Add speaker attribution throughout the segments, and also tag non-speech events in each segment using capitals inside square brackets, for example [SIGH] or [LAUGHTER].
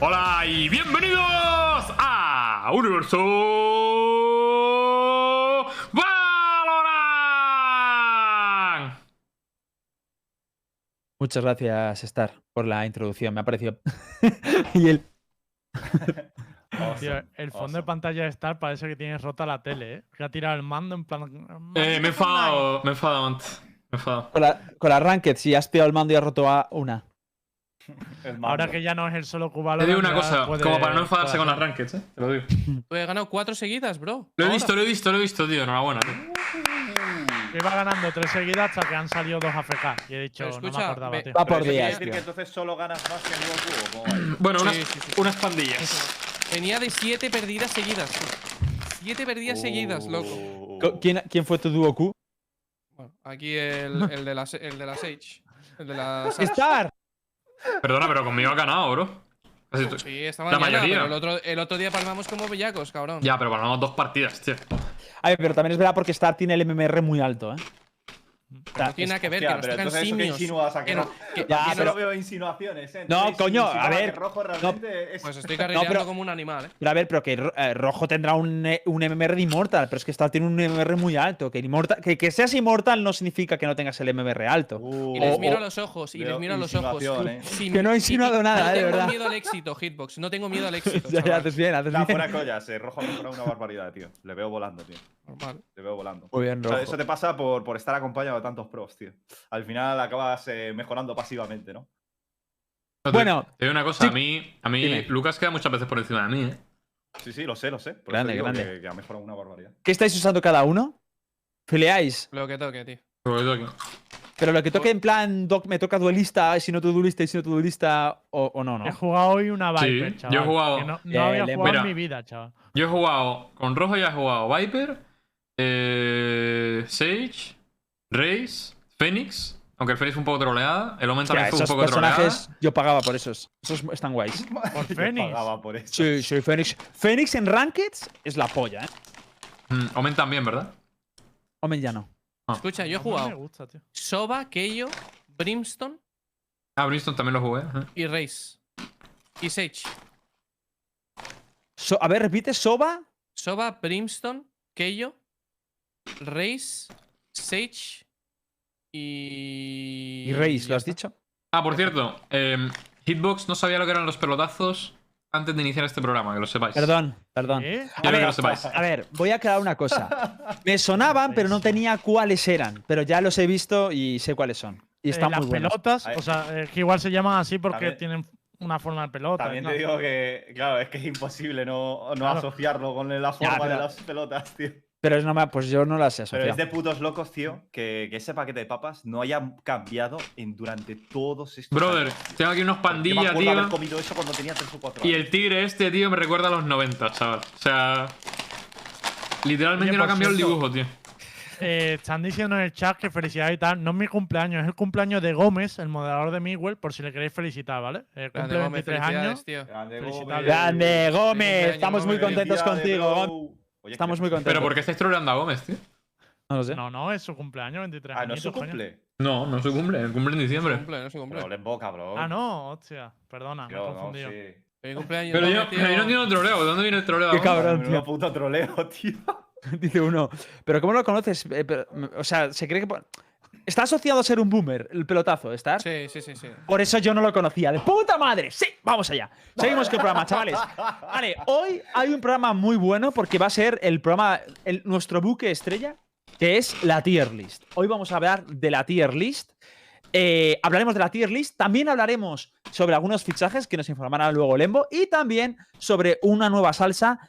Speaker 1: Hola y bienvenidos a Universo Valorant.
Speaker 2: Muchas gracias, Star, por la introducción. Me ha parecido. [LAUGHS] y él.
Speaker 3: Tío, el fondo de pantalla de Star parece que tienes rota la tele, ¿eh? Que ha tirado el mando en plan.
Speaker 1: Eh, me he enfadado, me he enfadado antes. Me he enfadado.
Speaker 2: Con la, con la Ranked, si has pillado el mando y has roto a una.
Speaker 3: Ahora que ya no es el solo cubano.
Speaker 1: Te digo una cosa, como para no enfadarse con las rankings, ¿eh? Te lo digo.
Speaker 4: Pues he ganado cuatro seguidas, bro.
Speaker 1: Lo he
Speaker 4: Ahora.
Speaker 1: visto, lo he visto, lo he visto, tío. Enhorabuena. tío.
Speaker 3: Iba ganando tres seguidas hasta que han salido dos AFK. Y he dicho,
Speaker 4: Pero
Speaker 3: no me
Speaker 4: escucha,
Speaker 3: acordaba,
Speaker 4: ve-
Speaker 3: tío.
Speaker 2: Va por
Speaker 4: Pero eso
Speaker 2: días,
Speaker 5: decir
Speaker 2: tío.
Speaker 5: que entonces solo ganas más que el nuevo cubo. ¿cómo va?
Speaker 1: Bueno, unas,
Speaker 4: Sí, sí, sí.
Speaker 1: unas pandillas.
Speaker 4: Venía de siete perdidas seguidas. tío. Siete perdidas seguidas, loco.
Speaker 5: Uh.
Speaker 2: Co- ¿Quién, quién fue tu dúo Q?
Speaker 4: Bueno, aquí el, el de la, se- el de la Sage. El de la Sage.
Speaker 2: ¡Star!
Speaker 1: Perdona, pero conmigo ha ganado, bro. Casi tú-
Speaker 4: Sí, esta
Speaker 1: La
Speaker 4: mañana,
Speaker 1: mayoría.
Speaker 4: pero el otro, el otro día palmamos como bellacos, cabrón.
Speaker 1: Ya, pero ganamos dos partidas, tío.
Speaker 2: A ver, pero también es verdad porque Star tiene el MMR muy alto, ¿eh? Está-
Speaker 4: No tiene nada que ver,
Speaker 5: Hostia,
Speaker 4: que
Speaker 5: pero
Speaker 4: nos
Speaker 5: entonces
Speaker 4: tocan
Speaker 5: eso que
Speaker 4: simios.
Speaker 5: insinúas a que
Speaker 4: Que
Speaker 5: no. Ah,
Speaker 4: no-
Speaker 2: Ya,
Speaker 4: que- que
Speaker 5: Yo
Speaker 4: no-
Speaker 5: no
Speaker 2: pero-
Speaker 5: veo insinuaciones, ¿eh?
Speaker 2: No,
Speaker 5: Entonces,
Speaker 2: coño,
Speaker 5: insinúa
Speaker 2: a
Speaker 5: que
Speaker 2: ver,
Speaker 5: rojo realmente es-
Speaker 4: Pues estoy carrileando
Speaker 2: pero-
Speaker 4: como un animal, eh.
Speaker 2: Pero a ver, pero que Ro- eh, Rojo tendrá un, eh, un MMR de Immortal, pero es que Star tiene un MMR muy alto. Que, Immortal- que, que seas Immortal no significa que no tengas el MMR alto.
Speaker 5: Uh,
Speaker 4: Y les
Speaker 2: O-
Speaker 4: miro
Speaker 2: o-
Speaker 4: a los ojos, y
Speaker 5: Veo
Speaker 4: les miro a los ojos.
Speaker 5: insinuación,
Speaker 4: [LAUGHS]
Speaker 5: eh.
Speaker 4: Si-
Speaker 2: Que no he
Speaker 4: si-
Speaker 2: insinuado nada, eh, de
Speaker 4: No
Speaker 2: verdad.
Speaker 4: tengo miedo al éxito, Hitbox. No tengo
Speaker 2: [LAUGHS]
Speaker 4: miedo al
Speaker 2: [LAUGHS]
Speaker 4: éxito.
Speaker 2: ya, ya,
Speaker 4: chaval.
Speaker 2: haces bien, haces
Speaker 5: Nah,
Speaker 2: bien.
Speaker 5: fuera collas, eh. Rojo ha mejorado una barbaridad, tío. Le veo volando, tío.
Speaker 4: Normal.
Speaker 5: Le veo volando.
Speaker 2: Muy bien,
Speaker 5: O
Speaker 2: Rojo.
Speaker 5: sea, eso te pasa por, por estar acompañado de tantos pros, tío. Al final acabas eh, mejorando pasivamente, ¿no?
Speaker 1: No, te-
Speaker 2: Bueno,
Speaker 1: Te digo una cosa,
Speaker 2: sí.
Speaker 1: a mí, a mí
Speaker 2: Dime.
Speaker 1: Lucas queda muchas veces por encima de mí, ¿eh?
Speaker 5: Sí, sí, lo sé, lo sé. Por
Speaker 2: Grande,
Speaker 5: eso digo
Speaker 2: grande.
Speaker 5: Que, que ha mejorado una barbaridad.
Speaker 2: ¿Qué estáis usando cada uno? Peleáis.
Speaker 4: Lo que toque, tío.
Speaker 1: Sobre todo aquí.
Speaker 2: Pero lo que toque en plan, Doc, me toca duelista, si no tú duelista y si no tú duelista, o, o no, ¿no?
Speaker 3: He jugado hoy una
Speaker 1: Sí, yo
Speaker 3: Viper,
Speaker 1: he
Speaker 3: chaval.
Speaker 1: jugado-
Speaker 3: que no no
Speaker 2: Eh,
Speaker 3: había
Speaker 2: le-
Speaker 3: jugado
Speaker 1: Mira.
Speaker 3: en mi vida, chaval.
Speaker 1: Yo he jugado con Rojo, ya he jugado Viper, eh, Sage, Raze, Fénix, aunque el Fénix fue un poco troleada, el Omen
Speaker 2: Hostia,
Speaker 1: también fue un
Speaker 2: esos
Speaker 1: poco ¿eh?
Speaker 2: personajes, yo pagaba por esos. Esos están guays.
Speaker 3: Por
Speaker 5: [LAUGHS] Yo
Speaker 3: Fénix.
Speaker 5: pagaba por eso.
Speaker 2: Sí, sí, Fénix. Fénix en Rankeds es la polla, ¿eh?
Speaker 1: troleada. Mm, Omen también, ¿verdad?
Speaker 2: Hombre, ya no.
Speaker 4: Escucha, yo
Speaker 3: No
Speaker 4: he
Speaker 3: me
Speaker 4: jugado
Speaker 3: gusta, tío.
Speaker 4: Soba, Keio, Brimstone
Speaker 1: Ah, Brimstone también lo jugué. ajá.
Speaker 4: y Raze. Y Sage.
Speaker 2: So- a ver, repite, Soba.
Speaker 4: Soba, Brimstone, Keio, Raze, Sage y.
Speaker 2: Y Reis,
Speaker 4: ya
Speaker 2: ¿lo has
Speaker 4: está.
Speaker 2: dicho?
Speaker 1: Ah, por cierto, em, Hitbox no sabía lo que eran los pelotazos antes de iniciar este programa, que lo sepáis.
Speaker 2: Perdón, perdón.
Speaker 3: ¿Eh?
Speaker 1: Quiero
Speaker 2: A
Speaker 1: que
Speaker 2: ver.
Speaker 1: lo sepáis.
Speaker 2: A ver, voy a aclarar una cosa. Me sonaban, pero no tenía cuáles eran. Pero ya los he visto y sé cuáles son. Y
Speaker 3: Eh,
Speaker 2: están
Speaker 3: las
Speaker 2: muy buenos.
Speaker 3: pelotas,
Speaker 5: Ahí.
Speaker 3: o sea, eh, que igual se llaman así porque
Speaker 5: También-
Speaker 3: tienen una forma de pelota.
Speaker 5: También
Speaker 3: ¿no?
Speaker 5: te digo que, claro, es que es imposible no, no
Speaker 3: Claro.
Speaker 5: asociarlo con la forma de
Speaker 2: pero-
Speaker 5: las pelotas, tío.
Speaker 2: Pero es nomás, pues yo no las he
Speaker 5: Pero
Speaker 2: asociado.
Speaker 5: es de putos locos, tío, que, que ese paquete de papas no haya cambiado en, durante todos estos
Speaker 1: Brother,
Speaker 5: años.
Speaker 1: tengo aquí unos
Speaker 5: Yo me
Speaker 1: pandillas,
Speaker 5: acuerdo haber
Speaker 1: tío.
Speaker 5: comido eso cuando tenía 3 o 4
Speaker 1: Y
Speaker 5: años.
Speaker 1: el tigre este, tío, me recuerda a los 90, chaval. O sea. Literalmente
Speaker 3: Oye,
Speaker 1: no ha
Speaker 3: por
Speaker 1: cambiado el
Speaker 3: cierto.
Speaker 1: dibujo, tío.
Speaker 3: Eh, están diciendo en el chat que felicidades y tal. No es mi cumpleaños, es el cumpleaños de Gómez, el moderador de Miguel, por si le queréis felicitar, ¿vale? Eh,
Speaker 4: Grande
Speaker 3: cumple
Speaker 4: Gómez,
Speaker 3: 23 años.
Speaker 4: felicidades, tío.
Speaker 5: Grande,
Speaker 3: Felicitable.
Speaker 5: Gómez.
Speaker 2: Grande, Gómez.
Speaker 4: cumpleaños,
Speaker 2: Estamos muy
Speaker 4: Gómez.
Speaker 2: contentos
Speaker 5: Felicidades,
Speaker 2: contigo,
Speaker 5: bro.
Speaker 2: Gómez.
Speaker 5: Oye,
Speaker 2: Estamos
Speaker 5: que-
Speaker 2: muy contentos.
Speaker 1: Pero ¿por qué estáis troleando a Gómez, tío?
Speaker 2: No lo sé.
Speaker 3: No, no, es su cumpleaños, 23
Speaker 5: Ah, no es su
Speaker 3: añitos, coño.
Speaker 5: cumple.
Speaker 1: No, no se cumple, cumple en
Speaker 4: No se
Speaker 1: diciembre.
Speaker 4: cumple, no se cumple.
Speaker 5: Pero le boca, bro.
Speaker 3: Ah, no, hostia, perdona,
Speaker 5: Tío,
Speaker 3: me he
Speaker 5: no,
Speaker 3: confundido.
Speaker 5: sí.
Speaker 4: Feliz cumpleaños,
Speaker 1: Pero yo,
Speaker 4: Gómez,
Speaker 1: pero yo no
Speaker 4: tío.
Speaker 1: entiendo el troleo, ¿de dónde viene el troleo?
Speaker 2: Qué
Speaker 1: Gómez?
Speaker 2: cabrón.
Speaker 5: Menudo
Speaker 2: tío.
Speaker 5: puto troleo, [LAUGHS] tío.
Speaker 2: [LAUGHS] Dice uno, pero ¿cómo lo conoces? Eh, pero, mm, o sea, se cree que... po- Está asociado a ser un boomer, el pelotazo, ¿estás?
Speaker 4: Sí, sí, sí, sí.
Speaker 2: Por eso yo no lo conocía. ¡De puta madre! ¡Sí! Vamos allá. Seguimos con el programa, chavales. Vale, hoy hay un programa muy bueno porque va a ser el programa, el- nuestro buque estrella, que es la tier list. Hoy vamos a hablar de la tier list. Eh, hablaremos de la tier list, también hablaremos sobre algunos fichajes que nos informará luego Lembo y también sobre una nueva salsa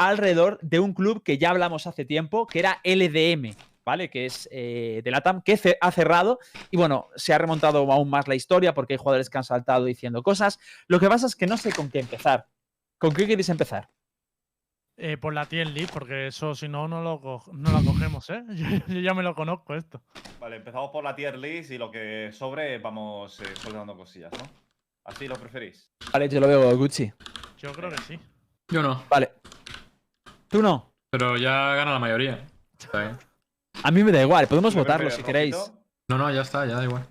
Speaker 2: alrededor de un club que ya hablamos hace tiempo, que era LDM, ¿vale? Que es eh, de Latam, que ce- ha cerrado y bueno, se ha remontado aún más la historia porque hay jugadores que han saltado diciendo cosas. Lo que pasa es que no sé con qué empezar. ¿Con qué queréis empezar?
Speaker 3: Eh, por la tier list, porque eso si no, no lo, co- no lo cogemos, ¿eh? [LAUGHS] Yo, yo ya me lo conozco esto.
Speaker 5: Vale, empezamos por la tier list y lo que sobre vamos eh, soltando cosillas, ¿no? ¿Así lo preferís?
Speaker 2: Vale, yo lo veo, Gucci.
Speaker 3: Yo creo que sí.
Speaker 1: Yo no,
Speaker 2: Vale. ¿Tú no?
Speaker 1: pero ya gana la mayoría. Está bien.
Speaker 2: A mí me da igual, podemos
Speaker 5: Lo
Speaker 2: votarlo
Speaker 5: prefieres,
Speaker 2: si queréis.
Speaker 5: Rojito?
Speaker 1: No, no, ya está, ya da igual.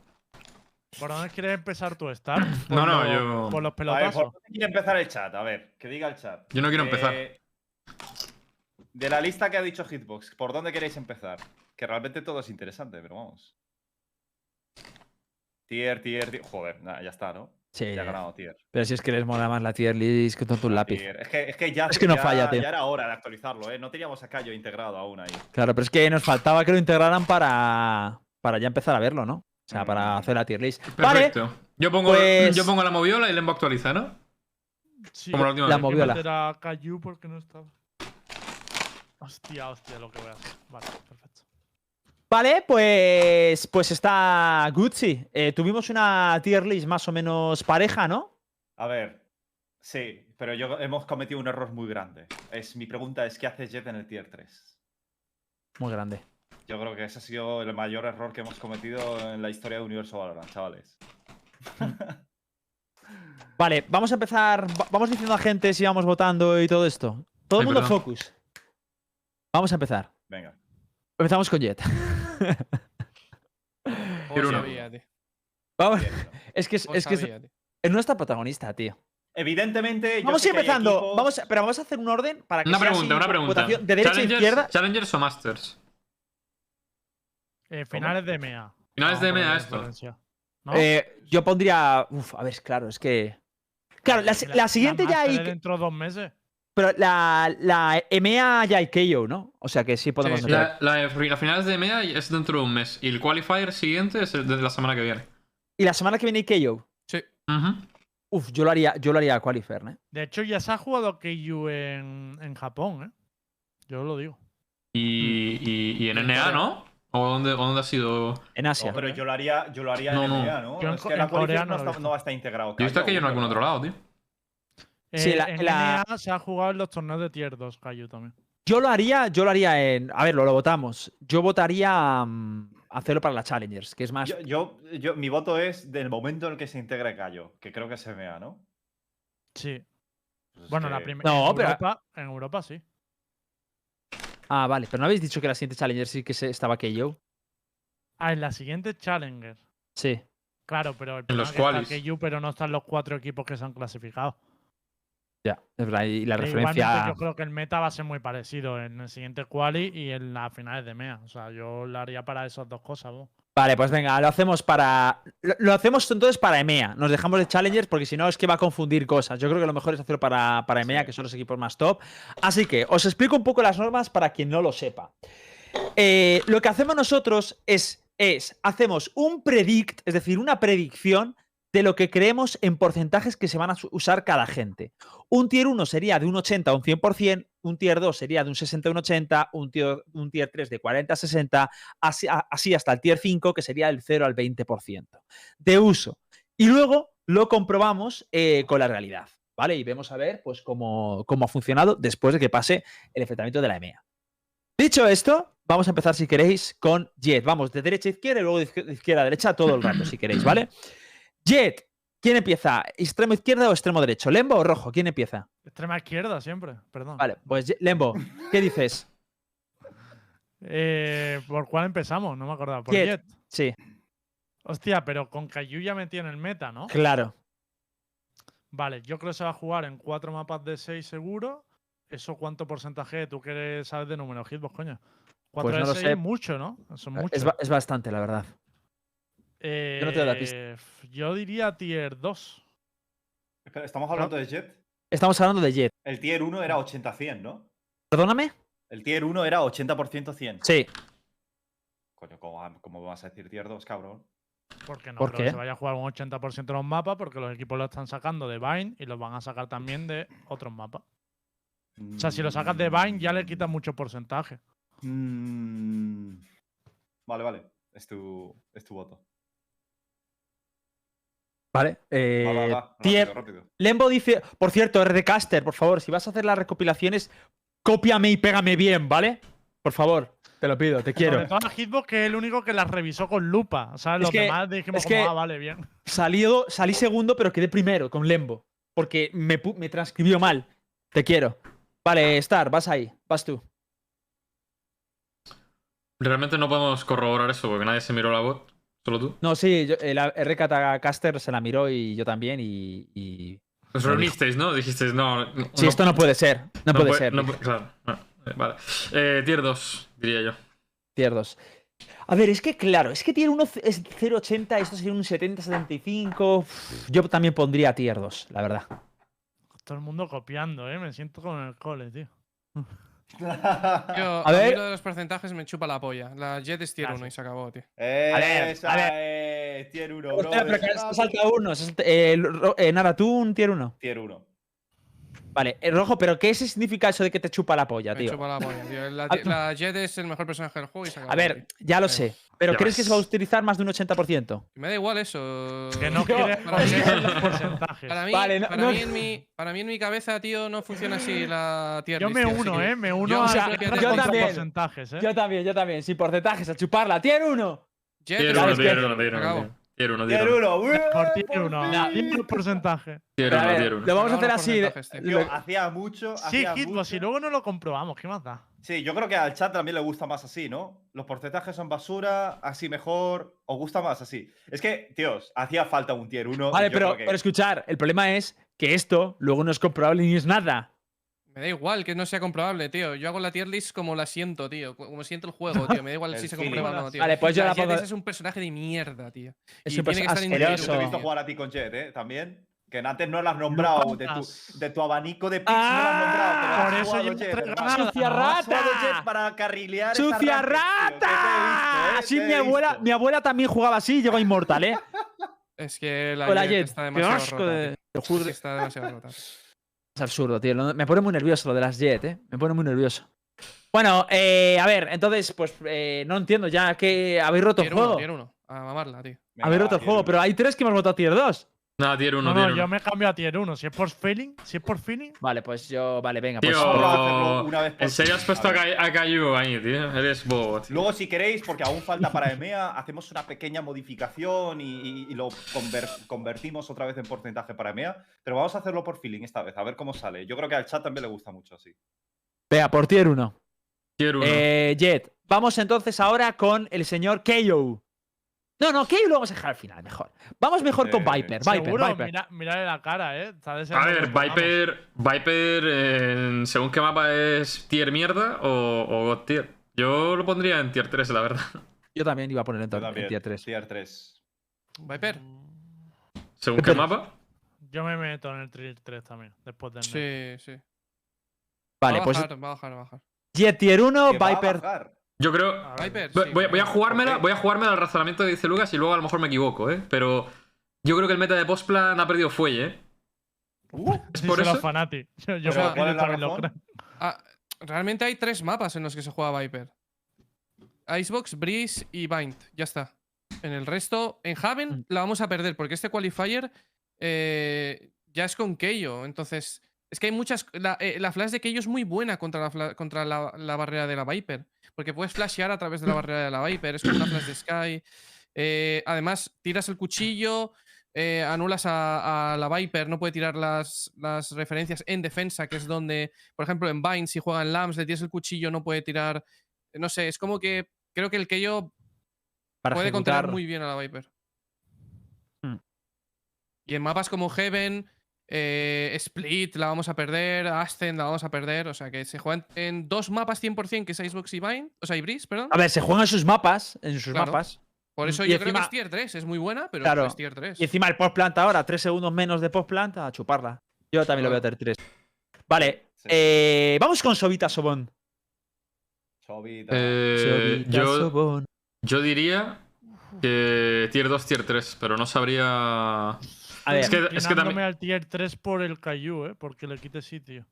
Speaker 3: ¿Por dónde quieres empezar tú,
Speaker 5: [CLEARS THROAT]
Speaker 3: Star?
Speaker 1: No,
Speaker 3: Por
Speaker 1: no,
Speaker 3: lo-
Speaker 1: yo-
Speaker 3: Por los
Speaker 5: A ver, ¿por
Speaker 3: pelotazos.
Speaker 5: dónde quiere empezar el chat? A ver, que diga el chat.
Speaker 1: Yo no quiero empezar.
Speaker 5: Eh, de la lista que ha dicho Hitbox, ¿por dónde queréis empezar? Que realmente todo es interesante, pero vamos. Tier, tier, tier. Joder, nada, ya está, ¿no?
Speaker 2: Sí.
Speaker 5: Ya ha ganado tier.
Speaker 2: Pero si es que les mola más la tier list que tonto un Eh, lápiz.
Speaker 5: tier. Es, que, es que ya,
Speaker 2: Es que no
Speaker 5: ya-
Speaker 2: falla, tío.
Speaker 5: ya era hora de actualizarlo, ¿eh? No teníamos a Cayo integrado aún ahí.
Speaker 2: Claro, pero es que nos faltaba que lo integraran para, para ya empezar a verlo, ¿no? O sea, para
Speaker 5: Mm.
Speaker 2: hacer la tier list.
Speaker 1: Perfecto. yo, pongo,
Speaker 2: pues-
Speaker 1: yo pongo la moviola y Lembo actualiza, ¿no?
Speaker 3: Sí,
Speaker 1: Como la última
Speaker 2: la
Speaker 1: vez.
Speaker 2: mo-
Speaker 3: hay que
Speaker 2: moviola.
Speaker 3: meter a Caillou porque no estaba. Hostia, hostia, lo que voy a hacer. Vale, perfecto.
Speaker 2: Vale, pues, pues está Gucci. Eh, tuvimos una tier list más o menos pareja, ¿no?
Speaker 5: A ver, sí, pero yo hemos cometido un error muy grande. Es, mi pregunta es, ¿qué hace Jet en el tier 3?
Speaker 2: Muy grande.
Speaker 5: Yo creo que ese ha sido el mayor error que hemos cometido en la historia de Universo Valorant, chavales.
Speaker 2: Vale, vamos a empezar. va- Vamos diciendo a gente si vamos votando y todo esto. Todo el
Speaker 1: Ay,
Speaker 2: mundo
Speaker 1: perdón.
Speaker 2: focus. Vamos a empezar.
Speaker 5: Venga.
Speaker 2: Empezamos con Jet. [LAUGHS]
Speaker 4: Vos
Speaker 1: Quiero uno.
Speaker 4: sabía, tío.
Speaker 2: Vamos-
Speaker 5: bien, ¿no?
Speaker 2: Es que es,
Speaker 4: Vos
Speaker 2: es que es,
Speaker 4: sabía, tío.
Speaker 2: es nuestra protagonista, tío.
Speaker 5: Evidentemente. yo
Speaker 2: Vamos a
Speaker 5: sé
Speaker 2: ir
Speaker 5: que hay
Speaker 2: empezando.
Speaker 5: equipos-
Speaker 2: Vamos a- pero vamos a hacer un orden para que
Speaker 1: Una
Speaker 2: sea así,
Speaker 1: pregunta, una
Speaker 2: por
Speaker 1: pregunta.
Speaker 2: votación de derecha a
Speaker 1: Challengers-
Speaker 2: izquierda.
Speaker 1: ¿Challengers o Masters?
Speaker 3: Eh, finales de MEA.
Speaker 1: Finales de
Speaker 3: Vamos a Ah,
Speaker 1: MA
Speaker 3: poner
Speaker 1: esto.
Speaker 3: referencia. ¿No?
Speaker 2: Eh, yo pondría. Uf, a ver, es claro, es que. Claro, la, la siguiente ya
Speaker 3: Master
Speaker 2: hay.
Speaker 3: es Dentro de dos meses.
Speaker 2: Pero la, la EMEA ya hay KO, ¿no? O sea que sí podemos
Speaker 4: Sí.
Speaker 2: meter.
Speaker 1: La, la de- las finales de MEA es dentro de un mes. Y el qualifier siguiente es el de la semana que viene.
Speaker 2: Y la semana que viene hay KO.
Speaker 4: Sí.
Speaker 1: Ujú.
Speaker 2: Uf, yo lo haría, yo lo haría a Qualifier, ¿eh?
Speaker 3: De hecho, ya se ha jugado Keiju en, en Japón, ¿eh? Yo lo digo.
Speaker 1: Y, y, y en NA, ¿no? ¿O dónde, o dónde ha sido?
Speaker 2: En Asia.
Speaker 1: Oh,
Speaker 5: No, pero yo lo haría, yo lo haría
Speaker 1: No,
Speaker 5: en
Speaker 1: no.
Speaker 5: NBA, ¿no?
Speaker 3: Yo en
Speaker 5: es
Speaker 3: co-
Speaker 5: que
Speaker 3: en
Speaker 5: la
Speaker 3: Corea
Speaker 5: cualificación
Speaker 3: no
Speaker 5: no,
Speaker 3: lo he
Speaker 5: está-
Speaker 3: visto.
Speaker 5: no va a estar integrado.
Speaker 1: Yo he visto
Speaker 5: Cayo,
Speaker 1: que yo en algún
Speaker 5: ¿verdad?
Speaker 1: otro lado, tío.
Speaker 2: Sí,
Speaker 3: Eh,
Speaker 2: la-
Speaker 3: en
Speaker 2: la-
Speaker 3: NA se ha jugado en los torneos de tier 2, Kaiju también.
Speaker 2: Yo lo haría, yo lo haría en. A ver, lo, lo votamos. Yo votaría mm, hacerlo para las Challengers, que es más.
Speaker 5: Yo, yo, yo- mi voto es del momento en el que se integre Cayo, que creo que es NBA, ¿no?
Speaker 3: Sí.
Speaker 5: Pues es
Speaker 3: Bueno, la
Speaker 5: que-
Speaker 3: primera.
Speaker 2: No,
Speaker 3: en
Speaker 2: pero-
Speaker 3: Europa, en Europa sí.
Speaker 2: Ah, vale. Pero no habéis dicho que la siguiente Challenger sí que se, estaba KO.
Speaker 3: Ah, en la siguiente Challenger.
Speaker 2: Sí.
Speaker 3: Claro, pero el
Speaker 1: En los
Speaker 3: problema es
Speaker 1: qualis.
Speaker 3: que está Keiju, pero no están los cuatro equipos que se han clasificado.
Speaker 2: Ya, es verdad. Y la
Speaker 3: Que
Speaker 2: referencia.
Speaker 3: Igualmente, yo creo que el meta va a ser muy parecido en el siguiente quali y en las finales de MEA. O sea, yo lo haría para esas dos cosas. vos.
Speaker 2: Vale, pues venga, lo hacemos para. Lo, lo hacemos entonces para EMEA. Nos dejamos de Challengers porque si no es que va a confundir cosas. Yo creo que lo mejor es hacerlo para, para EMEA,
Speaker 5: Sí.
Speaker 2: que son los equipos más top. Así que os explico un poco las normas para quien no lo sepa. Eh, lo que hacemos nosotros es, es hacemos un predict, es decir, una predicción de lo que creemos en porcentajes que se van a su- usar cada gente. Un tier 1 sería de un 80 a un 100%, un tier 2 sería de un 60 a un 80, un tier, un tier 3 de 40 a 60, así, a- así hasta el tier 5, que sería del 0 al 20% de uso. Y luego lo comprobamos eh, con la realidad, ¿vale? Y vemos a ver pues, cómo, cómo ha funcionado después de que pase el enfrentamiento de la E EMEA. Dicho esto, vamos a empezar, si queréis, con Jet. Vamos de derecha a izquierda y luego de izquier- de izquierda a derecha todo el rato, si queréis, ¿vale? Jet, ¿quién empieza? ¿Extremo izquierda o extremo derecho? ¿Lembo o rojo? ¿Quién empieza?
Speaker 3: Extrema izquierda siempre, perdón.
Speaker 2: Vale, pues Ye- Lembo, ¿qué dices?
Speaker 3: Eh, ¿Por cuál empezamos? No me acordaba. Por
Speaker 2: Jet.
Speaker 3: Jet.
Speaker 2: Sí,
Speaker 3: Hostia, pero con Kaiju ya metí en el meta, ¿no?
Speaker 2: claro.
Speaker 3: Vale, yo creo que se va a jugar en cuatro mapas de seis seguro. ¿Eso cuánto porcentaje tú que sabes de número de hitbox, coño? Cuatro
Speaker 2: Pues no
Speaker 3: de
Speaker 2: lo
Speaker 3: seis
Speaker 2: sé. Eh,
Speaker 3: es mucho, ¿no? Son muchos.
Speaker 2: Es, ba- es bastante, la verdad.
Speaker 3: Eh,
Speaker 2: no te doy la pista.
Speaker 3: f- Yo diría tier 2.
Speaker 5: Espera, ¿Estamos hablando de Jet?
Speaker 2: Estamos hablando de Jet.
Speaker 5: El tier 1 era 80-100, ¿no?
Speaker 2: ¿Perdóname?
Speaker 5: El tier 1 era 80% 100.
Speaker 2: Sí.
Speaker 5: Coño, ¿cómo, cómo vas a decir tier 2, cabrón?
Speaker 3: Porque no
Speaker 2: ¿Por
Speaker 3: creo
Speaker 2: qué?
Speaker 3: que se vaya a jugar un 80% de los mapas, porque los equipos lo están sacando de Vine y los van a sacar también de otros mapas. O sea, si lo sacas de Vine ya le quitas mucho porcentaje.
Speaker 5: Mm. Vale, vale. Es tu, es tu voto.
Speaker 2: Vale.
Speaker 5: Va, va,
Speaker 2: eh,
Speaker 5: va, rápido,
Speaker 2: tier-
Speaker 3: [LAUGHS]
Speaker 5: rápido.
Speaker 2: Lembo dice, por cierto, RDcaster, por favor, si vas a hacer las recopilaciones, cópiame y pégame bien, ¿vale? Por favor, te lo pido, te quiero.
Speaker 3: Sobre
Speaker 5: [LAUGHS]
Speaker 3: todo a Hitbox, que es el único que las revisó con lupa. O sea,
Speaker 2: Es
Speaker 3: los
Speaker 2: que-
Speaker 3: demás dijimos
Speaker 2: es
Speaker 3: como,
Speaker 2: que-
Speaker 3: ah, vale, bien. [LAUGHS]
Speaker 2: Salido, salí segundo, pero quedé primero con Lembo, porque me, pu- me transcribió mal. Te quiero. Vale, Star, vas ahí, vas tú.
Speaker 1: Realmente no podemos corroborar eso porque nadie se miró la bot. Solo tú.
Speaker 2: No, sí, yo, eh, la RK Caster se la miró y yo también. Y. y-
Speaker 1: Os
Speaker 2: Sí.
Speaker 1: reunisteis, ¿no? Dijisteis, no. no-
Speaker 2: Sí, esto no puede ser. No, puede, ser.
Speaker 1: no puede- claro. no. Eh, Vale. Eh, tier 2, diría yo.
Speaker 2: Tier 2. A ver, es que claro, es que tier 1 es 0.80, esto sería un 70-75. Uf, Yo también pondría tier 2, la verdad.
Speaker 3: Todo el mundo copiando, ¿eh? Me siento como en el cole, tío.
Speaker 4: Yo,
Speaker 2: A
Speaker 4: a, mí
Speaker 2: ver.
Speaker 4: lo de los porcentajes me chupa la polla. La Jet es tier
Speaker 3: Ah,
Speaker 4: 1 y se acabó, tío.
Speaker 2: ver,
Speaker 5: Esa
Speaker 2: a
Speaker 5: es. Tier 1, bro.
Speaker 2: Espera, pero que
Speaker 5: esa-
Speaker 2: se salta uno. se salta- eh, el ro- eh, nada, tú un tier 1.
Speaker 5: Tier 1.
Speaker 2: Vale, el rojo, pero ¿qué significa eso de que te chupa la polla,
Speaker 4: Me
Speaker 2: tío?
Speaker 4: chupa la polla, tío. La,
Speaker 2: Ah,
Speaker 4: la Jet es el mejor personaje del juego y se acabó.
Speaker 2: A ver,
Speaker 4: tío.
Speaker 2: ya lo
Speaker 4: Sí.
Speaker 2: sé. ¿Pero
Speaker 1: Ya
Speaker 2: crees que
Speaker 1: ves.
Speaker 2: se va a utilizar más de un 80%?
Speaker 4: Me da igual eso.
Speaker 3: Que
Speaker 2: [LAUGHS]
Speaker 3: no
Speaker 4: Para
Speaker 3: quiere
Speaker 4: mí-
Speaker 3: copiar los porcentajes.
Speaker 4: Para mí,
Speaker 2: Vale, no-
Speaker 4: para,
Speaker 2: no-
Speaker 4: mí en mi, para mí en mi cabeza, tío, no funciona así la tier
Speaker 3: Yo
Speaker 4: list,
Speaker 3: me
Speaker 4: tío, así
Speaker 3: uno,
Speaker 4: que-
Speaker 3: ¿eh? Me
Speaker 4: yo
Speaker 3: uno a
Speaker 4: sí,
Speaker 3: la
Speaker 4: yo
Speaker 3: guerra
Speaker 4: también.
Speaker 3: contra porcentajes, ¿eh?
Speaker 2: Yo también, yo también. Sin porcentajes, a chuparla. ¡Tier 1!
Speaker 4: Jet
Speaker 1: Tier
Speaker 4: es
Speaker 1: 1,
Speaker 2: uno,
Speaker 4: el
Speaker 1: tier
Speaker 4: tier
Speaker 1: 1, tier
Speaker 4: uno,
Speaker 1: 1.
Speaker 4: acabo.
Speaker 1: Tier 1, tier
Speaker 5: Tier
Speaker 1: 1.
Speaker 5: 1,
Speaker 3: Por tier uno.
Speaker 2: fin.
Speaker 3: Tier uno porcentaje.
Speaker 1: Tier
Speaker 2: Pero a
Speaker 1: 1,
Speaker 2: ver,
Speaker 1: tier 1.
Speaker 2: Lo vamos a
Speaker 4: Acabamos
Speaker 2: hacer
Speaker 4: los
Speaker 2: así.
Speaker 4: porcentajes, tío.
Speaker 2: lo-
Speaker 5: Hacía mucho.
Speaker 3: Sí,
Speaker 5: hacía
Speaker 3: Hitbox, si
Speaker 5: mucho.
Speaker 3: luego no lo comprobamos, ¿qué más da?
Speaker 5: Sí, yo creo que al chat también le gusta más así, ¿no? Los porcentajes son basura, así mejor, o gusta más así. Es que, tíos, hacía falta un tier 1.
Speaker 2: Vale, pero, pero escuchar, el problema es que esto luego no es comprobable ni es nada.
Speaker 4: Me da igual que no sea comprobable, tío. Yo hago la tier list como la siento, tío. co- Como siento el
Speaker 2: [LAUGHS]
Speaker 4: juego, tío. Me da igual
Speaker 5: El
Speaker 4: si se
Speaker 5: feeling.
Speaker 4: comprueba o no, tío.
Speaker 2: Vale, pues yo
Speaker 4: La
Speaker 2: la
Speaker 4: Jet
Speaker 2: pongo-
Speaker 4: es un personaje de mierda, tío.
Speaker 2: Es
Speaker 4: Y
Speaker 2: un
Speaker 4: tiene que estar
Speaker 2: personaje
Speaker 5: Pero yo te he
Speaker 2: Eso.
Speaker 5: visto jugar a ti con Jet, ¿eh? También. Que antes no lo has nombrado. De tu,
Speaker 3: contas.
Speaker 5: de tu abanico de picks no lo has nombrado.
Speaker 2: Ah,
Speaker 5: pero
Speaker 3: por
Speaker 5: has
Speaker 3: eso
Speaker 5: jugado
Speaker 3: yo no
Speaker 5: Jet,
Speaker 3: traigo
Speaker 5: hermano.
Speaker 3: nada.
Speaker 2: ¡Sucia
Speaker 3: no,
Speaker 5: Has jugado Jet
Speaker 2: rata!
Speaker 5: para carrilear. esta
Speaker 2: ¡Sucia
Speaker 5: ranked, tío,
Speaker 2: rata!
Speaker 5: que te he visto, eh,
Speaker 2: Sí,
Speaker 5: te he
Speaker 2: mi abuela,
Speaker 5: visto.
Speaker 2: mi abuela también jugaba así y llegó a Inmortal, ¿eh?
Speaker 4: Es que la
Speaker 2: Con la
Speaker 4: Jet,
Speaker 2: Jet.
Speaker 4: está
Speaker 2: Qué
Speaker 4: demasiado
Speaker 2: asco
Speaker 4: rota.
Speaker 2: de-
Speaker 4: tío.
Speaker 2: Te
Speaker 4: Es
Speaker 2: juro
Speaker 4: que
Speaker 2: que este
Speaker 4: está
Speaker 2: [LAUGHS]
Speaker 4: demasiado rota.
Speaker 2: es absurdo, tío. No- Me pone muy nervioso lo de las Jet, ¿eh? Me pone muy nervioso. Bueno, eh, a ver, entonces, pues eh, no entiendo ya que habéis roto el
Speaker 4: Tier 1,
Speaker 2: juego.
Speaker 4: tier 1. A mamarla, tío.
Speaker 5: Venga,
Speaker 2: Habéis
Speaker 5: va,
Speaker 2: roto el
Speaker 5: tier
Speaker 2: juego,
Speaker 5: uno.
Speaker 2: pero hay tres que hemos votado tier 2.
Speaker 1: Nada, tier 1,
Speaker 3: No,
Speaker 1: tier
Speaker 3: no,
Speaker 1: 1.
Speaker 3: yo me cambio a tier 1. Si es por feeling, si es por feeling,
Speaker 2: Vale, pues yo. Vale, venga, pues.
Speaker 1: Tío,
Speaker 5: Vamos a hacerlo una vez por
Speaker 1: en serio has
Speaker 5: fin,
Speaker 1: puesto
Speaker 5: a
Speaker 1: a,
Speaker 5: ver.
Speaker 1: Kai- a Caillou ahí, tío. Eres bobo, tío.
Speaker 5: Luego, si queréis, porque aún falta para EMEA, hacemos una pequeña modificación y, y- y lo conver- convertimos otra vez en porcentaje para EMEA. Pero vamos a hacerlo por feeling esta vez, a ver cómo sale. Yo creo que al chat también le gusta mucho así.
Speaker 2: Vea, por tier 1.
Speaker 1: Tier 1.
Speaker 2: Eh, Jet, vamos entonces ahora con el señor KO. No, no, KO lo vamos a dejar al final, mejor. Vamos mejor con
Speaker 5: Eh,
Speaker 2: Viper, Viper,
Speaker 3: seguro,
Speaker 2: Viper.
Speaker 3: mira- mirarle la cara, ¿eh? Está
Speaker 1: a
Speaker 3: deseando que
Speaker 1: ver,
Speaker 3: lo pongamos.
Speaker 1: Viper, Viper eh, según qué mapa es tier mierda o, o God tier. Yo lo pondría en tier 3, la verdad.
Speaker 2: Yo también iba a poner en,
Speaker 5: Yo
Speaker 2: tor- en
Speaker 5: también,
Speaker 2: tier 3.
Speaker 5: Tier 3.
Speaker 4: Viper.
Speaker 3: Mm,
Speaker 1: Según qué mapa.
Speaker 3: Yo me meto en el tier 3 también, después del net.
Speaker 4: Sí, sí.
Speaker 2: Vale,
Speaker 4: va a
Speaker 2: pues
Speaker 4: bajar, va a bajar, va a bajar.
Speaker 2: Jet tier
Speaker 1: Oh,
Speaker 2: 1,
Speaker 5: Que va a
Speaker 2: Viper.
Speaker 5: bajar.
Speaker 1: Yo creo.
Speaker 4: Viper.
Speaker 1: Voy,
Speaker 4: sí,
Speaker 1: voy a- voy a
Speaker 4: Viper.
Speaker 1: jugármela,
Speaker 5: ok.
Speaker 1: voy a jugármela al razonamiento que dice Lucas y luego a lo mejor me equivoco, ¿eh? Pero yo creo que el meta de postplan ha perdido fuelle, ¿eh?
Speaker 3: Sí,
Speaker 1: por
Speaker 3: se lo
Speaker 1: eso-
Speaker 3: fanati. [LAUGHS] Yo, yo
Speaker 5: Pero,
Speaker 3: creo que
Speaker 5: ¿cuál
Speaker 3: yo
Speaker 5: es la
Speaker 3: también lo
Speaker 5: razón?
Speaker 3: creo.
Speaker 4: Ah, realmente hay tres mapas en los que se juega Viper. Icebox, Breeze y Bind. Ya está. En el resto, en Haven
Speaker 2: Mm.
Speaker 4: la vamos a perder porque este qualifier eh, ya es con Keio. Entonces, es que hay muchas... La, eh, la flash de Keio es muy buena contra, la, fla- contra la, la barrera de la Viper. Porque puedes flashear a través de la barrera de la Viper. Es como una flash de Sky. Eh, además, tiras el cuchillo, eh, anulas a, a la Viper, no puede tirar las, las referencias en defensa, que es donde, por ejemplo, en Vine, si juega en Lams, le tienes el cuchillo, no puede tirar. No sé, es como que creo que el Keio
Speaker 2: Para
Speaker 4: puede
Speaker 2: ejecutar.
Speaker 4: controlar muy bien a la Viper.
Speaker 2: Hmm.
Speaker 4: Y en mapas como Heaven, eh, Split la vamos a perder, Ascend la vamos a perder, o sea que se juegan en dos mapas 100%, que es Icebox y Vine, o sea, y Breeze, perdón.
Speaker 2: A ver, se juegan sus mapas, en sus
Speaker 4: Claro.
Speaker 2: mapas.
Speaker 4: Por eso
Speaker 2: y
Speaker 4: yo creo que
Speaker 2: encima-
Speaker 4: es tier 3, es muy buena, pero
Speaker 2: Claro.
Speaker 4: es tier 3.
Speaker 2: Y encima el post planta ahora, 3 segundos menos de post planta, a chuparla. Yo también lo veo tier 3. Vale,
Speaker 5: Sí.
Speaker 2: eh, vamos con Sobita Sobón.
Speaker 5: Chovita.
Speaker 1: Eh,
Speaker 2: Sobita
Speaker 1: yo,
Speaker 2: Sobón.
Speaker 1: yo diría que tier 2, tier 3, pero no sabría.
Speaker 2: A ver,
Speaker 1: Es que- es que
Speaker 3: Inclinándome
Speaker 1: también-
Speaker 3: al tier 3 por el Caillou, ¿eh? Porque le quite sitio.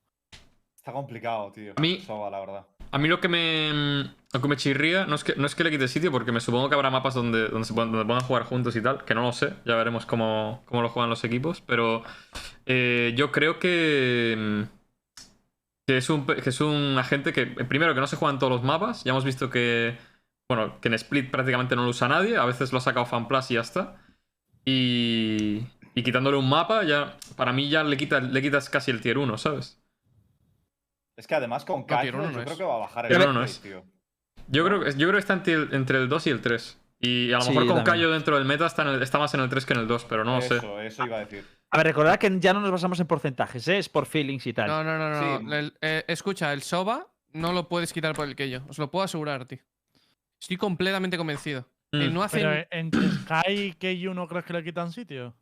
Speaker 5: Está complicado, tío.
Speaker 1: A mí-
Speaker 5: Soba, la verdad.
Speaker 1: A mí lo que me, mm, lo que me chirría no es, que, no es que le quite sitio, porque me supongo que habrá mapas donde, donde, se puedan, donde puedan jugar juntos y tal, que no lo sé, ya veremos cómo, cómo lo juegan los equipos, pero eh, yo creo que, mm, que, es un, pe- que es un agente que, eh, primero, que no se juegan todos los mapas, ya hemos visto que, bueno, que en Split prácticamente no lo usa nadie, a veces lo ha sacado FanPlus y ya está, y, y quitándole un mapa, ya para mí ya le, quita, le quitas casi el tier 1, ¿sabes?
Speaker 5: Es que además con
Speaker 4: tier
Speaker 5: Kaiju
Speaker 4: uno
Speaker 5: yo
Speaker 4: no
Speaker 5: creo
Speaker 4: es.
Speaker 5: que va a bajar el
Speaker 1: Tier uno no
Speaker 5: gameplay,
Speaker 1: es.
Speaker 5: tío.
Speaker 1: Yo creo, que- yo creo que está entre el, entre el 2 y el 3. Y a lo
Speaker 2: Sí,
Speaker 1: mejor con
Speaker 2: también.
Speaker 1: Cayo dentro del meta está, en el- está más en el 3 que en el 2, pero no lo sé.
Speaker 5: eso, eso iba a decir.
Speaker 2: A ver, recordad que ya no nos basamos en porcentajes, ¿eh? es por feelings y tal.
Speaker 4: No, no, no, no.
Speaker 5: Sí.
Speaker 4: no. El- eh, escucha, el Soba no lo puedes quitar por el Keyo. Os lo puedo asegurar, tío. Estoy completamente convencido. Eh,
Speaker 2: Hmm.
Speaker 1: Mm.
Speaker 4: no hacen.
Speaker 3: Pero eh, entre Sky y Keiju no crees que le quitan sitio.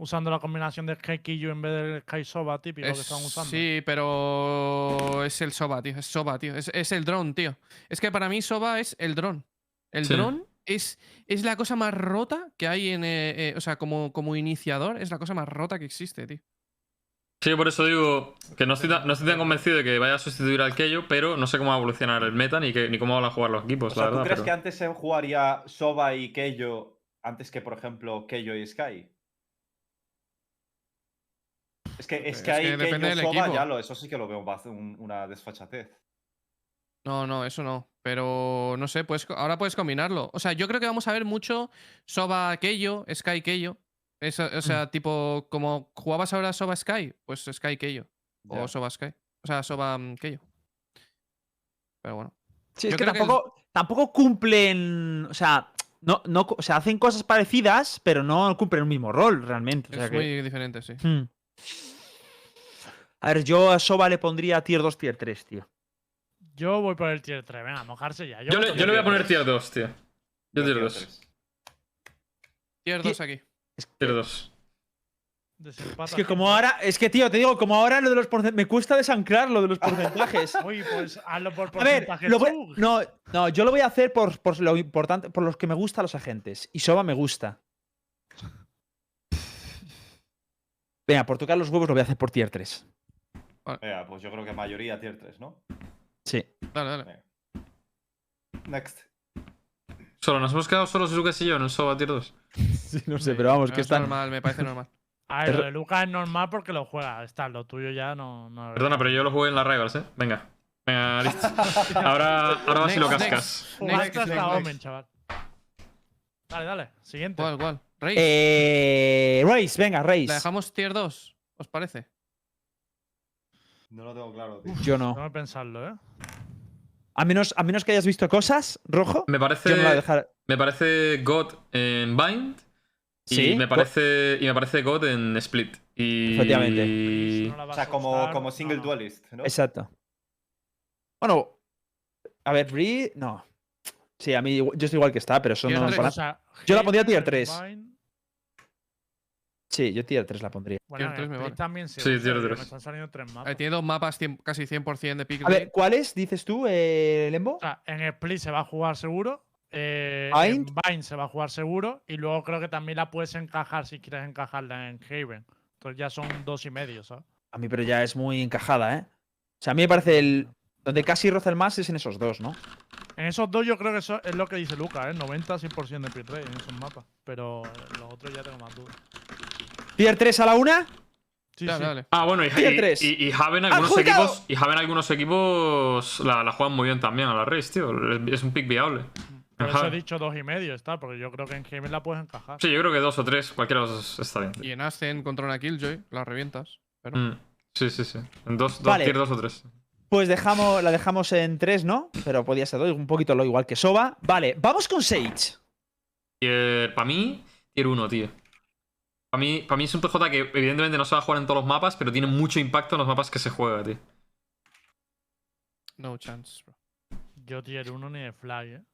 Speaker 3: Usando la combinación de Sky y Keiju en vez del Sky Soba típico
Speaker 4: es-
Speaker 3: que están usando.
Speaker 4: Sí, pero es el Soba, tío. Es Soba, tío. Es, es el dron, tío. Es que para mí Soba es el dron. El
Speaker 1: Sí.
Speaker 4: dron es, es la cosa más rota que hay en. eh, eh, o sea, como, como iniciador, es la cosa más rota que existe, tío.
Speaker 1: Sí, por eso digo que no estoy, tan, no estoy tan convencido de que vaya a sustituir al Keyo, pero no sé cómo va a evolucionar el meta ni, que, ni cómo van a jugar los equipos,
Speaker 5: o sea,
Speaker 1: la
Speaker 5: ¿tú
Speaker 1: verdad.
Speaker 5: crees
Speaker 1: pero-
Speaker 5: que antes se jugaría Soba y Keyo antes que, por ejemplo, Keyo y Sky? Es que, es
Speaker 4: Es
Speaker 5: que
Speaker 4: que
Speaker 5: hay
Speaker 4: depende
Speaker 5: Keyo
Speaker 4: del
Speaker 5: Soba,
Speaker 4: equipo.
Speaker 5: ya lo, eso sí que lo veo bast- un- una desfachatez.
Speaker 4: No, no, eso no. Pero no sé, pues ahora puedes combinarlo. O sea, yo creo que vamos a ver mucho Soba Keyo, Sky Keyo. Eso- o sea, tipo, como jugabas ahora Soba Sky, pues Sky Keyo.
Speaker 5: Ya.
Speaker 4: O Soba Sky. O sea, Soba mm, Keyo. Pero bueno.
Speaker 2: Sí, es
Speaker 4: Yo
Speaker 2: que
Speaker 4: creo que el-
Speaker 2: tampoco, tampoco cumplen. O sea, no, no, o sea, hacen cosas parecidas, pero no cumplen el mismo rol realmente. o sea
Speaker 4: es
Speaker 2: que-
Speaker 4: muy diferente, sí.
Speaker 2: Hmm. A ver, yo a Soba le pondría tier 2, tier 3, tío.
Speaker 3: Yo voy por el tier 3, venga, mojarse ya.
Speaker 1: Yo le, yo le voy a poner
Speaker 5: tres.
Speaker 1: tier 2, tío. Yo tier 2.
Speaker 5: tres.
Speaker 4: Tier
Speaker 2: Ti-
Speaker 4: 2 aquí.
Speaker 1: Tier 2.
Speaker 2: Es que como ahora, es que tío, te digo, como ahora lo de los porcentajes, me cuesta desanclar lo de los [LAUGHS] porcentajes.
Speaker 3: Uy, pues hazlo por
Speaker 2: [LAUGHS] A ver,
Speaker 3: porcentaje.
Speaker 2: lo voy-
Speaker 3: tú.
Speaker 2: no, no, yo lo voy a hacer por, por lo importante, por los que me gustan los agentes. Y Soba me gusta. Venga, por tocar los huevos lo voy a hacer por tier 3.
Speaker 5: Venga, pues yo creo que mayoría tier 3, ¿no?
Speaker 2: Sí.
Speaker 4: Dale, dale.
Speaker 5: Next.
Speaker 1: Solo, nos hemos quedado solo Suzuki y yo en el Soba tier 2.
Speaker 2: [LAUGHS] Sí, no sé,
Speaker 4: Sí,
Speaker 2: pero vamos,
Speaker 4: no,
Speaker 2: que
Speaker 4: es
Speaker 2: están.
Speaker 4: normal, me parece normal.
Speaker 3: A ver,
Speaker 2: Pero-
Speaker 3: lo de Lucas es normal porque lo juega. Está, lo tuyo ya no. no
Speaker 1: Perdona, pero yo lo jugué en la Rivals, eh. Venga. Venga, listo. Ahora, ahora vas y lo
Speaker 4: Next,
Speaker 1: cascas.
Speaker 4: Next,
Speaker 3: Jugaste hasta
Speaker 4: next,
Speaker 3: Omen,
Speaker 4: next.
Speaker 3: chaval. Dale, dale. Siguiente.
Speaker 4: ¿Cuál, cuál? Rey,
Speaker 2: Eh, Race, venga,
Speaker 4: ¿la
Speaker 2: Race.
Speaker 4: dejamos tier 2? ¿Os parece?
Speaker 5: No lo tengo claro, tío.
Speaker 2: Yo no.
Speaker 3: Tengo que pensarlo, ¿eh?
Speaker 2: A menos, a menos que hayas visto cosas, rojo.
Speaker 1: Me
Speaker 2: Yo no la
Speaker 1: parece,
Speaker 2: dejar.
Speaker 1: me parece God en Bind. Y
Speaker 2: Sí,
Speaker 1: me
Speaker 2: co-
Speaker 1: parece. Y me parece God en Split. Y.
Speaker 2: Efectivamente.
Speaker 3: Si
Speaker 1: y-
Speaker 3: no la
Speaker 5: O
Speaker 3: vas
Speaker 5: sea,
Speaker 3: a
Speaker 5: como,
Speaker 3: usar,
Speaker 5: como
Speaker 3: no,
Speaker 5: single
Speaker 3: no.
Speaker 5: duelist, ¿no?
Speaker 2: Exacto. Bueno, a ver, Bree, no. Sí, a mí igu- yo estoy igual que está, pero eso
Speaker 4: Tier
Speaker 2: no.
Speaker 4: tres,
Speaker 2: para-
Speaker 3: O sea,
Speaker 2: Yo la pondría
Speaker 3: Hater,
Speaker 2: tier tres.
Speaker 3: Vine-
Speaker 2: Sí, yo tier 3 la pondría.
Speaker 3: Bueno,
Speaker 4: Tier
Speaker 3: en
Speaker 4: tres me
Speaker 3: Split
Speaker 4: vale.
Speaker 3: también
Speaker 1: Sí,
Speaker 3: o sea,
Speaker 1: tier
Speaker 3: que
Speaker 1: tres.
Speaker 3: Me están saliendo tres mapas.
Speaker 4: Eh, tiene dos mapas cien- casi 100% de pick
Speaker 2: A ver,
Speaker 4: rate.
Speaker 2: ¿cuáles dices tú, eh, Lembo?
Speaker 3: O
Speaker 5: Ah.
Speaker 3: sea, en Split se va a jugar seguro. eh, en
Speaker 2: Bind.
Speaker 3: Vine se va a jugar seguro. Y luego creo que también la puedes encajar si quieres encajarla en Haven. Entonces ya son dos y medio, ¿sabes?
Speaker 2: A mí, pero ya es muy encajada, ¿eh? O sea, a mí me parece el. Donde casi roza el más es en esos dos, ¿no?
Speaker 3: En esos dos yo creo que eso es lo que dice Luca, ¿eh? 90-100% de pick rate en esos mapas. Pero los otros ya tengo más dudas.
Speaker 2: Tier 3 a la una.
Speaker 3: Sí,
Speaker 4: Dale,
Speaker 3: sí.
Speaker 4: dale.
Speaker 1: Ah, bueno, y,
Speaker 2: Tier
Speaker 1: y-
Speaker 2: tres.
Speaker 1: y- y Haven algunos
Speaker 2: Adjudicado.
Speaker 1: equipos. Y Haven algunos equipos la, la juegan muy bien también a la Race, tío. Es un pick viable.
Speaker 3: Por eso
Speaker 1: Ajá.
Speaker 3: he dicho dos y medio, está. Porque yo creo que en Haven la puedes encajar.
Speaker 1: Sí, yo creo que dos o tres, cualquiera de los dos está bien. tío.
Speaker 4: Y en Ascen contra una Killjoy, la revientas. Pero...
Speaker 1: Mm, Sí, sí, sí. En Dos, dos,
Speaker 2: Vale.
Speaker 1: tier dos o tres.
Speaker 2: Pues dejamos, la dejamos en 3, ¿no? Pero podía ser dos, un poquito lo igual que Soba. Vale, vamos con Sage. [COUGHS]
Speaker 1: para mí, tier 1, tío. Para mí, pa' mí es un PJ que evidentemente no se va a jugar en todos los mapas, pero tiene mucho impacto en los mapas que se juega, tío.
Speaker 4: No chance, bro.
Speaker 3: Yo tier uno ni de fly, ¿eh?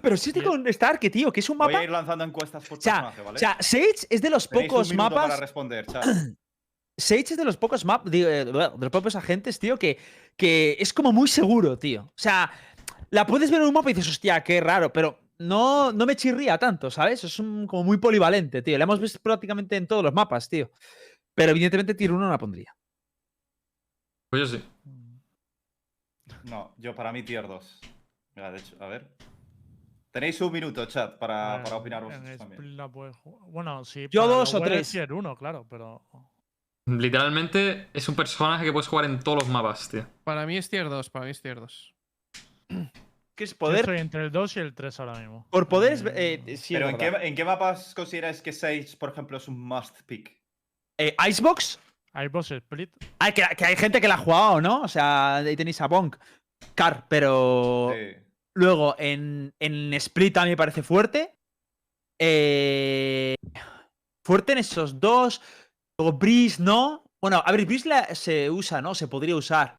Speaker 2: Pero sí estoy
Speaker 3: Bien.
Speaker 2: con Stark, tío, que es un
Speaker 5: Voy
Speaker 2: mapa.
Speaker 5: a ir lanzando encuestas por
Speaker 2: O sea,
Speaker 5: personaje, ¿vale?
Speaker 2: O sea, Sage es de los
Speaker 5: Tenéis un
Speaker 2: pocos
Speaker 5: minuto para
Speaker 2: mapas.
Speaker 5: responder, chat.
Speaker 2: Sage es de los pocos mapas. De los pocos agentes, tío, que, que es como muy seguro, tío. O sea, la puedes ver en un mapa y dices, hostia, qué raro, pero no, no me chirría tanto, ¿sabes? Es un- como muy polivalente, tío. La hemos visto prácticamente en todos los mapas, tío. Pero evidentemente tier 1 no la pondría.
Speaker 1: Pues yo sí.
Speaker 2: Mm.
Speaker 5: No, yo para mí tier 2. Mira, de hecho, a ver. Tenéis un minuto, chat, para,
Speaker 3: Bueno,
Speaker 5: Ah, para opinar
Speaker 3: Ah, en
Speaker 5: vosotros
Speaker 3: Split
Speaker 5: también.
Speaker 3: la puedes jugar. Bueno, sí.
Speaker 2: Yo
Speaker 3: para
Speaker 2: dos
Speaker 3: los
Speaker 2: o
Speaker 3: buenos
Speaker 2: tres.
Speaker 3: Tier uno, claro, pero.
Speaker 1: Literalmente es un personaje que puedes jugar en todos los mapas, tío.
Speaker 4: Para mí es tier 2, para mí es tier 2.
Speaker 2: Que es
Speaker 3: Yo
Speaker 2: poder.
Speaker 3: estoy entre el 2 y el 3 ahora mismo.
Speaker 2: Por poder es.
Speaker 3: Mm,
Speaker 2: eh, sí,
Speaker 5: Pero
Speaker 2: es
Speaker 5: ¿en qué,
Speaker 2: verdad.
Speaker 5: ¿en qué mapas consideráis que Sage, por ejemplo, es un must pick?
Speaker 2: Eh, Icebox.
Speaker 3: Hay boss split.
Speaker 2: Ah, que, que hay gente que la ha jugado, ¿no? O sea, ahí tenéis a Bonk. Car, pero.
Speaker 5: Sí.
Speaker 2: Luego, en, en Split a mí me parece fuerte. Eh, fuerte en esos dos. Luego, Breeze, ¿no? Bueno, a ver, Breeze la- se usa, ¿no? Se podría usar.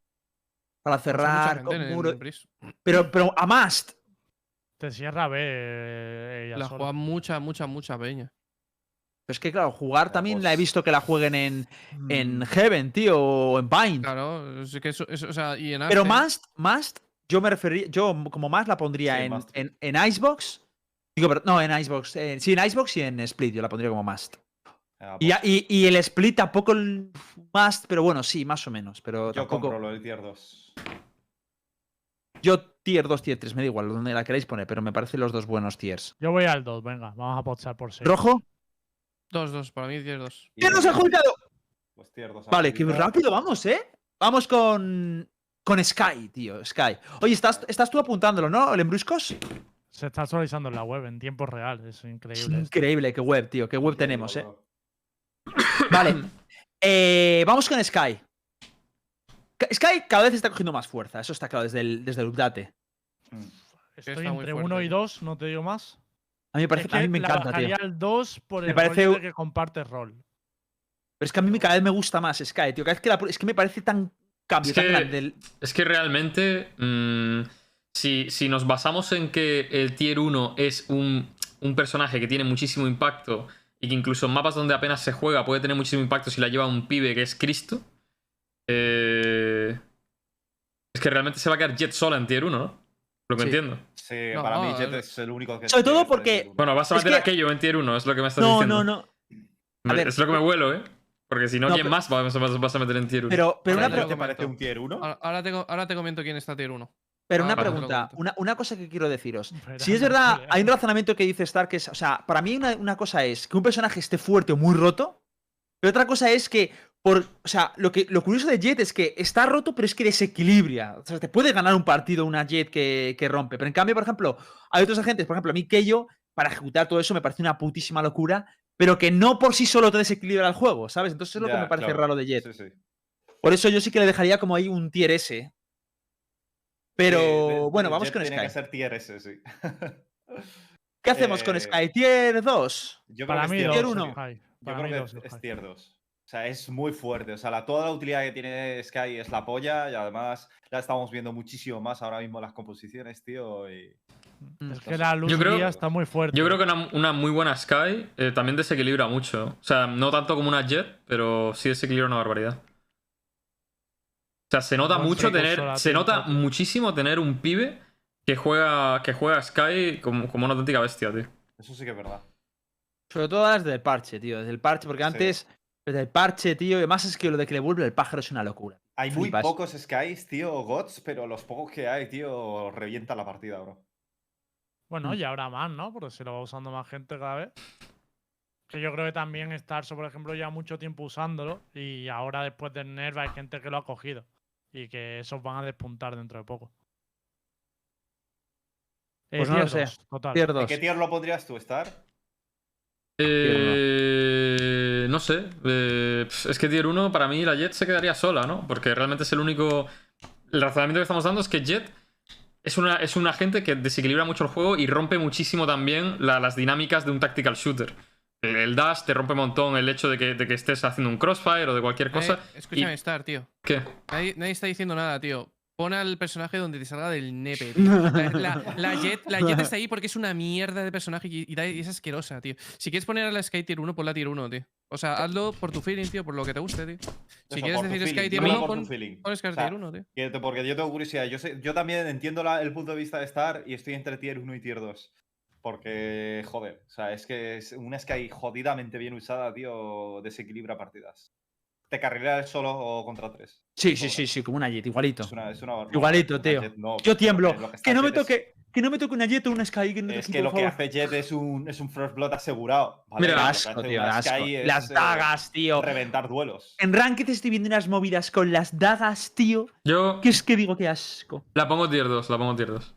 Speaker 2: Para cerrar con muro. Pero, pero a Mast.
Speaker 3: Te cierra B. eh, ella
Speaker 4: La
Speaker 3: sola.
Speaker 4: juega mucha, mucha, mucha peña.
Speaker 2: Pero es que, claro, jugar también la he
Speaker 5: pues-
Speaker 2: visto que la jueguen en,
Speaker 5: Mm.
Speaker 2: en Heaven, tío, o en Bind.
Speaker 4: Claro, es que eso, eso- o sea, y en
Speaker 5: ah,
Speaker 2: Pero
Speaker 4: Arce-
Speaker 2: Mast, Mast, yo me refería, yo como Mast la pondría
Speaker 5: Sí,
Speaker 2: en,
Speaker 5: Mast.
Speaker 2: en, en Icebox. Digo, pero- no, en Icebox. eh, sí, en Icebox y en Split yo la pondría como Mast.
Speaker 5: Ah,
Speaker 2: Y, a- y- y el Split tampoco el Mast, pero bueno, sí, más o menos. Pero
Speaker 5: yo
Speaker 2: tampoco.
Speaker 5: compro lo del tier 2.
Speaker 2: Yo tier 2, tier 3, me da igual donde la queráis poner, pero me parecen los dos buenos tiers.
Speaker 3: Yo voy al 2, venga, vamos a apostar por 6.
Speaker 2: ¿Rojo?
Speaker 4: Dos, dos, para mí 10 dos.
Speaker 2: ¿Quién nos ha adjudicado?
Speaker 5: Pues tier 2.
Speaker 2: Vale, que rápido vamos, ¿eh? Vamos con. Con Sky, tío, Sky. Oye, estás, estás tú apuntándolo, ¿no, Lembruscos?
Speaker 3: Se está actualizando en la web en tiempo real,
Speaker 2: Es
Speaker 3: es increíble. esto.
Speaker 2: increíble, qué web, tío, qué web tenemos, ¿eh? Vale. Eh, vamos con Sky. Ca- Sky cada vez está cogiendo más fuerza, eso está claro, desde el, desde el update.
Speaker 3: Estoy
Speaker 4: está muy
Speaker 3: entre
Speaker 4: fuerte,
Speaker 3: 1 y
Speaker 4: tío.
Speaker 3: 2, no te digo más.
Speaker 2: A mí me, parece,
Speaker 3: es que
Speaker 2: a mí me
Speaker 3: la
Speaker 2: encanta, tío.
Speaker 3: bajaría al 2 por
Speaker 2: Me
Speaker 3: el
Speaker 2: parece
Speaker 3: rollo de
Speaker 2: u-
Speaker 3: que comparte rol.
Speaker 2: Pero es que a mí me- cada vez me gusta más Sky, tío. Cada vez que la pru- es que me parece tan cambio,
Speaker 1: Es
Speaker 2: tan
Speaker 1: que-
Speaker 2: grande. el-
Speaker 1: Es que realmente, mm, si, si nos basamos en que el tier 1 es un, un personaje que tiene muchísimo impacto y que incluso en mapas donde apenas se juega puede tener muchísimo impacto si la lleva un pibe que es Cristo, eh, es que realmente se va a quedar Jet sola en tier 1, ¿no? Lo que
Speaker 2: Sí.
Speaker 1: entiendo.
Speaker 5: Sí,
Speaker 4: No,
Speaker 5: para mí
Speaker 4: no,
Speaker 5: Jet
Speaker 4: eh.
Speaker 5: es el único que.
Speaker 2: Sobre todo
Speaker 5: está en
Speaker 2: porque-
Speaker 5: tier uno.
Speaker 1: Bueno, vas a
Speaker 2: Es
Speaker 1: meter
Speaker 2: que-
Speaker 1: a Keio en tier 1, es lo que me estás
Speaker 2: No,
Speaker 1: diciendo.
Speaker 2: no, no.
Speaker 1: Me-
Speaker 2: A ver.
Speaker 1: es lo que me vuelo, ¿eh? Porque si no,
Speaker 2: No,
Speaker 1: ¿quién
Speaker 2: pero-
Speaker 1: más vas, vas- vas a meter en tier 1?
Speaker 2: Pero, pero,
Speaker 5: ¿A
Speaker 2: una,
Speaker 5: ti
Speaker 4: Pero
Speaker 5: no
Speaker 2: pre-
Speaker 5: te
Speaker 4: yo-
Speaker 5: parece un tier 1?
Speaker 4: Ahora, ahora te, co- ahora te comento quién está tier 1.
Speaker 2: pero una
Speaker 4: Ah, vale,
Speaker 2: pregunta,
Speaker 4: pregunta.
Speaker 2: una, una cosa que quiero deciros.
Speaker 3: Pero
Speaker 2: Si es
Speaker 3: no eh.
Speaker 2: verdad,
Speaker 3: sé.
Speaker 2: hay un razonamiento que dice Stark que es. O sea, para mí una, una cosa es que un personaje esté fuerte o muy roto. Pero otra cosa es que. Por, o sea, lo, que, lo curioso de Jet es que está roto, pero es que desequilibra. O sea, te puede ganar un partido una Jet que, que rompe. Pero en cambio, por ejemplo, hay otros agentes. Por ejemplo, a mí Keio, para ejecutar todo eso, me parece una putísima locura. Pero que no por sí solo te desequilibra el juego, ¿sabes? Entonces es lo que
Speaker 5: Ya,
Speaker 2: me parece
Speaker 5: claro.
Speaker 2: raro de Jet.
Speaker 5: Sí, sí.
Speaker 2: Por eso yo sí que le dejaría como ahí un tier S. Pero
Speaker 5: Eh, de-
Speaker 2: bueno,
Speaker 5: de
Speaker 2: vamos
Speaker 5: Jet
Speaker 2: con
Speaker 5: Tiene
Speaker 2: Sky.
Speaker 5: que ser tier S, sí.
Speaker 2: ¿Qué hacemos con
Speaker 5: eh,
Speaker 2: Sky? ¿Tier 2?
Speaker 5: Yo
Speaker 3: Para
Speaker 5: creo que
Speaker 3: mí
Speaker 5: es tier
Speaker 3: 2.
Speaker 2: tier
Speaker 5: dos,
Speaker 2: uno.
Speaker 5: tío. Yo
Speaker 3: Para mí
Speaker 5: creo
Speaker 3: 2.
Speaker 5: que es- es tier 2. O sea, es muy fuerte. O sea, la, toda la utilidad que tiene Sky es la polla y además la estamos viendo muchísimo más ahora mismo en las composiciones, tío. Y...
Speaker 3: Mm.
Speaker 2: Mm.
Speaker 3: Es que la luz
Speaker 1: Yo creo-
Speaker 3: guía está muy fuerte.
Speaker 1: Yo creo que una, una muy buena Sky eh, también desequilibra mucho. O sea, no tanto como una Jet, pero sí desequilibra una barbaridad. O sea, se nota
Speaker 3: Buen
Speaker 1: mucho
Speaker 3: precursor
Speaker 1: tener.
Speaker 3: a
Speaker 1: Se nota
Speaker 3: tiempo.
Speaker 1: muchísimo tener un pibe que juega. que juega Sky como, como una auténtica bestia, tío.
Speaker 5: Eso sí que es verdad.
Speaker 2: Sobre todo las del parche, tío. Desde el parche, porque
Speaker 5: Sí.
Speaker 2: antes. Desde el parche, tío. Y además es que lo de que le vuelve el pájaro es una locura.
Speaker 5: Hay muy
Speaker 2: Flipas.
Speaker 5: pocos Skies, tío, gods, pero los pocos que hay, tío, revienta la partida, bro.
Speaker 3: Bueno,
Speaker 2: Mm.
Speaker 3: y habrá más, ¿no? Porque si lo va usando más gente cada vez. Que yo creo que también Starso, por ejemplo, lleva mucho tiempo usándolo y ahora después del Nerva hay gente que lo ha cogido y que esos van a despuntar dentro de poco. Eh,
Speaker 2: Pues no lo
Speaker 3: tier
Speaker 2: sé.
Speaker 3: dos, Total.
Speaker 2: Tier
Speaker 5: ¿En
Speaker 2: 2.
Speaker 5: qué tier lo pondrías tú, Star?
Speaker 1: Eh, no sé. eh, pf, es que Tier 1, para mí, la Jet se quedaría sola, ¿no? Porque realmente es el único. El razonamiento que estamos dando es que Jet es, una, es un agente que desequilibra mucho el juego y rompe muchísimo también la- las dinámicas de un tactical shooter. El, el dash te rompe un montón el hecho de que, de que estés haciendo un crossfire o de cualquier cosa.
Speaker 4: Nadie- Eh, escúchame, Star, tío.
Speaker 1: ¿Qué?
Speaker 4: Nadie, nadie está diciendo nada, tío. Pon al personaje donde te salga del
Speaker 2: [LAUGHS]
Speaker 4: nepe, tío. La, la- la Jet, la Jet está ahí porque es una mierda de personaje y, y da- y es asquerosa, tío. Si quieres poner a la Sky Tier 1, pon la Tier 1, tío. O sea, hazlo por tu feeling, tío, por lo que te guste, tío. Si
Speaker 5: Eso,
Speaker 4: quieres
Speaker 5: por tu
Speaker 4: decir Sky
Speaker 5: feeling,
Speaker 4: Tier
Speaker 5: ponlo
Speaker 4: 1,
Speaker 5: por tu
Speaker 4: pon,
Speaker 5: feeling.
Speaker 4: pon Sky
Speaker 5: O sea,
Speaker 4: Tier 1, tío.
Speaker 5: Fíjate, Porque yo tengo curiosidad. Yo, sé, yo también entiendo la- el punto de vista de Star y estoy entre tier 1 y tier 2. Porque, joder, o sea, es que es una Sky jodidamente bien usada, tío, desequilibra partidas. Te carrilea el solo o contra tres.
Speaker 2: Sí, sí, sí, sí, como una Jet, igualito.
Speaker 5: Es una, es una barbaridad.
Speaker 2: Igualito,
Speaker 5: Una
Speaker 2: tío.
Speaker 5: Jet no,
Speaker 2: Yo
Speaker 5: porque
Speaker 2: tiemblo.
Speaker 5: lo que está
Speaker 2: Que no me
Speaker 5: Jet es-
Speaker 2: toque. Que no me toque una Jet o una Sky. Que no me
Speaker 5: Es
Speaker 2: toque,
Speaker 5: que
Speaker 2: por
Speaker 5: lo que
Speaker 2: favor.
Speaker 5: hace Jet es un, es un Frost Blood asegurado. ¿vale?
Speaker 1: Mira,
Speaker 5: Lo que
Speaker 2: asco,
Speaker 5: hace
Speaker 2: tío,
Speaker 5: una
Speaker 2: asco.
Speaker 5: Sky es,
Speaker 2: Las
Speaker 5: eh,
Speaker 2: dagas, tío.
Speaker 5: Reventar duelos.
Speaker 2: En Ranked estoy viendo unas movidas con las dagas, tío.
Speaker 1: Yo
Speaker 2: Que es que digo que asco.
Speaker 1: la pongo Tier 2, la pongo Tier 2.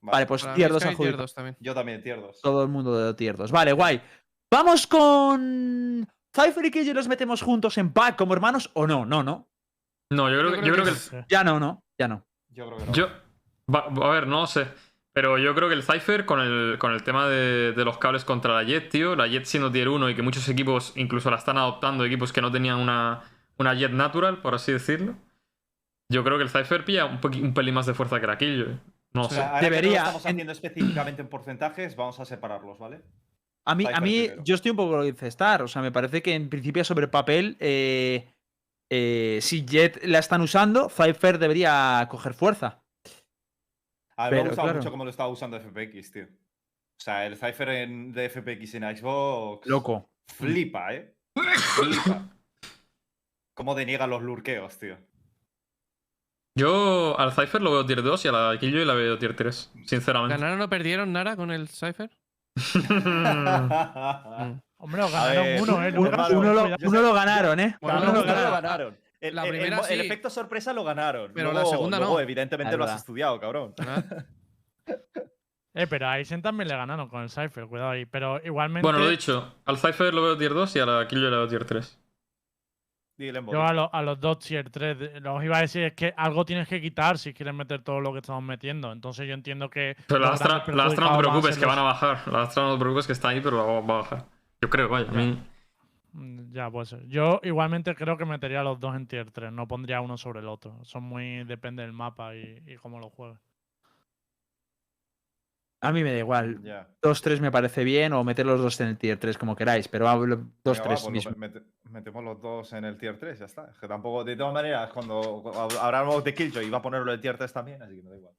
Speaker 2: Vale, pues
Speaker 4: Para mí
Speaker 2: tier 2
Speaker 4: Sky
Speaker 2: han
Speaker 4: Tier
Speaker 2: jodido.
Speaker 4: 2 también.
Speaker 5: Yo también tier 2.
Speaker 2: Todo el mundo de tier 2. Vale, guay. Vamos con. Cypher y Keio los metemos juntos en pack como hermanos o no, no, no.
Speaker 1: No, yo creo, que- yo creo que.
Speaker 4: es-
Speaker 2: Ya no, no, ya no.
Speaker 5: Yo creo que no.
Speaker 1: Yo, Va- a ver, no sé. Pero yo creo que el Cypher con el, con el tema de, de los cables contra la Jet, tío, la Jet siendo tier 1 y que muchos equipos incluso la están adoptando, equipos que no tenían una, una Jet natural, por así decirlo. Yo creo que el Cypher pilla un, poqui- un pelín más de fuerza que la Killjoy. No
Speaker 5: O
Speaker 1: sé.
Speaker 5: sea, ahora que no lo
Speaker 2: Debería.
Speaker 5: estamos haciendo específicamente en porcentajes, vamos a separarlos, ¿vale?
Speaker 2: A mí, a
Speaker 5: Cypher
Speaker 2: mí
Speaker 5: primero.
Speaker 2: yo estoy un poco con lo que dice Star. O sea, me parece que en principio sobre el papel, eh, eh, si Jet la están usando, Cypher debería coger fuerza.
Speaker 5: A ver, me
Speaker 2: Pero,
Speaker 5: ha gustado
Speaker 2: claro.
Speaker 5: mucho cómo lo estaba usando FPX, tío. O sea, el Cypher en- de FPX en Xbox.
Speaker 2: Loco.
Speaker 5: Flipa, ¿eh? Flipa. Cómo deniega los lurqueos, tío.
Speaker 1: Yo al Cypher lo veo tier 2 y a la Killjoy la veo tier 3, sinceramente.
Speaker 4: ¿Ganaron o perdieron Nara con el Cypher? Mm.
Speaker 3: Hombre, os ganaron
Speaker 5: ver,
Speaker 3: uno, ¿eh?
Speaker 5: un-
Speaker 2: Uno,
Speaker 3: No
Speaker 5: un-
Speaker 3: ganaron,
Speaker 2: uno lo,
Speaker 3: cuidado.
Speaker 5: yo
Speaker 2: uno
Speaker 5: sé-
Speaker 2: lo ganaron, ¿eh?
Speaker 4: Bueno,
Speaker 2: Uno
Speaker 4: no,
Speaker 2: lo
Speaker 4: no,
Speaker 2: ganaron.
Speaker 5: Pues ganaron. El,
Speaker 4: La
Speaker 5: el- el
Speaker 4: primera
Speaker 5: mo- el
Speaker 4: sí.
Speaker 5: efecto sorpresa lo ganaron.
Speaker 4: Pero la
Speaker 5: Luego-
Speaker 4: segunda no.
Speaker 5: luego, Evidentemente
Speaker 2: Es
Speaker 5: lo has
Speaker 2: verdad.
Speaker 5: estudiado, cabrón.
Speaker 4: Ah,
Speaker 3: Eh, pero a Aizen también le ganaron con el Cypher, cuidado ahí. Pero igualmente.
Speaker 1: [LAUGHS] Bueno, lo dicho, al Cypher lo veo tier 2 y a la Killjoy la veo tier 3.
Speaker 5: Dile en
Speaker 3: Yo
Speaker 5: voz.
Speaker 3: a, lo- a los dos tier 3 los iba a decir es que algo tienes que quitar si quieres meter todo lo que estamos metiendo. Entonces yo entiendo que.
Speaker 1: Pero la
Speaker 3: los
Speaker 1: Astra,
Speaker 3: grandes
Speaker 1: la Astra no te
Speaker 3: perjudicados van a
Speaker 1: preocupes,
Speaker 3: ser
Speaker 1: que
Speaker 3: los-
Speaker 1: van a bajar. La Astra no te preocupes, que está ahí, pero la va va a bajar. Yo creo, vaya. a mí-
Speaker 3: Mm, Ya, pues yo igualmente creo que metería a los dos en tier 3, no pondría uno sobre el otro. Son muy. depende del mapa y, y cómo lo juegues.
Speaker 2: A mí me da igual.
Speaker 5: Ya.
Speaker 2: 2-3 me parece bien, o meter los dos en el tier 3 como queráis, pero 2-3
Speaker 5: Venga, va,
Speaker 2: mismo.
Speaker 5: pues lo mete- metemos los dos en el tier 3, ya está. Que tampoco, de todas maneras, cuando cuando hab- hablamos de Killjoy, iba a ponerlo en el tier 3 también, así que me da igual.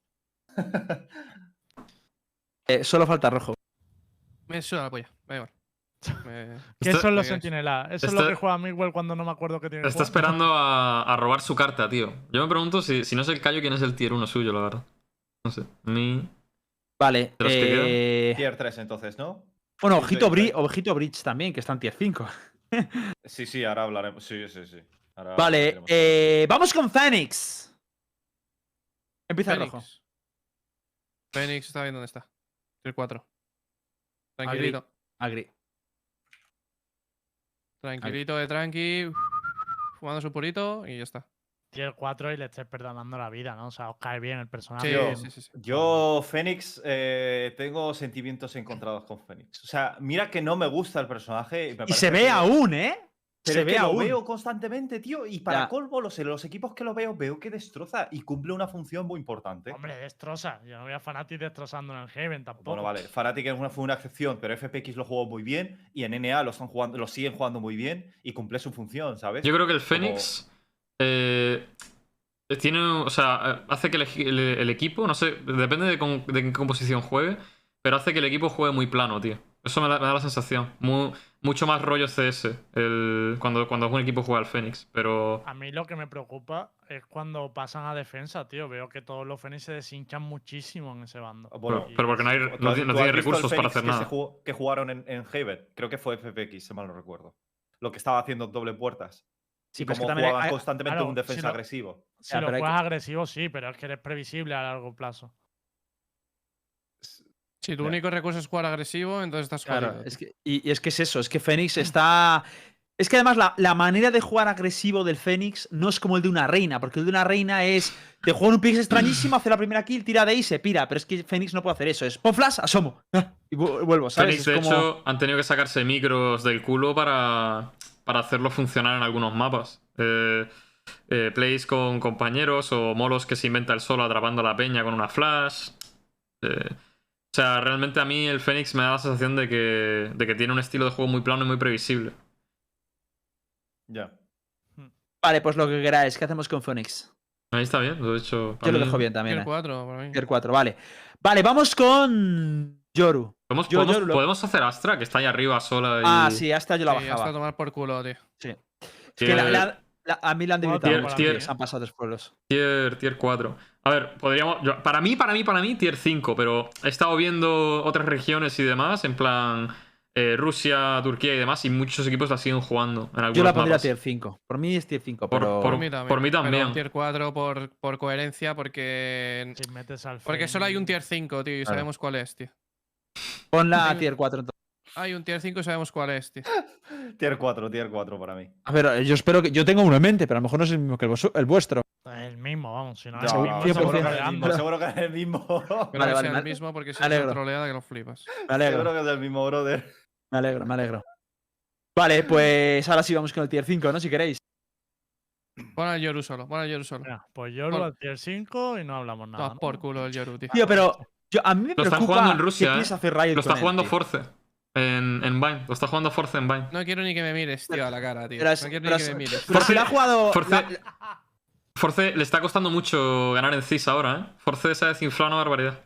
Speaker 2: Eh, solo falta rojo.
Speaker 4: me suda la polla.
Speaker 2: [LAUGHS]
Speaker 4: Me da igual. Eh, Me-
Speaker 3: ¿Qué
Speaker 1: Esto-
Speaker 3: son los
Speaker 4: Venga, es-
Speaker 3: sentinelas? Eso es
Speaker 1: esto-
Speaker 3: lo que juega Miguel cuando no me acuerdo que tiene. que
Speaker 1: Está
Speaker 3: jugar.
Speaker 1: esperando a, a robar su carta, tío. Yo me pregunto si, si no es el Cayo, quién es el tier 1 suyo, la verdad. No sé. Ni...
Speaker 2: Vale.
Speaker 1: ¿De los que quedan?
Speaker 2: eh,
Speaker 5: Tier 3, entonces, ¿no?
Speaker 2: bueno,
Speaker 5: sí,
Speaker 2: ojito,
Speaker 5: sí,
Speaker 2: Bri-
Speaker 5: sí.
Speaker 2: ojito Bridge también, que está en tier 5.
Speaker 5: Sí, sí, ahora hablaremos. Sí, sí, sí. Ahora
Speaker 2: Vale,
Speaker 5: hablaremos.
Speaker 2: eh, vamos con Phoenix. Empieza el
Speaker 4: Fénix.
Speaker 2: rojo.
Speaker 4: Fénix está bien dónde está. Tier 4. Tranquilito.
Speaker 2: Agri.
Speaker 4: Tranquilito de tranqui. Fumando su purito y ya está.
Speaker 3: Tier 4 y le estés perdonando la vida, ¿no? O sea, os cae Ah, bien el personaje.
Speaker 4: Sí,
Speaker 5: yo-
Speaker 4: sí, sí, sí.
Speaker 5: Yo, Fénix, eh, tengo sentimientos encontrados con Fénix. O sea, mira que no me gusta el personaje. me
Speaker 2: Y se
Speaker 5: parece
Speaker 2: ve
Speaker 5: que-
Speaker 2: aún, ¿eh?
Speaker 5: Pero
Speaker 2: se
Speaker 5: es
Speaker 2: ve
Speaker 5: que lo
Speaker 2: aún.
Speaker 5: veo constantemente, tío. Y para
Speaker 2: Ya.
Speaker 5: colmo, los, los equipos que lo veo, veo que destroza y cumple una función muy importante.
Speaker 3: Hombre, destroza. Yo no voy a Fnatic destrozando en el Heaven tampoco.
Speaker 5: Bueno, vale, Fnatic es una- fue una excepción, pero FPX lo jugó muy bien y en NA lo, están jugando, lo siguen jugando muy bien y cumple su función, ¿sabes?
Speaker 1: Yo creo que el Fénix eh, tiene, o sea, hace que el, eji- el- el equipo, no sé, depende de, con- de qué composición juegue, pero hace que el equipo juegue muy plano, tío. Eso me, da- me da la sensación. Mu- mucho más rollo CS el, cuando, cuando un equipo juega al Fénix, pero
Speaker 3: A mí lo que me preocupa es cuando pasan a defensa, tío. Veo que todos los Fénix se deshinchan muchísimo en ese bando.
Speaker 5: Bueno,
Speaker 1: pero porque no hay-
Speaker 5: ¿Tú
Speaker 1: no
Speaker 5: has-
Speaker 1: tiene- no
Speaker 5: tú
Speaker 1: tiene
Speaker 5: has visto el
Speaker 1: recursos para
Speaker 5: Fénix
Speaker 1: hacer
Speaker 5: que se
Speaker 1: nada.
Speaker 5: jugó- que jugaron en, en Haven, creo que fue FPX, si mal no recuerdo. Lo que estaba haciendo en doble puertas.
Speaker 2: Sí,
Speaker 5: y
Speaker 2: pero es
Speaker 5: como
Speaker 2: que también
Speaker 5: jugaban
Speaker 2: hay-
Speaker 5: constantemente
Speaker 3: claro,
Speaker 5: un defensa
Speaker 3: si no-
Speaker 5: agresivo.
Speaker 3: Si
Speaker 2: Ya,
Speaker 3: lo
Speaker 2: pero hay que-
Speaker 3: juegas agresivo, sí, pero es que eres previsible a largo plazo.
Speaker 4: Si tu
Speaker 5: Ya.
Speaker 4: único recurso es jugar agresivo, entonces estás
Speaker 2: Claro,
Speaker 4: jodido.
Speaker 2: es que, y, y es que es eso, es que Fénix está. Es que además la, la manera de jugar agresivo del Fénix no es como el de una reina, porque el de una reina es. Te juega un pix extrañísimo, hace la primera kill, tira de ahí y se pira. Pero es que Fénix no puede hacer eso. Es pon flash, asomo. [LAUGHS] ah, Y vu- vuelvo, ¿sabes?
Speaker 1: Fénix, de
Speaker 2: es como-
Speaker 1: hecho, han tenido que sacarse micros del culo para, para hacerlo funcionar en algunos mapas. Eh, eh, plays con compañeros o molos que se inventa el solo atrapando a la peña con una flash. Eh, o sea, realmente a mí el Fénix me da la sensación de que, de que tiene un estilo de juego muy plano y muy previsible.
Speaker 5: Ya.
Speaker 2: Vale, pues lo que queráis, ¿qué hacemos con Fénix?
Speaker 1: Ahí está bien, lo he hecho.
Speaker 2: Yo lo dejo bien también. eh.
Speaker 4: Tier 4 para mí.
Speaker 2: Tier 4, vale. Vale, vamos con Yoru.
Speaker 1: ¿Podemos,
Speaker 2: Yo- yo
Speaker 1: podemos-
Speaker 2: lo-
Speaker 1: podemos hacer Astra, que está ahí arriba sola. Y...
Speaker 2: Ah, sí, hasta yo la
Speaker 4: Sí, hasta
Speaker 2: bajaba.
Speaker 4: tomar por culo, tío.
Speaker 2: Es que la-
Speaker 1: Eh,
Speaker 2: la- la- a mí la han
Speaker 3: Tier-
Speaker 2: debilitado.
Speaker 1: tier-
Speaker 2: porque Se han pasado los pueblos.
Speaker 1: Tier, tier 4. A ver, podríamos. yo- para mí, para mí, para mí, tier 5, pero he estado viendo otras regiones y demás, en plan eh, Rusia, Turquía y demás, y muchos equipos la siguen jugando. En
Speaker 2: Yo la
Speaker 1: algunos
Speaker 2: pondría
Speaker 1: mapas.
Speaker 2: tier 5. Por mí es tier 5,
Speaker 1: Por-
Speaker 2: pero.
Speaker 1: por- por mí
Speaker 4: pero
Speaker 1: también.
Speaker 4: un tier 4 por, por coherencia, porque.
Speaker 3: Si metes al
Speaker 4: Porque solo hay un tier
Speaker 3: Fénix-
Speaker 4: 5, tío, y
Speaker 2: Claro.
Speaker 4: sabemos cuál es, tío.
Speaker 2: Pon la
Speaker 4: Tengo-
Speaker 2: tier 4 entonces.
Speaker 4: Hay un tier 5 y sabemos cuál es, tío.
Speaker 5: Tier 4, tier 4 para mí.
Speaker 2: A ver, yo espero que. Yo tengo uno en mente, pero a lo mejor no es el mismo que el, vues- el vuestro.
Speaker 3: Eh, el mismo, vamos. Si no,
Speaker 2: Ah,
Speaker 5: No,
Speaker 3: es el mismo,
Speaker 5: seguro, que
Speaker 3: seguro que
Speaker 5: es
Speaker 3: le
Speaker 2: [LAUGHS]
Speaker 5: el
Speaker 3: ando.
Speaker 5: mismo, [LAUGHS] seguro que es el mismo.
Speaker 4: Pero
Speaker 2: Vale,
Speaker 4: que
Speaker 2: vale,
Speaker 4: sea
Speaker 2: me
Speaker 4: el
Speaker 2: ale-
Speaker 4: mismo porque si
Speaker 2: me
Speaker 4: es una
Speaker 2: alegro.
Speaker 4: troleada que lo flipas.
Speaker 2: Me
Speaker 5: [LAUGHS] seguro
Speaker 2: alegro,
Speaker 5: que es el mismo, brother.
Speaker 2: me alegro, me alegro. Vale, pues ahora sí vamos con el tier 5, ¿no? Si queréis.
Speaker 4: Pon al Yoru solo, pon al Yoru solo.
Speaker 3: Venga, pues yo lo
Speaker 4: Por-
Speaker 3: al tier 5 y no hablamos nada.
Speaker 4: Tomas
Speaker 3: ¿no?
Speaker 4: por culo el Yoru, tío.
Speaker 2: Tío, pero yo- a mí me
Speaker 1: Lo están
Speaker 2: preocupa
Speaker 1: jugando en
Speaker 2: qué
Speaker 1: Rusia,
Speaker 2: piensa
Speaker 1: ¿eh?
Speaker 2: hacer Riot
Speaker 1: Lo está
Speaker 2: con él,
Speaker 1: jugando
Speaker 2: tío.
Speaker 1: Force en, en Vine. Lo está jugando Force en Vine.
Speaker 4: No quiero ni que me mires, tío, a la cara, tío.
Speaker 2: Pero es-
Speaker 4: No quiero
Speaker 2: pero
Speaker 4: ni que
Speaker 2: es-
Speaker 4: me mires.
Speaker 2: Pero si
Speaker 1: Force-
Speaker 2: lo ha jugado.
Speaker 1: Force-
Speaker 2: la- la-
Speaker 1: Force le está costando mucho ganar en CIS ahora, ¿eh? Force se ha desinflado una barbaridad.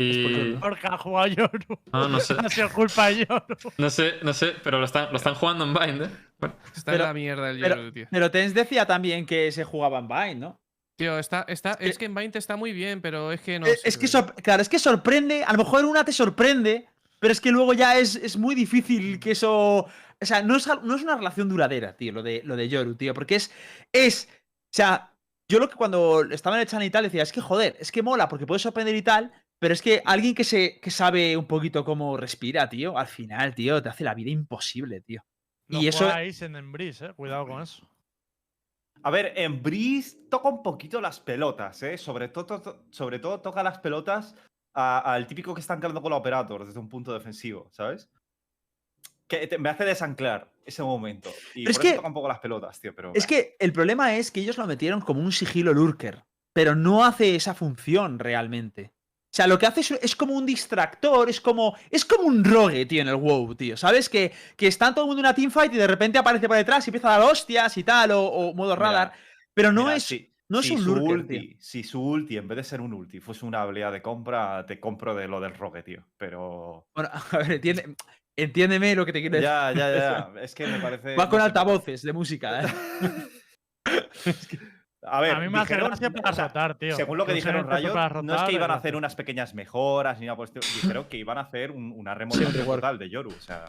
Speaker 1: Y. ah,
Speaker 2: Es
Speaker 3: Porque ha jugado Yoru.
Speaker 1: No, no sé.
Speaker 3: [LAUGHS] No ha sido culpa de Yoru.
Speaker 1: No sé, no sé, pero lo están, lo están jugando en Bind, ¿eh? Bueno,
Speaker 4: Está
Speaker 2: pero-
Speaker 4: en la mierda el
Speaker 2: pero-
Speaker 4: Yoru, tío.
Speaker 2: Pero Tens decía también que se jugaba en Vine, ¿no?
Speaker 4: Tío, está, está,
Speaker 2: que-
Speaker 4: es que en Vine te está muy bien, pero es que no.
Speaker 2: Eh, es que,
Speaker 4: sirve.
Speaker 2: sor- claro, es que sorprende. A lo mejor una te sorprende, pero es que luego ya es, es muy difícil que eso. O sea, no es, al- no es una relación duradera, tío, lo de, lo de Yoru, tío. Porque es. Es. O sea, yo lo que cuando estaba en el channel y tal decía, es que joder, es que mola porque puedes sorprender y tal. Pero es que alguien que, se, que sabe un poquito cómo respira, tío, al final, tío, te hace la vida imposible, tío.
Speaker 3: Lo
Speaker 2: Y eso-
Speaker 3: juega Aizen en Breeze, eh. Cuidado con eso.
Speaker 5: A ver, en Breeze toca un poquito las pelotas, ¿eh? Sobre todo, to- sobre todo toca las pelotas a- al típico que está anclando con la Operator desde un punto defensivo, ¿sabes? Que te- me hace desanclar ese momento. Y
Speaker 2: Pero es
Speaker 5: por eso
Speaker 2: que-
Speaker 5: toca un poco las pelotas, tío, pero...
Speaker 2: Es que el problema es que ellos lo metieron como un sigilo lurker, pero no hace esa función realmente. O sea, lo que hace es, es como un distractor, es como, es como un rogue, tío, en el WoW, tío. ¿Sabes? Que, que está todo el mundo en una teamfight y de repente aparece por detrás y empieza a dar hostias y tal, o, o modo
Speaker 5: Mira,
Speaker 2: radar. Pero no
Speaker 5: Mira,
Speaker 2: es.
Speaker 5: si-
Speaker 2: no es
Speaker 5: si
Speaker 2: un
Speaker 5: su
Speaker 2: lurker,
Speaker 5: ulti- Si su ulti, en vez de ser un ulti, fuese una habilidad de compra, te compro de lo del rogue, tío. Pero...
Speaker 2: Bueno, [LAUGHS] a ver, entiende- entiéndeme lo que te quiero decir.
Speaker 5: Ya, ya,
Speaker 2: [LAUGHS]
Speaker 5: ya. Es que me parece...
Speaker 2: Va con
Speaker 5: no sé,
Speaker 2: altavoces de
Speaker 5: [LAUGHS]
Speaker 2: música, ¿eh?
Speaker 5: A ver,
Speaker 3: a mí me hace
Speaker 5: dijeron-
Speaker 3: gracia para
Speaker 5: o sea,
Speaker 3: rotar, tío.
Speaker 5: Según lo que
Speaker 3: Yo usé
Speaker 5: dijeron
Speaker 3: el peso
Speaker 5: Riot,
Speaker 3: para
Speaker 5: no es
Speaker 3: rotar,
Speaker 5: que iban a
Speaker 3: gracia.
Speaker 5: hacer unas pequeñas mejoras ni nada por el estilo, Dijeron que iban a hacer un- una remodelación
Speaker 2: rework.
Speaker 5: total de Yoru. O sea,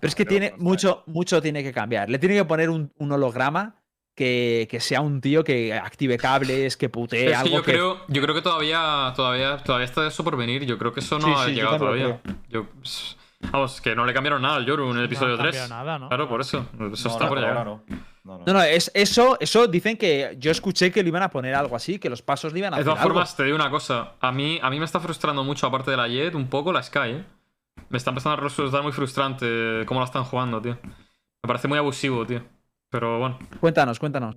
Speaker 2: Pero es que
Speaker 5: Pero,
Speaker 2: tiene
Speaker 5: ostras.
Speaker 2: mucho, mucho tiene que cambiar. Le tiene que poner un, un holograma que, que sea un tío que active cables, que putee
Speaker 1: pero es que
Speaker 2: Eh, algo
Speaker 1: yo creo, yo creo que todavía, todavía, todavía está eso por venir. Yo creo que eso no
Speaker 2: Sí,
Speaker 1: ha
Speaker 2: sí, yo
Speaker 1: llegado
Speaker 2: también lo
Speaker 1: todavía. Yo- pss, vamos, que no le cambiaron nada al Yoru en el
Speaker 3: No
Speaker 1: episodio
Speaker 3: han
Speaker 1: 3.
Speaker 3: cambiado nada, ¿no?
Speaker 1: Claro, por eso. Eso
Speaker 5: no,
Speaker 1: está
Speaker 5: no,
Speaker 1: por
Speaker 5: por ahora
Speaker 1: llegar.
Speaker 5: no. No, no.
Speaker 2: No, no, es, eso, eso dicen que yo escuché que le iban a poner algo así, que los pasos le iban a
Speaker 1: De
Speaker 2: hacer
Speaker 1: todas
Speaker 2: algo.
Speaker 1: formas, te digo una cosa. A mí, a mí me está frustrando mucho, aparte de la Jet, un poco la Sky, ¿eh? Me está empezando a resultar muy frustrante cómo la están jugando, tío. Me parece muy abusivo, tío. Pero bueno.
Speaker 2: Cuéntanos, cuéntanos.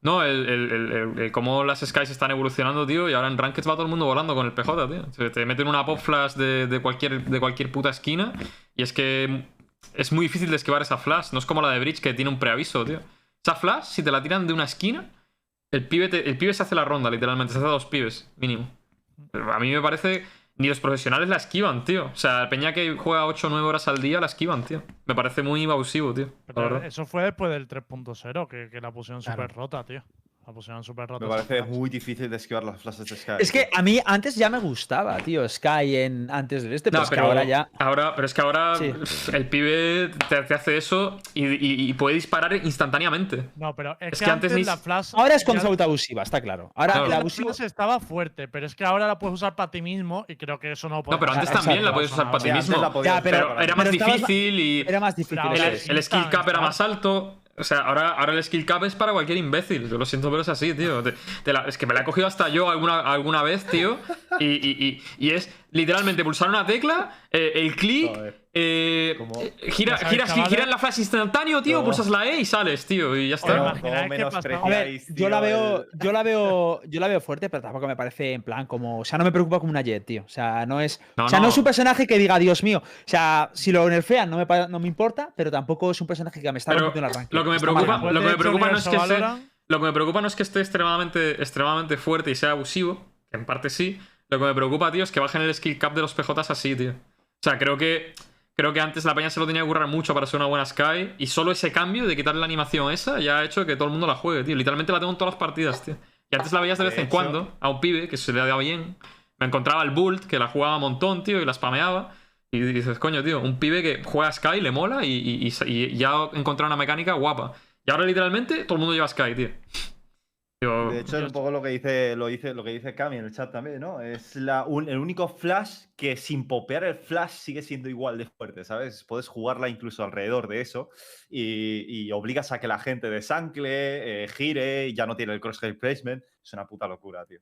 Speaker 1: No, el, el- el- el- el cómo las Skies están evolucionando, tío, y ahora en Ranked va todo el mundo volando con el PJ, tío. Se te meten una pop flash de, de cualquier, de cualquier puta esquina, y es que es muy difícil de esquivar esa flash. No es como la de Bridge que tiene un preaviso, tío. Esa flash, si te la tiran de una esquina, el pibe, te- el pibe se hace la ronda, literalmente. Se hace dos pibes, mínimo. A mí me parece. Ni los profesionales la esquivan, tío. O sea, Peña que juega 8 o 9 horas al día la esquivan, tío. Me parece muy abusivo, tío. la
Speaker 3: Pero
Speaker 1: verdad.
Speaker 3: eso fue después del 3.0, que, que la pusieron
Speaker 2: Claro.
Speaker 3: súper rota, tío. La pusieron súper rota.
Speaker 5: Me
Speaker 3: esa
Speaker 5: parece
Speaker 3: fase.
Speaker 5: muy difícil de esquivar las flashes de Sky.
Speaker 2: Es que a mí antes ya me gustaba, tío, Sky en antes de este, pero,
Speaker 1: No,
Speaker 2: es que ahora ya.
Speaker 1: ahora- pero es que ahora
Speaker 2: Sí.
Speaker 1: pf, el pibe te, te hace eso y, y- y puede disparar instantáneamente.
Speaker 3: No, pero es,
Speaker 1: Es
Speaker 3: que,
Speaker 1: que antes
Speaker 3: antes,
Speaker 1: ni
Speaker 3: la
Speaker 1: s-
Speaker 3: flash.
Speaker 2: Ahora es cuando
Speaker 3: ya-
Speaker 2: se auto abusiva, está claro. Ahora
Speaker 1: Claro.
Speaker 2: la
Speaker 3: la
Speaker 2: abusiva.
Speaker 3: flash estaba fuerte, pero es que ahora la puedes usar para ti mismo y creo que eso no lo
Speaker 1: No, pero
Speaker 3: podemos
Speaker 1: antes
Speaker 3: hacer.
Speaker 1: también la
Speaker 2: exacto.
Speaker 1: podías usar para ti
Speaker 5: antes
Speaker 1: mismo.
Speaker 5: la podías
Speaker 2: Ya,
Speaker 5: usar
Speaker 1: Pero,
Speaker 5: para-
Speaker 1: era más
Speaker 2: pero estabas-
Speaker 1: difícil y
Speaker 2: Era más difícil.
Speaker 3: Ahora
Speaker 1: el,
Speaker 2: eso es.
Speaker 3: sí.
Speaker 1: el skill cap era
Speaker 3: Está-
Speaker 1: más alto. O sea, ahora, ahora el skill cap es para cualquier imbécil. Yo lo siento, pero es así, tío. Te- te la- es que me la he cogido hasta yo alguna, alguna vez, tío. Y, y- y- y es literalmente pulsar una tecla, eh, el clic,
Speaker 5: Joder.
Speaker 1: eh,
Speaker 5: ¿Cómo?
Speaker 1: gira,
Speaker 3: Ya sabes,
Speaker 1: gira,
Speaker 3: chavales.
Speaker 1: gira en la flash instantáneo, tío.
Speaker 5: No.
Speaker 1: Pulsas la E y sales, tío. Y ya está.
Speaker 3: Pero
Speaker 5: Pero
Speaker 3: imagináis
Speaker 5: cómo
Speaker 3: qué pasaba.
Speaker 2: A ver,
Speaker 5: menospreciáis,
Speaker 2: yo la
Speaker 5: tío,
Speaker 2: veo,
Speaker 5: el-
Speaker 2: yo la veo, yo la veo fuerte, pero tampoco me parece en plan como, o sea, no me preocupa como una Jet, tío. O sea, no es,
Speaker 1: No,
Speaker 2: o sea, no.
Speaker 1: no.
Speaker 2: es un personaje que diga, Dios mío, o sea, si lo nerfean no me, pa- no me importa, pero tampoco es un personaje que me está
Speaker 1: Pero
Speaker 2: rompiendo el arranque.
Speaker 1: lo que me
Speaker 2: está
Speaker 1: preocupa-
Speaker 2: marcando.
Speaker 1: lo que me
Speaker 3: Después de
Speaker 1: preocupa no es que
Speaker 3: Universo
Speaker 1: se-
Speaker 3: Valorant,
Speaker 1: Lo que me preocupa no es que esté extremadamente, extremadamente fuerte y sea abusivo, que en parte sí. Lo que me preocupa, tío, es que bajen el skill cap de los PJs así, tío. O sea, creo que, creo que antes la peña se lo tenía que currar mucho para ser una buena Sky. Y solo ese cambio de quitarle la animación esa ya ha hecho que todo el mundo la juegue, tío. Literalmente la tengo en todas las partidas, tío. Y antes la veías de
Speaker 5: De
Speaker 1: vez en
Speaker 5: hecho-
Speaker 1: cuando a un pibe que se le daba bien. Me encontraba el Bult, que la jugaba un montón, tío, y la spameaba. Y dices, coño, tío, un pibe que juega Sky, le mola y, y- y- y ya ha encontrado una mecánica guapa. Y ahora literalmente todo el mundo lleva Sky, tío. Digo,
Speaker 5: De hecho, es
Speaker 3: Yo-
Speaker 5: un poco lo que dice, lo dice, lo que dice Cami en el chat también, ¿no? Es la, un- el único flash que sin popear el flash sigue siendo igual de fuerte, ¿sabes? Puedes jugarla incluso alrededor de eso y, y obligas a que la gente desancle, eh, gire y ya no tiene el crosshair placement. Es una puta locura, tío.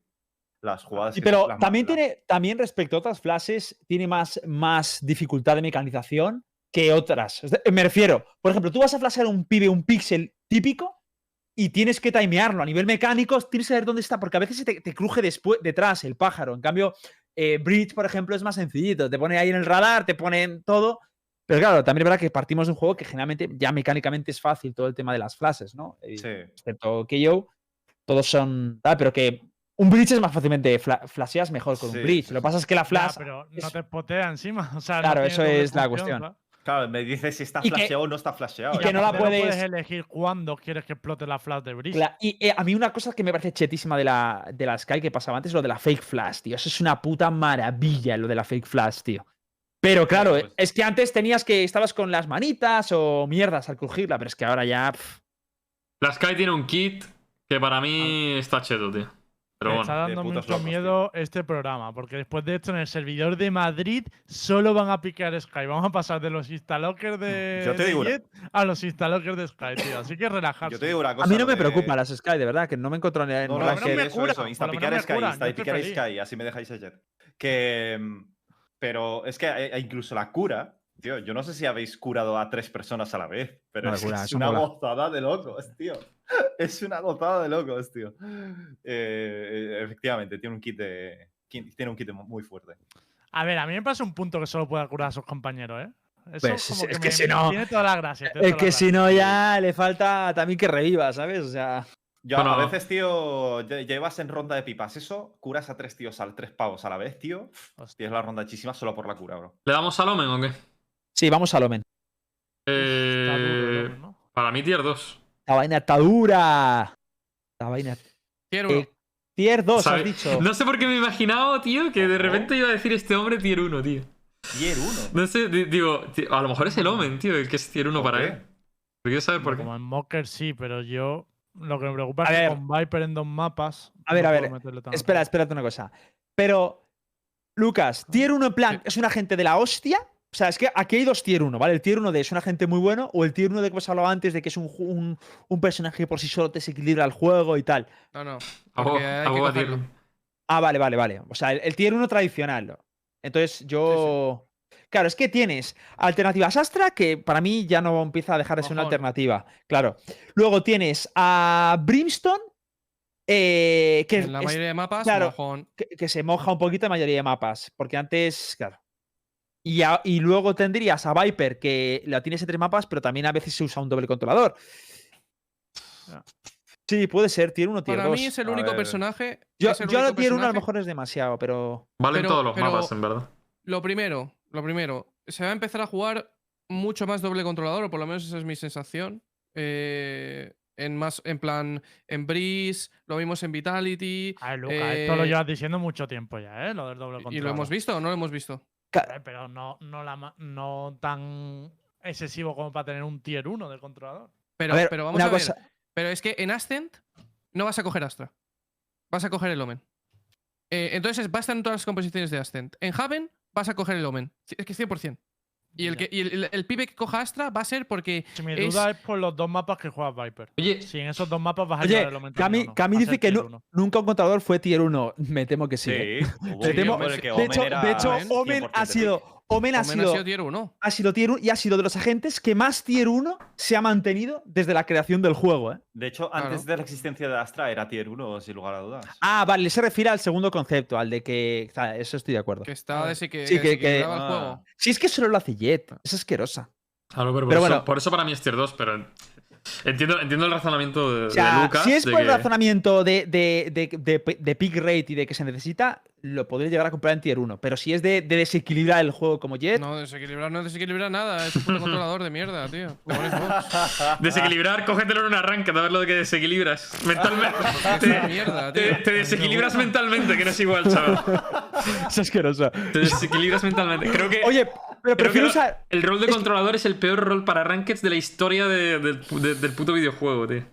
Speaker 5: Las jugadas.
Speaker 2: Sí,
Speaker 5: que son
Speaker 2: pero
Speaker 5: las más
Speaker 2: también
Speaker 5: largas.
Speaker 2: tiene, también respecto a otras flashes, tiene más, más dificultad de mecanización que otras. Es de- eh, Me refiero, por ejemplo, tú vas a flashear un pibe, un pixel típico y tienes que timearlo. A nivel mecánico, tienes que saber dónde está, porque a veces se te, te cruje después, detrás el pájaro. En cambio, eh, Bridge, por ejemplo, es más sencillito. Te pone ahí en el radar, te pone en todo. Pero claro, también es verdad que partimos de un juego que generalmente ya mecánicamente es fácil todo el tema de las flashes, ¿no? Eh,
Speaker 5: Sí.
Speaker 2: excepto KO, todos son tal, pero que un bridge es más fácilmente fla- flasheas mejor con
Speaker 5: Sí,
Speaker 2: un bridge.
Speaker 5: sí,
Speaker 2: Lo que
Speaker 5: sí.
Speaker 2: pasa es que la
Speaker 3: Ya,
Speaker 2: flash.
Speaker 3: pero no
Speaker 2: es-
Speaker 3: te spotea encima. O sea, no
Speaker 2: Claro,
Speaker 3: tiene
Speaker 2: eso
Speaker 3: doble
Speaker 2: es la
Speaker 3: función,
Speaker 2: cuestión.
Speaker 3: ¿sabes?
Speaker 5: Claro, me dice si está
Speaker 2: Y que-
Speaker 5: flasheado o no está flasheado.
Speaker 2: y que
Speaker 5: ¿eh?
Speaker 2: no la
Speaker 3: Pero
Speaker 2: puedes-
Speaker 3: elegir cuándo quieres que explote la flash de Brice.
Speaker 2: la- y eh, a mí una cosa que me parece chetísima de la, de la Sky que pasaba antes, lo de la fake flash, tío. Eso es una puta maravilla, lo de la fake flash, tío. Pero claro,
Speaker 5: pues-
Speaker 2: es que antes tenías que estabas con las manitas o mierdas al crujirla, pero es que ahora ya. pff,
Speaker 1: La Sky tiene un kit que para
Speaker 5: Ah.
Speaker 1: mí está cheto, tío. Pero
Speaker 3: Me
Speaker 1: bueno.
Speaker 3: Eh, está dando
Speaker 5: de putos
Speaker 3: mucho
Speaker 5: locos, tío.
Speaker 3: miedo este programa, porque después de esto en el servidor de Madrid solo van a picar Sky. Vamos a pasar de los instalockers de,
Speaker 5: Yo te
Speaker 3: de
Speaker 5: digo una-
Speaker 3: Jet a los instalockers de Sky, tío. Así que relajarse.
Speaker 5: Yo te digo una cosa. eh,
Speaker 2: a mí no
Speaker 5: lo
Speaker 2: me
Speaker 5: de-
Speaker 2: preocupa las Sky, de verdad, que no me encuentro en
Speaker 5: Pues No,
Speaker 3: por lo
Speaker 5: no, es
Speaker 3: menos
Speaker 5: que
Speaker 3: me
Speaker 5: eso,
Speaker 3: cura,
Speaker 5: eso,
Speaker 3: por lo
Speaker 5: instapicar
Speaker 3: menos me
Speaker 5: Sky,
Speaker 3: cura, yo estoy
Speaker 5: instapicar
Speaker 3: feliz.
Speaker 5: Sky, así me dejáis ayer. Que, mm, pero es que eh, incluso la cura, tío, yo no sé si habéis curado a tres personas a la vez, pero
Speaker 2: No, la
Speaker 5: es, que
Speaker 2: cura,
Speaker 5: es
Speaker 2: eso
Speaker 5: una
Speaker 2: mola.
Speaker 5: gozada de locos, tío. [LAUGHS] Es una gozada de locos, tío. Eh, efectivamente, tiene un kit de... ki- Tiene un kit muy fuerte.
Speaker 3: A ver, a mí me pasa un punto que solo pueda curar a sus compañeros, ¿eh? Eso
Speaker 2: Pues,
Speaker 3: como
Speaker 2: es- es
Speaker 3: me-
Speaker 2: que si
Speaker 3: me-
Speaker 2: no-
Speaker 3: Tiene toda la gracia. tiene
Speaker 2: Es
Speaker 3: toda la
Speaker 2: que
Speaker 3: gracia.
Speaker 2: si no, ya le falta también que reviva, ¿sabes? O sea.
Speaker 5: Yo
Speaker 1: Bueno.
Speaker 5: a veces, tío, lle- llevas en ronda de pipas eso, curas a tres tíos, al tres pavos a la vez, tío. Tienes la ronda chísima solo por la cura, bro.
Speaker 1: ¿Le damos al Omen o qué?
Speaker 2: Sí, vamos al Omen.
Speaker 3: Está duro,
Speaker 1: Eh,
Speaker 3: ¿no? ¿no?
Speaker 1: para mí tier 2.
Speaker 2: La vaina está dura. La vaina.
Speaker 4: Quiero
Speaker 2: Eh,
Speaker 4: uno.
Speaker 2: tier 2, has
Speaker 1: ¿Sabe?
Speaker 2: dicho.
Speaker 1: No sé por qué me he imaginado, tío, que de
Speaker 5: Ojo.
Speaker 1: repente iba a decir este hombre tier 1, tío.
Speaker 5: Tier 1.
Speaker 1: No sé, di- digo, ti- a lo mejor es el Omen, tío, el que es tier 1 para
Speaker 5: qué?
Speaker 1: él. Pero quiero saber por qué.
Speaker 3: Como en Mocker sí, pero yo lo que me preocupa
Speaker 2: A
Speaker 3: es que
Speaker 2: ver.
Speaker 3: con Viper en dos mapas.
Speaker 2: A ver,
Speaker 3: no
Speaker 2: a
Speaker 3: puedo
Speaker 2: ver,
Speaker 3: meterle tan
Speaker 2: Espera,
Speaker 3: atrás.
Speaker 2: espérate una cosa. Pero, Lucas, tier 1 en plan,
Speaker 4: Sí.
Speaker 2: ¿es un agente de la hostia? O sea, es que aquí hay dos tier 1, ¿vale? El tier 1 de es un agente muy bueno o el tier 1 de que hemos hablado antes de que es un, ju- un, un personaje que por sí solo desequilibra el juego y tal.
Speaker 4: No, no.
Speaker 1: A vos,
Speaker 4: porque hay
Speaker 1: a
Speaker 4: que
Speaker 1: vos a tier
Speaker 4: cogerlo.
Speaker 1: 1.
Speaker 2: Ah, vale, vale, vale. O sea, el, el tier 1 tradicional. Entonces yo... Claro, es que tienes alternativas Astra, que para mí ya no empieza a dejar de ser una
Speaker 4: Mojón.
Speaker 2: alternativa. Claro. Luego tienes a Brimstone, eh, que,
Speaker 4: En la
Speaker 2: es-
Speaker 4: mayoría de mapas,
Speaker 2: claro.
Speaker 4: mojón.
Speaker 2: que, que se moja un poquito en mayoría de mapas, porque antes, claro. Y, a- y luego tendrías a Viper, que la tienes en tres mapas, pero también a veces se usa un doble controlador.
Speaker 3: Ya.
Speaker 2: Sí, puede ser, tier 1, tier
Speaker 4: Ah. Para
Speaker 2: 2.
Speaker 4: mí es el
Speaker 5: A
Speaker 4: único
Speaker 5: ver.
Speaker 4: personaje.
Speaker 2: Yo,
Speaker 4: es el
Speaker 2: yo ahora
Speaker 4: único
Speaker 2: tier 1 a lo
Speaker 4: personaje-
Speaker 2: mejor es demasiado, pero...
Speaker 1: Valen
Speaker 4: Pero-
Speaker 1: todos los
Speaker 4: pero-
Speaker 1: mapas, en verdad.
Speaker 4: Lo primero, lo primero, se va a empezar a jugar mucho más doble controlador, o por lo menos esa es mi sensación. eh, en más, en plan, en Breeze, lo vimos en Vitality.
Speaker 3: A ver, Luca, esto lo
Speaker 4: eh,
Speaker 3: llevas diciendo mucho tiempo ya, ¿eh? Lo del doble control.
Speaker 4: ¿Y lo hemos visto o no lo hemos visto?
Speaker 3: Eh, Pero no, no, la, ma- no tan excesivo como para tener un tier 1 del controlador.
Speaker 4: Pero,
Speaker 2: a ver,
Speaker 4: pero vamos
Speaker 2: una
Speaker 4: a ver.
Speaker 2: cosa...
Speaker 4: Pero es que en Ascent no vas a coger Astra. Vas a coger el Omen. Eh, entonces va a estar en todas las composiciones de Ascent. En Haven vas a coger el Omen. C- Es que 100%. Y el,
Speaker 3: Ya.
Speaker 4: que, y el, el- el pibe que coja Astra va a ser porque
Speaker 3: Si mi
Speaker 4: Es-
Speaker 3: duda es por los dos mapas que juega Viper.
Speaker 1: Oye,
Speaker 3: Si en esos dos mapas
Speaker 4: Ah,
Speaker 3: vas a
Speaker 2: Oye,
Speaker 3: llevar el aumento
Speaker 2: Cami, Cami dice que nu- nunca un contador fue tier 1. Me temo que sí. ¿eh?
Speaker 5: hubo
Speaker 2: Te temo-
Speaker 5: un tiempo en el que
Speaker 2: de,
Speaker 5: Omen
Speaker 2: hecho,
Speaker 5: era
Speaker 2: de hecho,
Speaker 4: Omen
Speaker 2: Omen
Speaker 5: 100%
Speaker 2: ha sido, Omen ha
Speaker 4: Omen ha sido
Speaker 2: sido,
Speaker 4: tier 1.
Speaker 2: ha sido tier 1 y ha sido de los agentes que más tier 1 se ha mantenido desde la creación del juego. ¿eh?
Speaker 5: De hecho,
Speaker 4: Claro.
Speaker 5: antes de la existencia de Astra era tier 1, sin lugar a dudas.
Speaker 2: Ah, vale, se refiere al segundo concepto, al de que. o sea, eso estoy de acuerdo.
Speaker 4: Que está
Speaker 1: Ah.
Speaker 4: desde que,
Speaker 2: Sí, que- que-
Speaker 4: desequilibraba el
Speaker 5: Ah.
Speaker 4: juego.
Speaker 2: Si es que solo lo hace Jet, es asquerosa.
Speaker 1: claro, pero por,
Speaker 2: Pero
Speaker 1: eso,
Speaker 2: bueno.
Speaker 1: por eso para mí es tier 2, pero entiendo, entiendo el razonamiento de,
Speaker 2: O
Speaker 1: de
Speaker 2: sea,
Speaker 1: Lucas.
Speaker 2: si es
Speaker 1: de
Speaker 2: por el
Speaker 1: que-
Speaker 2: razonamiento de, de, de, de- de pick rate y de que se necesita, lo podría llegar a comprar en tier 1. Pero si es de, de desequilibrar el juego como Jet,
Speaker 4: No, desequilibrar no desequilibra nada. Es un
Speaker 1: [LAUGHS]
Speaker 4: puto controlador de mierda, tío. Te pones box.
Speaker 1: Desequilibrar, cógetelo en un arranque, a ver lo que desequilibras. [LAUGHS] Mentalmente.
Speaker 4: Es una mierda, tío.
Speaker 1: Te, te [LAUGHS] desequilibras mentalmente, que no es igual, chaval.
Speaker 2: [LAUGHS] es asquerosa.
Speaker 1: Te desequilibras mentalmente. Creo que,
Speaker 2: Oye, pero
Speaker 1: Eh, creo que
Speaker 2: prefiero
Speaker 1: lo-
Speaker 2: usar.
Speaker 1: el rol de
Speaker 2: es que-
Speaker 1: controlador es el peor rol para rankeds de la historia de- del pu- de- del puto videojuego, tío.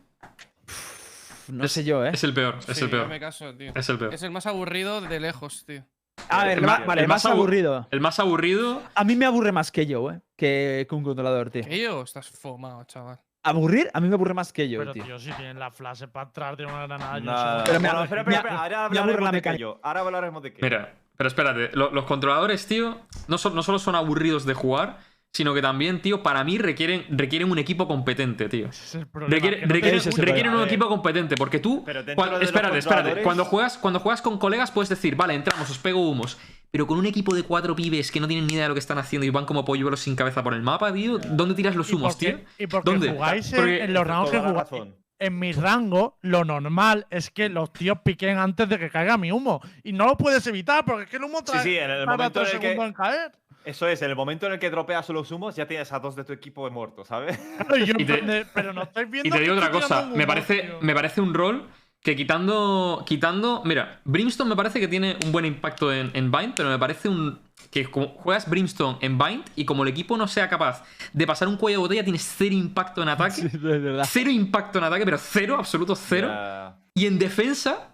Speaker 2: Uf, no sé yo, ¿eh?
Speaker 1: Es el peor, es
Speaker 4: Sí,
Speaker 1: el
Speaker 4: no
Speaker 1: peor.
Speaker 4: me caso, tío.
Speaker 1: Es el peor.
Speaker 4: Es el más aburrido de lejos, tío.
Speaker 2: A ver,
Speaker 1: el
Speaker 2: va-
Speaker 1: ma-
Speaker 2: vale,
Speaker 1: el
Speaker 2: más
Speaker 1: más abu-
Speaker 2: aburrido.
Speaker 1: El más aburrido.
Speaker 2: A mí me aburre más que yo, ¿eh? Que, que un controlador, tío.
Speaker 4: Keio, estás fumado, chaval.
Speaker 2: Aburrir, a mí me aburre más que yo,
Speaker 3: Pero
Speaker 2: tío.
Speaker 3: tío, si tienen las flashes para atrás, tienen una
Speaker 2: ah,
Speaker 3: granada. yo no sé
Speaker 5: Nada.
Speaker 3: cómo-
Speaker 2: Pero me-
Speaker 5: Bueno, espera, espera,
Speaker 2: me-
Speaker 5: espera, ahora
Speaker 2: me aburre la
Speaker 5: hablaremos de
Speaker 2: mecánica.
Speaker 5: Keio. Ahora hablaremos de Keio.
Speaker 1: Mira, pero espérate, lo- los controladores, tío, no, son- no solo son aburridos de jugar, sino que también, tío, para mí requieren, requieren un equipo competente, tío.
Speaker 3: Ese [LAUGHS] es el problema,
Speaker 1: Requiere-
Speaker 3: que no
Speaker 1: requieren
Speaker 2: ese es el
Speaker 1: requieren
Speaker 5: problema.
Speaker 1: un equipo competente, porque tú.
Speaker 5: Pero dentro
Speaker 1: cuan-
Speaker 5: de los
Speaker 1: espérate, espérate.
Speaker 5: controladores-
Speaker 1: Cuando juegas, cuando juegas con colegas, puedes decir, vale, entramos, os pego humos. Pero con un equipo de cuatro pibes que no tienen ni idea de lo que están haciendo y van como polluelos sin cabeza por el mapa, tío, ¿dónde tiras los
Speaker 3: ¿Y por
Speaker 1: humos,
Speaker 3: qué-
Speaker 1: tío?
Speaker 3: Y porque
Speaker 1: ¿Dónde?
Speaker 3: jugáis en-
Speaker 1: Porque-
Speaker 3: en los rangos que
Speaker 5: Toda la
Speaker 3: jugáis.
Speaker 5: razón.
Speaker 3: En mis rangos, lo normal es que los tíos piquen antes de que caiga mi humo. Y no lo puedes evitar, porque es que el humo
Speaker 5: Sí,
Speaker 3: trae
Speaker 5: sí, en el
Speaker 3: tarda
Speaker 5: momento
Speaker 3: tres
Speaker 5: en el que-
Speaker 3: segundos en caer.
Speaker 5: Eso es, en el momento en el que dropeas los humos, ya tienes a dos de tu equipo muertos, ¿sabes?
Speaker 1: [LAUGHS]
Speaker 3: Claro, y yo
Speaker 1: Y
Speaker 3: en
Speaker 1: te-
Speaker 3: plan de, pero no estáis viendo.
Speaker 1: Y te
Speaker 3: que
Speaker 1: digo otra
Speaker 3: estoy
Speaker 1: cosa,
Speaker 3: tirando un
Speaker 1: me
Speaker 3: humo,
Speaker 1: parece,
Speaker 3: tío.
Speaker 1: me parece un rol que quitando. Quitando. Mira, Brimstone me parece que tiene un buen impacto en, en Bind, pero me parece un. que como juegas Brimstone en Bind y como el equipo no sea capaz de pasar un cuello de botella, tienes cero impacto en ataque.
Speaker 2: [LAUGHS] Sí, de verdad.
Speaker 1: Cero impacto en ataque, pero cero, absoluto cero.
Speaker 5: Ya.
Speaker 1: Y en defensa,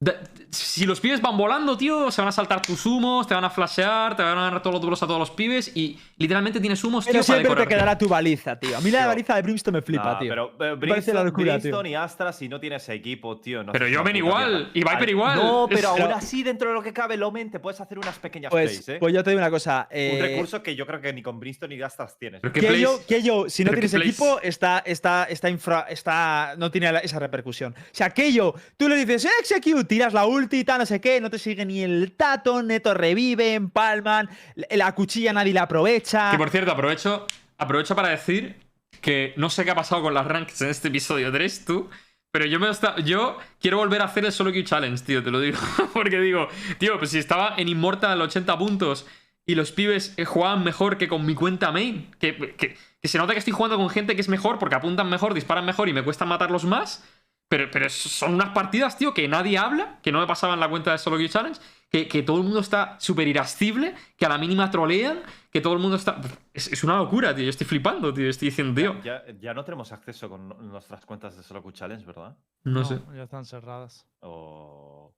Speaker 1: da- si los pibes van volando, tío, se van a saltar tus humos, te van a flashear, te van a ganar todos los duelos a todos los pibes y literalmente tienes humos, tío,
Speaker 2: Pero
Speaker 1: para
Speaker 2: siempre te
Speaker 1: decorar.
Speaker 2: quedará tu baliza, tío. A mí la
Speaker 5: Tío.
Speaker 2: baliza de Brimstone me flipa,
Speaker 5: Nah,
Speaker 2: tío.
Speaker 5: Pero, pero
Speaker 2: parece
Speaker 5: Brimstone,
Speaker 2: la locura, tío.
Speaker 5: Brimstone y Astra, si no tienes equipo, tío. No
Speaker 1: Pero
Speaker 5: haces
Speaker 1: yo
Speaker 5: una
Speaker 1: ven
Speaker 5: puta
Speaker 1: igual,
Speaker 5: mierda.
Speaker 1: y Viper
Speaker 5: Ay,
Speaker 1: igual.
Speaker 5: No,
Speaker 1: Es-
Speaker 5: pero aún
Speaker 2: pero-
Speaker 5: así, dentro de lo que cabe el Omen, te puedes hacer unas pequeñas
Speaker 2: Pues,
Speaker 5: plays, ¿eh?
Speaker 2: pues yo te digo una cosa. eh,
Speaker 5: Un recurso que yo creo que ni con Brimstone ni Astras tienes.
Speaker 1: Pero
Speaker 5: ¿no?
Speaker 1: ¿Qué
Speaker 2: que
Speaker 1: plays?
Speaker 2: yo, que yo, si no
Speaker 1: ¿Pero qué
Speaker 2: tienes
Speaker 1: plays?
Speaker 2: equipo, está, está, está infra, está, no tiene la- esa repercusión. O sea, que yo, tú le dices, "Eh, execute, tiras la ulti, y tal, no sé qué, no te sigue ni el tato, neto revive, empalman, la cuchilla nadie la aprovecha.
Speaker 1: Que por cierto, aprovecho, aprovecho para decir que no sé qué ha pasado con las ranks en este episodio 3, tú. Pero yo me está, yo quiero volver a hacer el solo queue challenge, tío, te lo digo. [LAUGHS] Porque digo, tío, pues si estaba en Immortal 80 puntos y los pibes eh, jugaban mejor que con mi cuenta main. Que, que- que se nota que estoy jugando con gente que es mejor porque apuntan mejor, disparan mejor y me cuesta matarlos más. Pero, pero son unas partidas, tío, que nadie habla, que no me pasaban la cuenta de Solo Queue Challenge, que, que todo el mundo está súper irascible, que a la mínima trolean, que todo el mundo está. Es, es una locura, tío. Yo estoy flipando, tío. Estoy diciendo, tío.
Speaker 5: Ya, ya no tenemos acceso con no- nuestras cuentas de Solo Q Challenge, ¿verdad?
Speaker 1: No, sé.
Speaker 3: Ya están cerradas.
Speaker 5: O.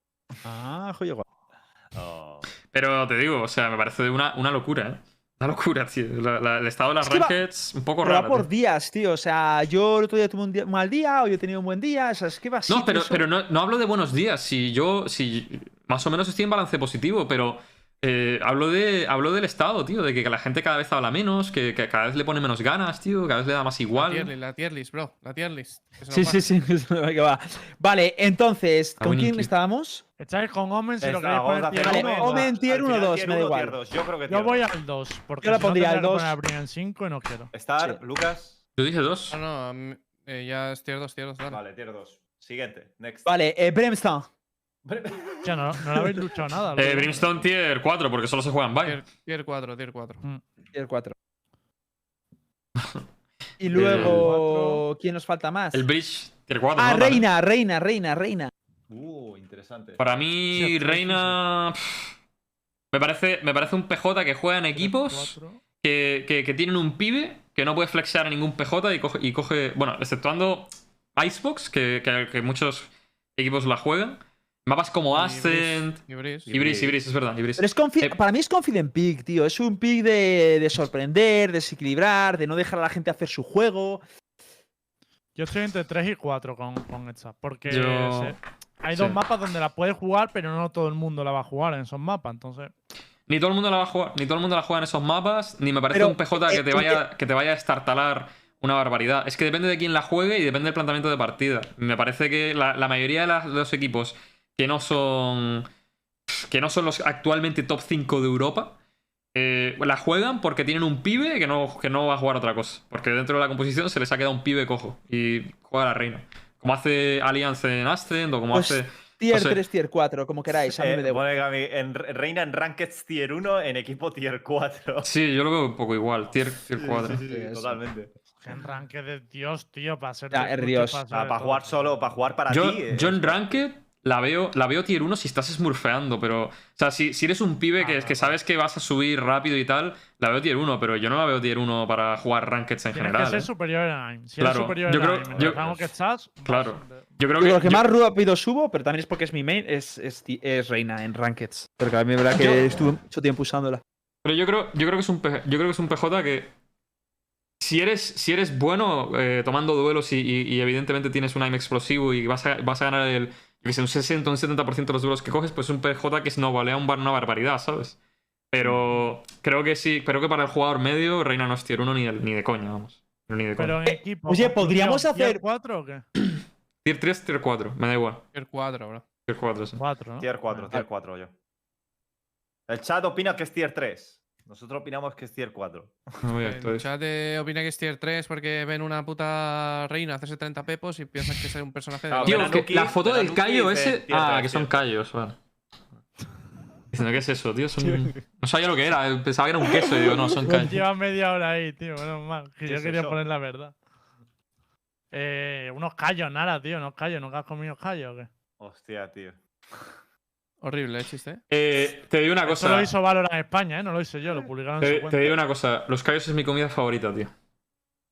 Speaker 2: Ah, joyo.
Speaker 5: o-
Speaker 1: Pero te digo, o sea, me parece una, una locura, ¿eh? Una locura, tío. La- la- el estado de las
Speaker 2: Es que va-
Speaker 1: rankings, un poco
Speaker 2: Pero va
Speaker 1: raro. ¿eh?
Speaker 2: por días, tío. O sea, yo el otro día tuve un, día- un mal día, hoy he tenido un buen día. O sea, es que va así,
Speaker 1: No, pero,
Speaker 2: eso.
Speaker 1: pero no, no hablo de buenos días. Si yo, si más o menos estoy en balance positivo, pero eh, hablo, de, hablo del estado, tío, de que la gente cada vez habla menos, que, que cada vez le pone menos ganas, tío, cada vez le da más
Speaker 4: La tier
Speaker 1: igual.
Speaker 4: list, la tier list, bro. La tier list. que se nos
Speaker 2: Sí,
Speaker 4: va.
Speaker 2: sí, [LAUGHS] sí. que va. Vale, entonces,
Speaker 1: A
Speaker 2: ¿con
Speaker 1: winning
Speaker 2: quién
Speaker 1: queue.
Speaker 2: estábamos?
Speaker 3: Estáis con Omen si lo
Speaker 5: Está,
Speaker 3: queréis
Speaker 5: vamos a
Speaker 3: poner tier
Speaker 5: hacer
Speaker 2: Vale,
Speaker 3: uno,
Speaker 5: va.
Speaker 2: Omen,
Speaker 5: Al
Speaker 2: tier uno,
Speaker 5: final,
Speaker 2: dos,
Speaker 5: tier
Speaker 2: me da
Speaker 5: uno,
Speaker 2: igual.
Speaker 5: tier dos. Yo creo que tier
Speaker 3: Yo voy
Speaker 5: dos.
Speaker 3: al 2, porque
Speaker 2: Yo la
Speaker 3: si no
Speaker 2: pondría al
Speaker 3: tendría que
Speaker 2: dos.
Speaker 3: poner a Brian en 5 y no quiero.
Speaker 5: Star, Lucas.
Speaker 1: Yo dije dos.
Speaker 4: No, no, mm, eh, ya es tier 2, tier 2, dale.
Speaker 5: Vale, tier 2. Siguiente. Next.
Speaker 2: Vale, eh, Brimstone.
Speaker 3: Ya no, no le habéis luchado nada.
Speaker 1: Eh,
Speaker 3: lo-
Speaker 1: Brimstone tier 4, porque solo se juega en
Speaker 4: Tier,
Speaker 1: Bayern.
Speaker 4: tier 4, tier 4.
Speaker 2: Tier 4. [LAUGHS] y luego, ¿quién nos falta más?
Speaker 1: El Bridge tier 4.
Speaker 2: ah,
Speaker 1: ¿no? También.
Speaker 2: Reina, Reina, Reina, Reina.
Speaker 5: Uh, interesante.
Speaker 1: Para
Speaker 3: Sí,
Speaker 1: mí,
Speaker 3: sí, sí, sí.
Speaker 1: Reina. pff, Me parece, me parece un PJ que juega en
Speaker 3: tier
Speaker 1: equipos.
Speaker 3: cuatro.
Speaker 1: que, que- que tienen un pibe que no puede flexear a ningún PJ y coge, y coge- bueno, exceptuando Icebox, que, que- que muchos equipos la juegan. Mapas como
Speaker 4: Y Breeze,
Speaker 1: Ascent,
Speaker 4: y Breeze.
Speaker 1: y Breeze, y Breeze, es verdad, y Breeze.
Speaker 2: Pero es confi-
Speaker 1: Eh,
Speaker 2: para mí es Confident Pick, tío. Es un pick de, de sorprender, desequilibrar, de no dejar a la gente hacer su juego.
Speaker 3: Yo estoy entre 3 y 4 con, con esta. Porque
Speaker 1: Yo-
Speaker 3: se- hay
Speaker 1: sí.
Speaker 3: dos mapas donde la puedes jugar, pero no todo el mundo la va a jugar en esos mapas. Entonces,
Speaker 1: Ni todo el mundo la va a jugar, ni todo el mundo la juega en esos mapas, ni me parece
Speaker 2: Pero,
Speaker 1: un PJ
Speaker 2: eh,
Speaker 1: que te
Speaker 2: tú
Speaker 1: vaya, que te vaya a estartalar una barbaridad. Es que depende de quién la juegue y depende del planteamiento de partida. Me parece que la, la mayoría de, las- de los equipos que no son. que no son los actualmente top 5 de Europa. eh, la juegan porque tienen un pibe que no, que no va a jugar otra cosa. Porque dentro de la composición se les ha quedado un pibe cojo. Y juega a la reina. Como hace Alliance en Ascend o como
Speaker 2: Pues,
Speaker 1: hace.
Speaker 2: Tier
Speaker 1: No sé.
Speaker 2: 3, tier 4, como queráis. A mí
Speaker 5: Eh,
Speaker 2: me da igual.
Speaker 5: pone Gami, en, Reina en Rankeds tier 1, en equipo tier [LAUGHS] 4.
Speaker 1: Sí, yo lo veo un poco igual. Tier, tier 4.
Speaker 5: oh. Sí, sí,
Speaker 2: Sí, eso.
Speaker 5: totalmente.
Speaker 3: en ranque de Dios, tío, para ser.
Speaker 2: Ya,
Speaker 3: de
Speaker 2: es
Speaker 3: lucha,
Speaker 2: Dios.
Speaker 5: O sea,
Speaker 3: ser de
Speaker 5: para
Speaker 3: todo.
Speaker 5: jugar solo, para jugar para
Speaker 1: yo,
Speaker 5: ti. eh,
Speaker 1: yo en Ranked la veo, la veo tier 1 si estás smurfeando, pero. O sea, si, si eres un pibe que,
Speaker 3: Ah,
Speaker 1: que sabes que vas a subir rápido y tal, la veo tier 1, pero yo no la veo tier 1 para jugar rankeds en
Speaker 3: Tienes
Speaker 1: general.
Speaker 3: que ser
Speaker 1: ¿eh?
Speaker 3: superior en AIM. Si
Speaker 1: Claro,
Speaker 3: eres superior
Speaker 1: yo
Speaker 3: en
Speaker 1: creo-
Speaker 3: AIM, en
Speaker 1: yo-
Speaker 3: el rango que estás, vas
Speaker 1: Claro.
Speaker 3: de-
Speaker 1: Yo creo que.
Speaker 2: Lo que
Speaker 1: yo-
Speaker 2: más rápido subo, pero también es porque es mi main, es, es, ti- es Reina en Rankeds. Porque a mí, la verdad, que
Speaker 1: Yo-
Speaker 2: estuve mucho tiempo usándola.
Speaker 1: Pero yo creo, yo creo que es un PJ, yo creo que es un PJ que si eres, si eres bueno eh, tomando duelos y, y- y evidentemente tienes un aim explosivo y vas a, vas a ganar el, yo qué sé, un 60 o un 70% de los duelos que coges, pues es un PJ que snowballea un, bar- una barbaridad, ¿sabes? Pero creo que sí, creo que para el jugador medio Reina no es tier 1 ni de, ni de coña, vamos. Pero Ni de coña.
Speaker 3: Pero en equipo.
Speaker 2: oye,
Speaker 3: ¿construcción,
Speaker 2: podríamos
Speaker 3: tier
Speaker 2: hacer-
Speaker 3: ¿Cuatro o qué?
Speaker 1: Tier 3, tier 4, me da igual.
Speaker 4: Tier 4, bro.
Speaker 1: Tier 4, sí.
Speaker 3: Cuatro, ¿no?
Speaker 5: Tier 4, tier 4 yo. El chat opina que es tier 3. Nosotros opinamos que es tier 4.
Speaker 1: No voy a
Speaker 4: El
Speaker 1: actualizar.
Speaker 4: chat eh, opina que es tier 3 porque ven una puta reina hacerse 30 pepos y piensan que es un personaje de.
Speaker 5: Ah,
Speaker 4: la
Speaker 1: Tío,
Speaker 4: verga.
Speaker 1: que
Speaker 5: Nuki,
Speaker 1: la foto
Speaker 5: de la
Speaker 1: del
Speaker 5: Nuki
Speaker 1: callo
Speaker 5: dice
Speaker 1: ese.
Speaker 5: tierra,
Speaker 1: Ah, que son
Speaker 5: tierra.
Speaker 1: callos,
Speaker 5: [LAUGHS]
Speaker 1: vale. Diciendo, ¿qué es eso, tío? Son- No sabía lo que era, eh, pensaba que era un queso y digo, no, son callos.
Speaker 3: Lleva media hora ahí, tío. Menos mal. Que
Speaker 5: ¿Qué
Speaker 3: yo
Speaker 5: es
Speaker 3: quería
Speaker 5: eso?
Speaker 3: poner la verdad. Eh, unos callos, nada, tío. Unos callos. ¿Nunca has comido callos o qué?
Speaker 5: Hostia, tío.
Speaker 4: Horrible, eh, chiste.
Speaker 1: Eh, te digo una
Speaker 3: Eso
Speaker 1: cosa.
Speaker 3: lo hizo Valor en España, ¿eh? No lo hice yo. Lo publicaron en
Speaker 1: Te,
Speaker 3: su
Speaker 1: te
Speaker 3: cuenta.
Speaker 1: digo una cosa. Los callos es mi comida favorita, tío.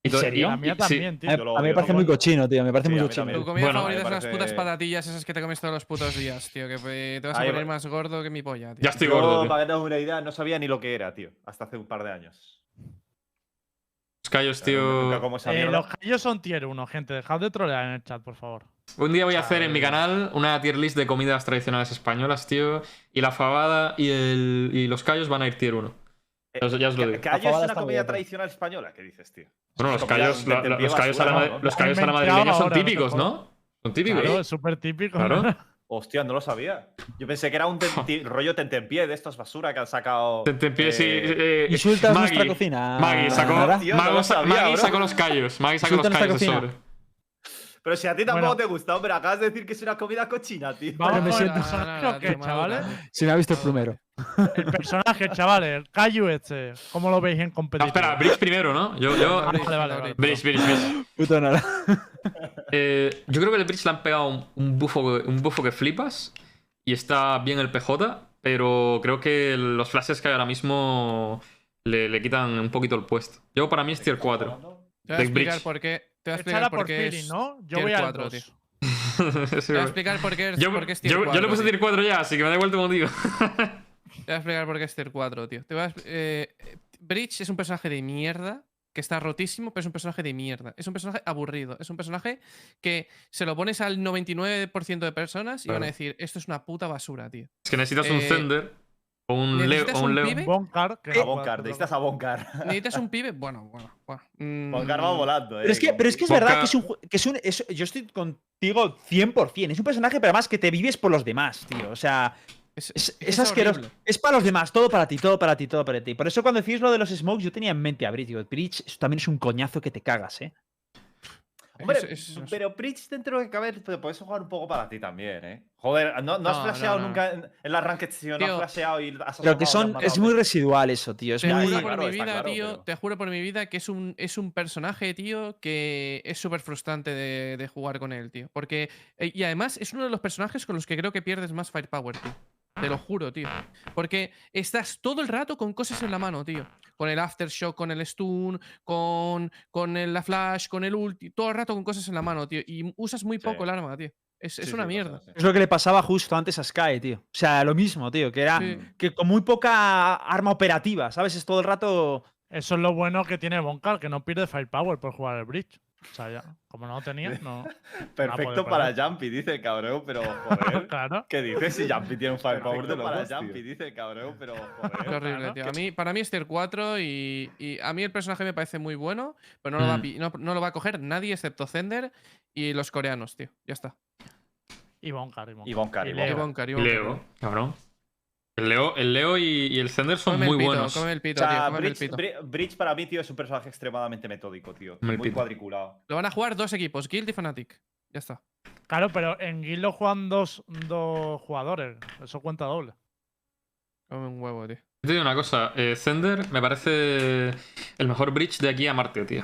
Speaker 2: ¿En
Speaker 1: to-
Speaker 2: serio?
Speaker 1: y-
Speaker 3: La mía
Speaker 1: sí. Ah,
Speaker 3: también, tío.
Speaker 2: A,
Speaker 5: yo lo
Speaker 2: a mí me
Speaker 5: odio,
Speaker 2: parece
Speaker 5: lo
Speaker 2: muy
Speaker 5: odio.
Speaker 2: cochino, tío. Me parece
Speaker 5: Sí,
Speaker 2: muy
Speaker 5: a mí
Speaker 2: cochino.
Speaker 5: también.
Speaker 4: Tu comida
Speaker 1: Bueno,
Speaker 4: favorita
Speaker 5: me
Speaker 4: son las putas
Speaker 5: parece-
Speaker 4: patatillas esas que te comes todos los putos días, tío. Que eh, te vas a
Speaker 5: Ahí va.
Speaker 4: poner más gordo que mi polla, tío.
Speaker 1: Ya estoy
Speaker 5: Yo,
Speaker 1: gordo, tío.
Speaker 5: para que tengas una idea, no sabía ni lo que era, tío. Hasta hace un par de años.
Speaker 1: Los callos,
Speaker 5: Nunca
Speaker 1: tío.
Speaker 5: como esa
Speaker 3: Eh,
Speaker 5: mierda.
Speaker 3: los callos son tier 1, gente. Dejad de trolear en el chat, por favor.
Speaker 1: Un día voy a hacer en mi canal una tier list de comidas tradicionales españolas, tío. Y la fabada y, el, y los callos van a ir tier 1.
Speaker 5: Eh,
Speaker 1: Ya os, ya os lo
Speaker 5: Ca-
Speaker 1: digo.
Speaker 5: callo
Speaker 2: fabada
Speaker 5: es una
Speaker 2: está muy
Speaker 5: comida
Speaker 2: bien, tío.
Speaker 5: tradicional española, ¿qué dices, tío?
Speaker 1: Bueno, los
Speaker 5: Comida
Speaker 1: callos, la-
Speaker 5: de-
Speaker 1: la-
Speaker 5: de
Speaker 1: los callos a la,
Speaker 5: basura,
Speaker 1: ma-
Speaker 5: ¿no?
Speaker 1: los callos a la
Speaker 3: Inventado
Speaker 1: madrileña son
Speaker 3: ahora, no te
Speaker 1: típicos, ¿no? Son típicos.
Speaker 3: Claro, es súper típico.
Speaker 1: ¿eh? Claro.
Speaker 3: ¿no?
Speaker 5: Hostia, no lo sabía. Yo pensé que
Speaker 1: [LAUGHS]
Speaker 5: era un tenti- rollo tentempié de estos basura que han sacado.
Speaker 1: Te, te empiezas y-
Speaker 5: eh,
Speaker 1: eh,
Speaker 2: Insultas
Speaker 1: Maggie,
Speaker 2: nuestra cocina. Ah,
Speaker 1: Maggie sacó,
Speaker 2: Nara.
Speaker 5: Tío,
Speaker 1: Mago
Speaker 5: no lo
Speaker 1: sa-
Speaker 5: sabía,
Speaker 1: Maggie
Speaker 5: bro.
Speaker 1: sacó los callos. Maggie sacó los
Speaker 2: Insulta nuestra
Speaker 1: callos de
Speaker 2: cocina.
Speaker 1: sobre.
Speaker 5: Pero si a ti tampoco
Speaker 3: Bueno.
Speaker 5: te gusta, hombre, acabas de decir que es una comida cochina, tío.
Speaker 3: Vamos
Speaker 2: me
Speaker 3: con el
Speaker 2: siento-
Speaker 3: personaje, ¿o qué,
Speaker 4: tío, madura,
Speaker 3: chavales?
Speaker 4: tío.
Speaker 2: Se me ha visto el plumero.
Speaker 3: El personaje, chavales. El Cayu este. ¿Cómo lo veis en
Speaker 1: Ah,
Speaker 3: competitivo?
Speaker 1: espera, Bridge primero, ¿no? Yo,
Speaker 4: Ah,
Speaker 1: yo.
Speaker 3: Vale, vale, vale.
Speaker 1: Bridge, Bridge,
Speaker 2: [LAUGHS]
Speaker 1: Bridge.
Speaker 2: Puto nada.
Speaker 1: Eh, yo creo que el Bridge le han pegado un, un bufo, que- un bufo que flipas. Y está bien el PJ. Pero creo que los flashes que hay ahora mismo le, le quitan un poquito el puesto. Yo para mí es tier [LAUGHS] 4.
Speaker 4: Te voy a
Speaker 1: Big Bricks.
Speaker 4: explicar por qué. Te voy a
Speaker 3: Echala
Speaker 4: explicar por
Speaker 3: por
Speaker 4: qué.
Speaker 3: Piri,
Speaker 4: es-
Speaker 3: ¿no? Yo
Speaker 4: tier
Speaker 3: voy al
Speaker 4: cuatro,
Speaker 3: 2.
Speaker 4: tío. Te voy a explicar por qué es,
Speaker 1: yo,
Speaker 4: por qué es tier
Speaker 1: yo,
Speaker 4: 4.
Speaker 1: yo le puse tier 4 ya, así que me da igual tu [LAUGHS] motivo.
Speaker 4: Te voy a explicar por qué es tier 4, tío. Te voy a expli- eh, Breach es un personaje de mierda, que está rotísimo, pero es un personaje de mierda. Es un personaje aburrido. Es un personaje que se lo pones al 99% de personas y van
Speaker 1: Claro.
Speaker 4: a decir, esto es una puta basura, tío.
Speaker 1: Es que necesitas un
Speaker 4: Eh,
Speaker 1: Zender. O un Leo.
Speaker 4: ¿necesitas
Speaker 1: O un
Speaker 4: un
Speaker 1: Leo.
Speaker 4: pibe?
Speaker 3: Boncar. que
Speaker 5: A
Speaker 3: no puede
Speaker 5: Boncar,
Speaker 3: hacer
Speaker 5: te estás a Boncar.
Speaker 4: ¿Necesitas un pibe? Bueno, bueno, bueno. Mm,
Speaker 5: Boncar va volando, eh.
Speaker 2: Pero es que, pero es, que es
Speaker 1: Boca-
Speaker 2: verdad que es un. ju- Que es un es- yo estoy contigo 100%. Es un personaje, pero además que te vives por los demás, tío. O sea, es,
Speaker 4: que
Speaker 2: es asqueroso.
Speaker 4: horrible.
Speaker 2: Es para los demás, todo para ti, todo para ti, todo para ti. Por eso cuando decís lo de los smokes, yo tenía en mente a Bridge. Digo, Bridge eso también es un coñazo que te cagas, ¿eh?
Speaker 5: Hombre,
Speaker 4: Es- es- es-
Speaker 5: pero Pritch dentro de caber, pero puedes jugar un poco para ti también, ¿eh? Joder, no, no has
Speaker 4: No,
Speaker 5: flasheado
Speaker 4: no, no.
Speaker 5: nunca en, en la ranked, sino no
Speaker 4: Tío,
Speaker 5: has flasheado y has
Speaker 2: Pero que
Speaker 5: asomado,
Speaker 2: son.
Speaker 5: te has
Speaker 2: Es muy
Speaker 5: matado.
Speaker 2: residual eso, tío. Es
Speaker 4: Te
Speaker 5: muy-
Speaker 4: juro por
Speaker 5: claro,
Speaker 4: mi
Speaker 5: está
Speaker 4: vida,
Speaker 5: claro,
Speaker 4: tío.
Speaker 5: pero-
Speaker 4: Te juro por mi vida que es un, es un personaje, tío, que es súper frustrante de, de jugar con él, tío. Porque. eh, Y además es uno de los personajes con los que creo que pierdes más firepower, tío. Te lo juro, tío. Porque estás todo el rato con cosas en la mano, tío. Con el aftershock, con el stun, con, con el- la flash, con el ulti. Todo el rato con cosas en la mano, tío. Y usas muy
Speaker 5: Sí.
Speaker 4: poco el arma, tío. Es, es
Speaker 5: Sí,
Speaker 4: una
Speaker 5: sí,
Speaker 4: mierda.
Speaker 5: pasa, sí.
Speaker 2: Es lo que le pasaba justo antes a Sky, tío. O sea, lo mismo, tío. Que era.
Speaker 4: Sí.
Speaker 2: Que con muy poca arma operativa, ¿sabes? Es todo el rato.
Speaker 3: Eso es lo bueno que tiene Boncar, que no pierde firepower por jugar el bridge. O sea, ya, como no lo tenía,
Speaker 1: [LAUGHS]
Speaker 3: no. [LAUGHS]
Speaker 5: Perfecto
Speaker 3: poder
Speaker 5: para
Speaker 3: parar.
Speaker 5: Jumpy, dice el cabrón,
Speaker 2: [LAUGHS]
Speaker 5: pero joder.
Speaker 3: claro.
Speaker 5: ¿Qué dices si Jumpy tiene un firepower de
Speaker 6: Perfecto
Speaker 5: los
Speaker 6: para
Speaker 5: dos,
Speaker 6: Jumpy,
Speaker 5: tío. dice el cabrón,
Speaker 4: [LAUGHS]
Speaker 5: pero
Speaker 4: Qué
Speaker 5: joder.
Speaker 4: horrible,
Speaker 3: Claro.
Speaker 4: tío. A mí, para mí es tier 4 y, y a mí el personaje me parece muy bueno, pero no lo, va a,
Speaker 1: Mm.
Speaker 4: pi- no, no lo va a coger nadie excepto Zender y los coreanos, tío. Ya está.
Speaker 3: Y Boncar, y Boncar.
Speaker 5: Y Boncar, y
Speaker 4: Y
Speaker 5: Leo.
Speaker 4: Bonkar, y
Speaker 1: Y
Speaker 4: Bonkar,
Speaker 1: Leo,
Speaker 4: tío.
Speaker 1: cabrón. El Leo, el Leo y, y el Zender son
Speaker 4: Cómeme
Speaker 1: muy
Speaker 4: el pito,
Speaker 1: buenos.
Speaker 4: Cómeme el
Speaker 5: O
Speaker 4: pito, tío.
Speaker 5: sea,
Speaker 4: cómeme el
Speaker 5: Bridge,
Speaker 4: pito.
Speaker 5: Bri- Bridge para mí, tío, es un personaje extremadamente metódico, tío.
Speaker 1: Me el
Speaker 5: Muy
Speaker 1: pito.
Speaker 5: cuadriculado.
Speaker 4: Lo van a jugar dos equipos, Guild y Fnatic. Ya está.
Speaker 3: Claro, pero en Guild lo juegan dos, dos jugadores. Eso cuenta doble.
Speaker 4: Cómeme un huevo, tío.
Speaker 1: Yo Te digo una cosa, eh, Zender me parece el mejor bridge de aquí a Marte, tío.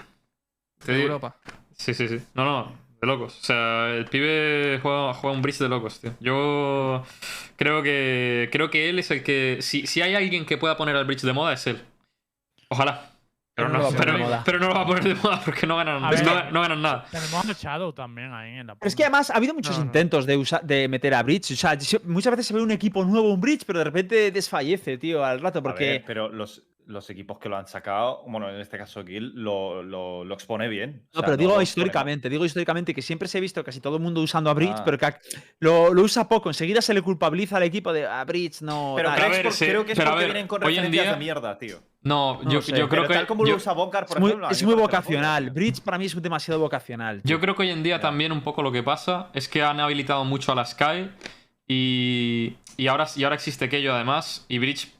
Speaker 1: Te
Speaker 4: De
Speaker 1: digo-
Speaker 4: Europa.
Speaker 1: Sí, sí, sí. No, no. de locos. O sea, el pibe juega, juega un bridge de locos, tío. Yo creo que creo que él es el que. Si, si hay alguien que pueda poner al bridge de moda, es él. Ojalá. Pero
Speaker 2: Pero no
Speaker 1: no,
Speaker 2: lo va a poner
Speaker 1: pero,
Speaker 2: de moda.
Speaker 1: pero no lo va a poner de moda porque no ganan,
Speaker 3: A
Speaker 1: no,
Speaker 3: ver.
Speaker 1: ganan- no ganan nada.
Speaker 3: Tenemos a Shadow también ahí en la
Speaker 2: Pero es que
Speaker 5: Mm.
Speaker 3: punta.
Speaker 2: además ha habido muchos
Speaker 4: No, no.
Speaker 2: intentos de, usa- de meter a Bridge. O sea, se- muchas veces se ve un equipo nuevo, un Bridge, pero de repente desfallece, tío, al rato.
Speaker 5: A ver,
Speaker 2: Porque.
Speaker 5: pero los, los equipos que lo han sacado, bueno, en este caso Gil, lo, lo, lo expone bien. O
Speaker 2: No,
Speaker 5: sea,
Speaker 2: pero digo
Speaker 5: lo expone mal.
Speaker 2: históricamente, digo históricamente que siempre se ha visto casi todo el mundo usando a Bridge,
Speaker 5: Ah.
Speaker 2: pero que ac- lo, lo usa poco. Enseguida se le culpabiliza al equipo de a Bridge, no.
Speaker 5: Pero,
Speaker 2: tal".
Speaker 1: pero a
Speaker 5: creo, que
Speaker 1: ver,
Speaker 5: es por-
Speaker 1: sí,
Speaker 5: creo que es
Speaker 1: pero a
Speaker 5: porque
Speaker 1: ver,
Speaker 5: vienen con
Speaker 1: hoy en
Speaker 5: referencias
Speaker 1: día-
Speaker 5: de mierda, tío.
Speaker 1: No,
Speaker 2: No
Speaker 1: yo,
Speaker 2: sé,
Speaker 1: yo creo
Speaker 5: Pero
Speaker 1: que.
Speaker 5: tal como
Speaker 1: yo-
Speaker 5: lo usa Boncar, por
Speaker 2: es muy,
Speaker 5: ejemplo. a
Speaker 2: es
Speaker 5: mí
Speaker 2: muy
Speaker 5: me parece
Speaker 2: vocacional.
Speaker 5: poco.
Speaker 2: Bridge para mí es demasiado vocacional. tío.
Speaker 1: Yo creo que hoy en día
Speaker 5: Ya.
Speaker 1: también un poco lo que pasa es que han habilitado mucho a la Sky y, y, ahora, y ahora existe Kello además y Bridge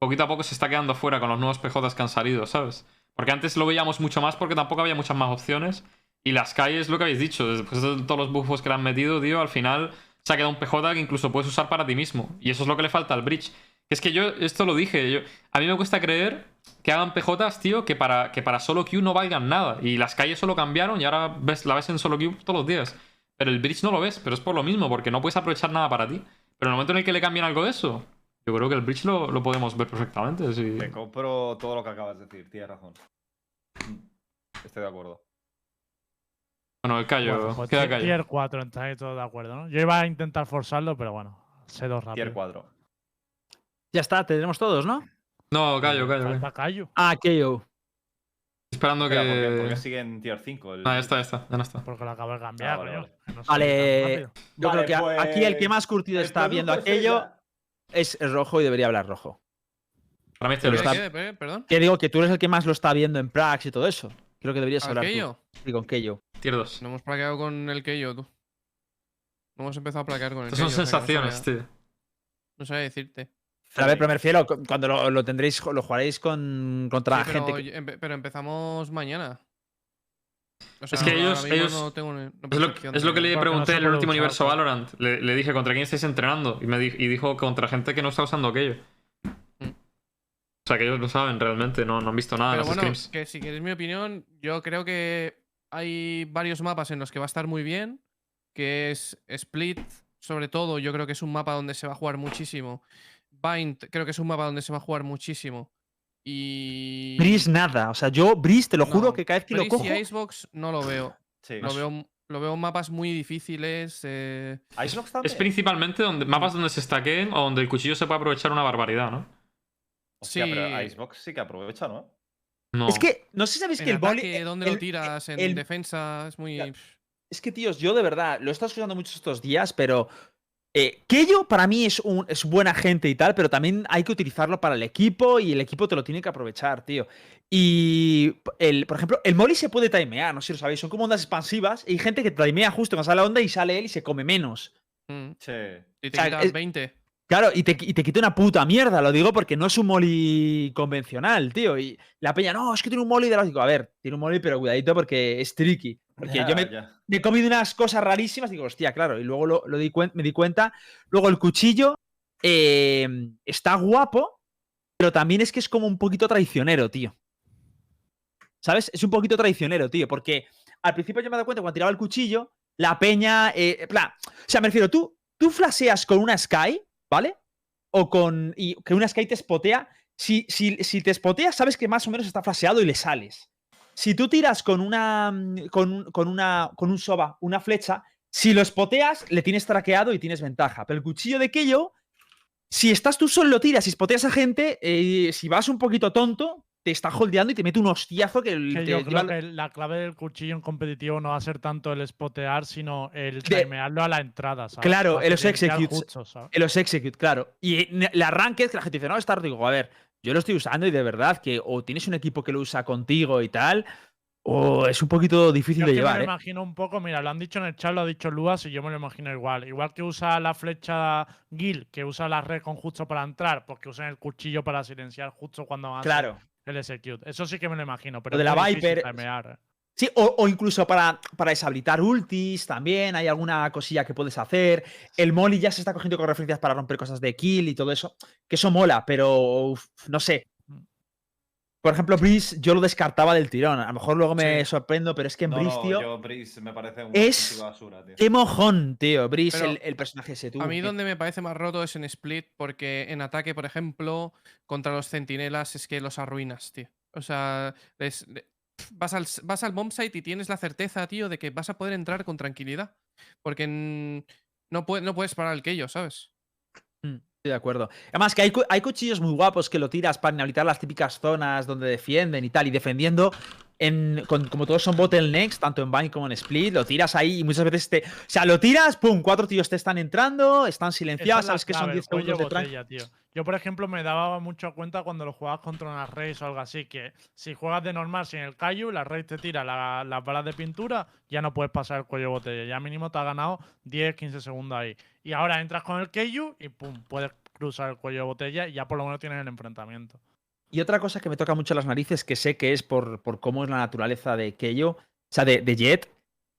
Speaker 1: poquito a poco se está quedando fuera con los nuevos PJs que han salido, ¿sabes? Porque antes lo veíamos mucho más porque tampoco había muchas más opciones y la Sky es lo que habéis dicho, después de todos los buffos que le han metido, tío, al final se ha quedado un PJ que incluso puedes usar para ti mismo y eso es lo que le falta al Bridge. Es que yo esto lo dije, yo, a mí me cuesta creer que hagan PJs, tío, que para, que para solo Q no valgan nada. Y las calles solo cambiaron y ahora ves, la ves en solo Q todos los días. Pero el bridge no lo ves, pero es por lo mismo, porque no puedes aprovechar nada para ti. Pero en el momento en el que le cambian algo de eso, yo creo que el bridge lo, lo podemos ver perfectamente. sí.
Speaker 5: Te compro todo lo que acabas de decir, tienes razón. Mm, Estoy de acuerdo.
Speaker 1: Bueno, el callo,
Speaker 3: Bueno, pues
Speaker 1: queda
Speaker 3: tier-
Speaker 1: callo.
Speaker 3: Tier 4, estáis todos de acuerdo, ¿no? Yo iba a intentar forzarlo, pero bueno, sé dos rápido.
Speaker 5: Tier 4.
Speaker 2: Ya está, tendremos todos, ¿no?
Speaker 1: No, callo, callo. callo.
Speaker 3: Falta Cayo,
Speaker 2: Ah, KO.
Speaker 1: Esperando
Speaker 5: Espera, ¿por qué, por
Speaker 1: que.
Speaker 5: qué sigue en tier 5? El...
Speaker 1: Ah, ya está, ya está, ya no está.
Speaker 3: porque lo acabo de
Speaker 1: Ah,
Speaker 3: cambiar,
Speaker 5: vale,
Speaker 3: coño,
Speaker 5: vale.
Speaker 3: que no soy
Speaker 2: Vale.
Speaker 3: tan rápido.
Speaker 2: Yo
Speaker 5: Vale,
Speaker 2: creo que a- aquí el que
Speaker 5: pues,
Speaker 2: más curtido
Speaker 5: el
Speaker 2: está viendo
Speaker 5: producto es
Speaker 2: aquello
Speaker 5: ella.
Speaker 2: es rojo y debería hablar rojo.
Speaker 1: Para mí este
Speaker 2: Pero
Speaker 1: es
Speaker 4: ¿Qué,
Speaker 1: el
Speaker 2: está-
Speaker 1: bridge.
Speaker 4: qué, pe- eh, perdón.
Speaker 2: Que digo que tú eres el que más lo está viendo en Prax y todo eso. Creo que deberías
Speaker 4: ¿Al
Speaker 2: hablar tú.
Speaker 4: Keio?
Speaker 2: Sí, con Keio.
Speaker 1: tier 2.
Speaker 4: No hemos plaqueado con el Keio, tú. No hemos empezado a plaquear con el
Speaker 1: Estas son
Speaker 4: Keio, o sea que
Speaker 1: sensaciones, tío.
Speaker 4: No sabía decirte.
Speaker 2: Pero a ver, pero me refiero, cu- cuando lo, lo tendréis, lo jugaréis con, contra
Speaker 4: Sí,
Speaker 2: gente
Speaker 4: pero,
Speaker 2: que-
Speaker 4: yo- empe- pero empezamos mañana. O
Speaker 1: que ellos-
Speaker 4: ahora mismo
Speaker 1: ellos-
Speaker 4: no tengo ni- no
Speaker 1: Es lo,
Speaker 4: percepción
Speaker 1: es lo
Speaker 4: de-
Speaker 1: que le
Speaker 3: Porque no
Speaker 1: pregunté
Speaker 3: se
Speaker 1: en el
Speaker 3: puede
Speaker 1: último
Speaker 3: usar,
Speaker 1: universo
Speaker 3: pues.
Speaker 1: Valorant. Le, le dije contra quién estáis entrenando. Y, me di- y dijo contra gente que no está usando aquello.
Speaker 4: Mm.
Speaker 1: O sea, que ellos lo saben realmente, no, no han visto nada en
Speaker 4: Pero
Speaker 1: los
Speaker 4: bueno,
Speaker 1: streams.
Speaker 4: que si queréis mi opinión, yo creo que hay varios mapas en los que va a estar muy bien, que es Split, sobre todo, yo creo que es un mapa donde se va a jugar muchísimo. Bind, creo que es un mapa donde se va a jugar muchísimo. Y...
Speaker 2: Breeze nada. O sea, yo Breeze, te lo juro
Speaker 4: No,
Speaker 2: que cada vez que
Speaker 4: Breeze
Speaker 2: lo cojo.
Speaker 4: y Icebox no lo veo.
Speaker 5: Sí.
Speaker 4: Lo veo, lo veo mapas muy difíciles. eh,
Speaker 5: Icebox también.
Speaker 1: Es principalmente donde, mapas donde se estaqueen o donde el cuchillo se puede aprovechar una barbaridad, ¿no?
Speaker 5: Hostia, pero
Speaker 4: Sí.
Speaker 5: Icebox sí que aprovecha, ¿no?
Speaker 1: No.
Speaker 2: Es que, no sé si sabéis
Speaker 4: en
Speaker 2: que el boli.
Speaker 4: ataque, ¿Dónde
Speaker 2: el-
Speaker 4: lo tiras? En
Speaker 2: el-
Speaker 4: defensa, es muy...
Speaker 2: Ya, Es que, tíos, yo de verdad lo he estado escuchando mucho estos días, pero. Eh, Keio para mí es, un, es buena gente y tal, pero también hay que utilizarlo para el equipo y el equipo te lo tiene que aprovechar, tío. Y, p- el, por ejemplo, el Molly se puede timear, no sé si lo sabéis, son como ondas expansivas y hay gente que timea justo cuando sale la onda y sale él y se come menos.
Speaker 4: mm,
Speaker 5: Che.
Speaker 4: y te
Speaker 2: sea,
Speaker 4: quitan
Speaker 2: es-
Speaker 4: 20.
Speaker 2: Claro, y te, qui- y te quita una puta mierda, lo digo porque no es un molly convencional, tío. Y la peña, no, es que tiene un molly de la... Digo, a ver, tiene un molly, pero cuidadito porque es tricky. Porque
Speaker 5: ya,
Speaker 2: yo me,
Speaker 5: ya.
Speaker 2: me he comido unas cosas rarísimas, digo, hostia, claro. Y luego lo, lo di cuen- me di cuenta. Luego el cuchillo eh, está guapo, pero también es que es como un poquito traicionero, tío. ¿Sabes? Es un poquito traicionero, tío, porque al principio yo me he dado cuenta cuando tiraba el cuchillo, la peña. eh, en plan, o sea, me refiero, tú, tú flaseas con una Sky, ¿vale? O con. Y que una Sky te spotea. Si, si, si te spoteas, sabes que más o menos está flaseado y le sales. Si tú tiras con una. mm, con, un- con una. con un soba, una flecha, si lo spoteas, le tienes traqueado y tienes ventaja. Pero el cuchillo de Keio, si estás tú solo, lo tiras, si spoteas a gente, eh, si vas un poquito tonto, te está holdeando y te mete un hostiazo que, el-
Speaker 3: Que
Speaker 2: te
Speaker 3: yo
Speaker 2: lleva-
Speaker 3: creo que la clave del cuchillo en competitivo no va a ser tanto el spotear, sino el
Speaker 2: De-
Speaker 3: timearlo a la entrada, ¿sabes?
Speaker 2: Claro,
Speaker 3: Para que
Speaker 2: los
Speaker 3: tiene que quedar
Speaker 2: executes.
Speaker 3: justo, ¿sabes?
Speaker 2: En los execute, claro. Y en el arranque es que la gente dice, no, está rico. Digo, A ver, yo lo estoy usando y de verdad que o tienes un equipo que lo usa contigo y tal, o es un poquito difícil
Speaker 3: Yo
Speaker 2: de
Speaker 3: es que me
Speaker 2: llevar,
Speaker 3: lo
Speaker 2: ¿eh?
Speaker 3: imagino un poco, mira, lo han dicho en el chat, lo ha dicho Luas y yo me lo imagino igual. Igual que usa la flecha Gil, que usa la red con justo para entrar, porque usan el cuchillo para silenciar justo cuando van a hacer
Speaker 2: Claro.
Speaker 3: el execute. Eso sí que me lo imagino, pero
Speaker 2: de
Speaker 3: es
Speaker 2: la
Speaker 3: muy difícil
Speaker 2: Viper-
Speaker 3: timear, ¿eh?
Speaker 2: Sí, o, o incluso para, para deshabilitar ultis también, hay alguna cosilla que puedes hacer. El Molly ya se está cogiendo con referencias para romper cosas de kill y todo eso, que eso mola, pero uf, no sé. Por ejemplo, Breeze yo lo descartaba del tirón. A lo mejor luego me sorprendo, pero es que en
Speaker 5: No,
Speaker 2: Breeze,
Speaker 5: no,
Speaker 2: tío.
Speaker 5: yo Breeze me parece un
Speaker 2: Es-
Speaker 5: auténtico basura, tío.
Speaker 2: Qué mojón, tío. Breeze,
Speaker 4: Pero
Speaker 2: el, el personaje ese, tú.
Speaker 4: A mí
Speaker 2: que-
Speaker 4: donde me parece más roto es en split, porque en ataque, por ejemplo, contra los centinelas es que los arruinas, tío. O sea, les- le- vas, al, s- vas al bombsite y tienes la certeza, tío, de que vas a poder entrar con tranquilidad. Porque en- no, pue- no puedes parar el yo ¿sabes?
Speaker 2: Mm, Estoy de acuerdo. Además, que hay, cu- hay cuchillos muy guapos que lo tiras para inhabilitar las típicas zonas donde defienden y tal, y defendiendo. En, con- como todos son bottlenecks, tanto en Bind como en Split, lo tiras ahí y muchas veces te. O sea, lo tiras, pum, cuatro tíos te están entrando, están
Speaker 3: Esa
Speaker 2: silenciados,
Speaker 3: es la
Speaker 2: sabes que son
Speaker 3: clave, el
Speaker 2: 10 segundos de
Speaker 3: cuello
Speaker 2: tranqui.
Speaker 3: botella, tío. Yo, por ejemplo, me daba mucho cuenta cuando lo jugabas contra una race o algo así, que si juegas de normal sin el Kaiju, la race te tira la- las balas de pintura, ya no puedes pasar el cuello botella. Ya mínimo te ha ganado 10, 15 segundos ahí. Y ahora entras con el Kaiju y pum, puedes cruzar el cuello botella y ya por lo menos tienes el enfrentamiento.
Speaker 2: Y otra cosa que me toca mucho las narices, que sé que es por, por cómo es la naturaleza de Keio, o sea, de, de Jet,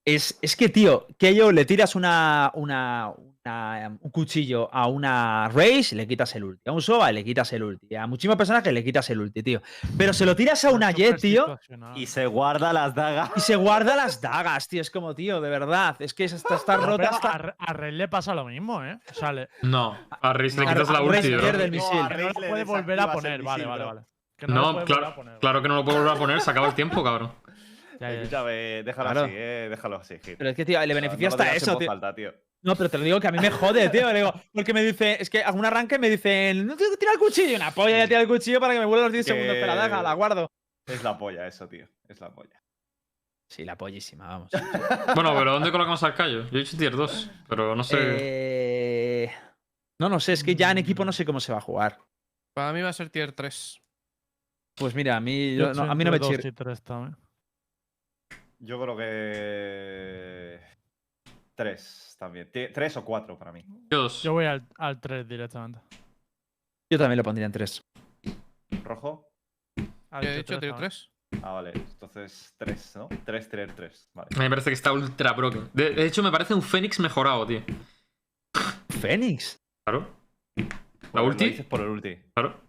Speaker 2: es, es que, tío, Keio le tiras una, una, una, em, un cuchillo a una Raze y le quitas el ulti. A un Soba y le quitas el ulti. A muchísimos personajes le quitas el ulti, tío. Pero se lo tiras a una Jet, tío,
Speaker 6: Y se guarda las dagas.
Speaker 2: y se guarda las dagas, tío. Es como, tío, de verdad. Es que está, está
Speaker 1: ah,
Speaker 2: rota.
Speaker 3: rotas.
Speaker 2: Está...
Speaker 3: A, a Rey le pasa lo mismo, ¿eh? Sale.
Speaker 1: No, a Riz le
Speaker 2: No,
Speaker 1: quitas
Speaker 2: a
Speaker 1: la
Speaker 2: Riz
Speaker 1: ulti, bro.
Speaker 2: pierde el misil.
Speaker 5: a
Speaker 3: Que no
Speaker 5: Riz
Speaker 3: lo
Speaker 5: le
Speaker 3: puede volver a
Speaker 5: desactivas
Speaker 3: poner.
Speaker 5: el
Speaker 3: Vale,
Speaker 5: misil,
Speaker 3: vale,
Speaker 5: bro.
Speaker 3: vale. Que lo
Speaker 1: No,
Speaker 3: puede volver a
Speaker 1: claro,
Speaker 3: poner,
Speaker 1: claro que no lo puedo volver a poner, se acaba el tiempo, cabrón.
Speaker 3: vale.
Speaker 2: [LAUGHS]
Speaker 3: Ya, ya, ya.
Speaker 5: Escúchame, déjalo
Speaker 2: Claro.
Speaker 5: así, eh, déjalo así. Hit.
Speaker 2: Pero es que, tío, le
Speaker 5: O sea,
Speaker 2: beneficia
Speaker 5: no lo
Speaker 2: hasta
Speaker 5: digas en
Speaker 2: eso,
Speaker 5: voz
Speaker 2: tío.
Speaker 5: alta, tío.
Speaker 2: No, pero te lo digo que a mí me jode, tío. le digo, porque me dice, es que algún arranque me dicen, no tengo que tirar el cuchillo. Una polla, ya tira el cuchillo para que me vuelva los 10 segundos. Pero la daga, la
Speaker 5: Que-
Speaker 2: guardo.
Speaker 5: Es la polla eso, tío. Es la polla.
Speaker 2: Sí, la pollísima, vamos.
Speaker 1: Bueno, pero ¿dónde colocamos al callo? Yo he hecho tier 2, pero no sé.
Speaker 2: Eh, No, no sé, es que ya en equipo no sé cómo se va a jugar.
Speaker 4: Para mí va a ser tier 3.
Speaker 2: Pues mira, a mí,
Speaker 3: Yo
Speaker 2: yo- no,
Speaker 3: estoy
Speaker 2: a mí no me
Speaker 3: entre
Speaker 2: chirre.
Speaker 3: dos y tres también.
Speaker 5: Yo creo que. Tres también. Tie- Tres o cuatro para mí.
Speaker 1: Yo 2.
Speaker 3: Yo voy al, al 3 directamente.
Speaker 2: Yo también lo pondría en 3.
Speaker 5: ¿Rojo?
Speaker 3: Al
Speaker 4: Yo he dicho
Speaker 3: tres
Speaker 4: tier
Speaker 3: también.
Speaker 4: 3.
Speaker 5: Ah, vale. Entonces, tres, ¿no? Tres, tres, tres. Vale.
Speaker 1: Me parece que está ultra broken. De, de hecho, me parece un Fénix mejorado, tío.
Speaker 2: Fénix.
Speaker 1: Claro. ¿La
Speaker 5: Lo
Speaker 1: ulti?
Speaker 5: dices por el ulti.
Speaker 1: Claro.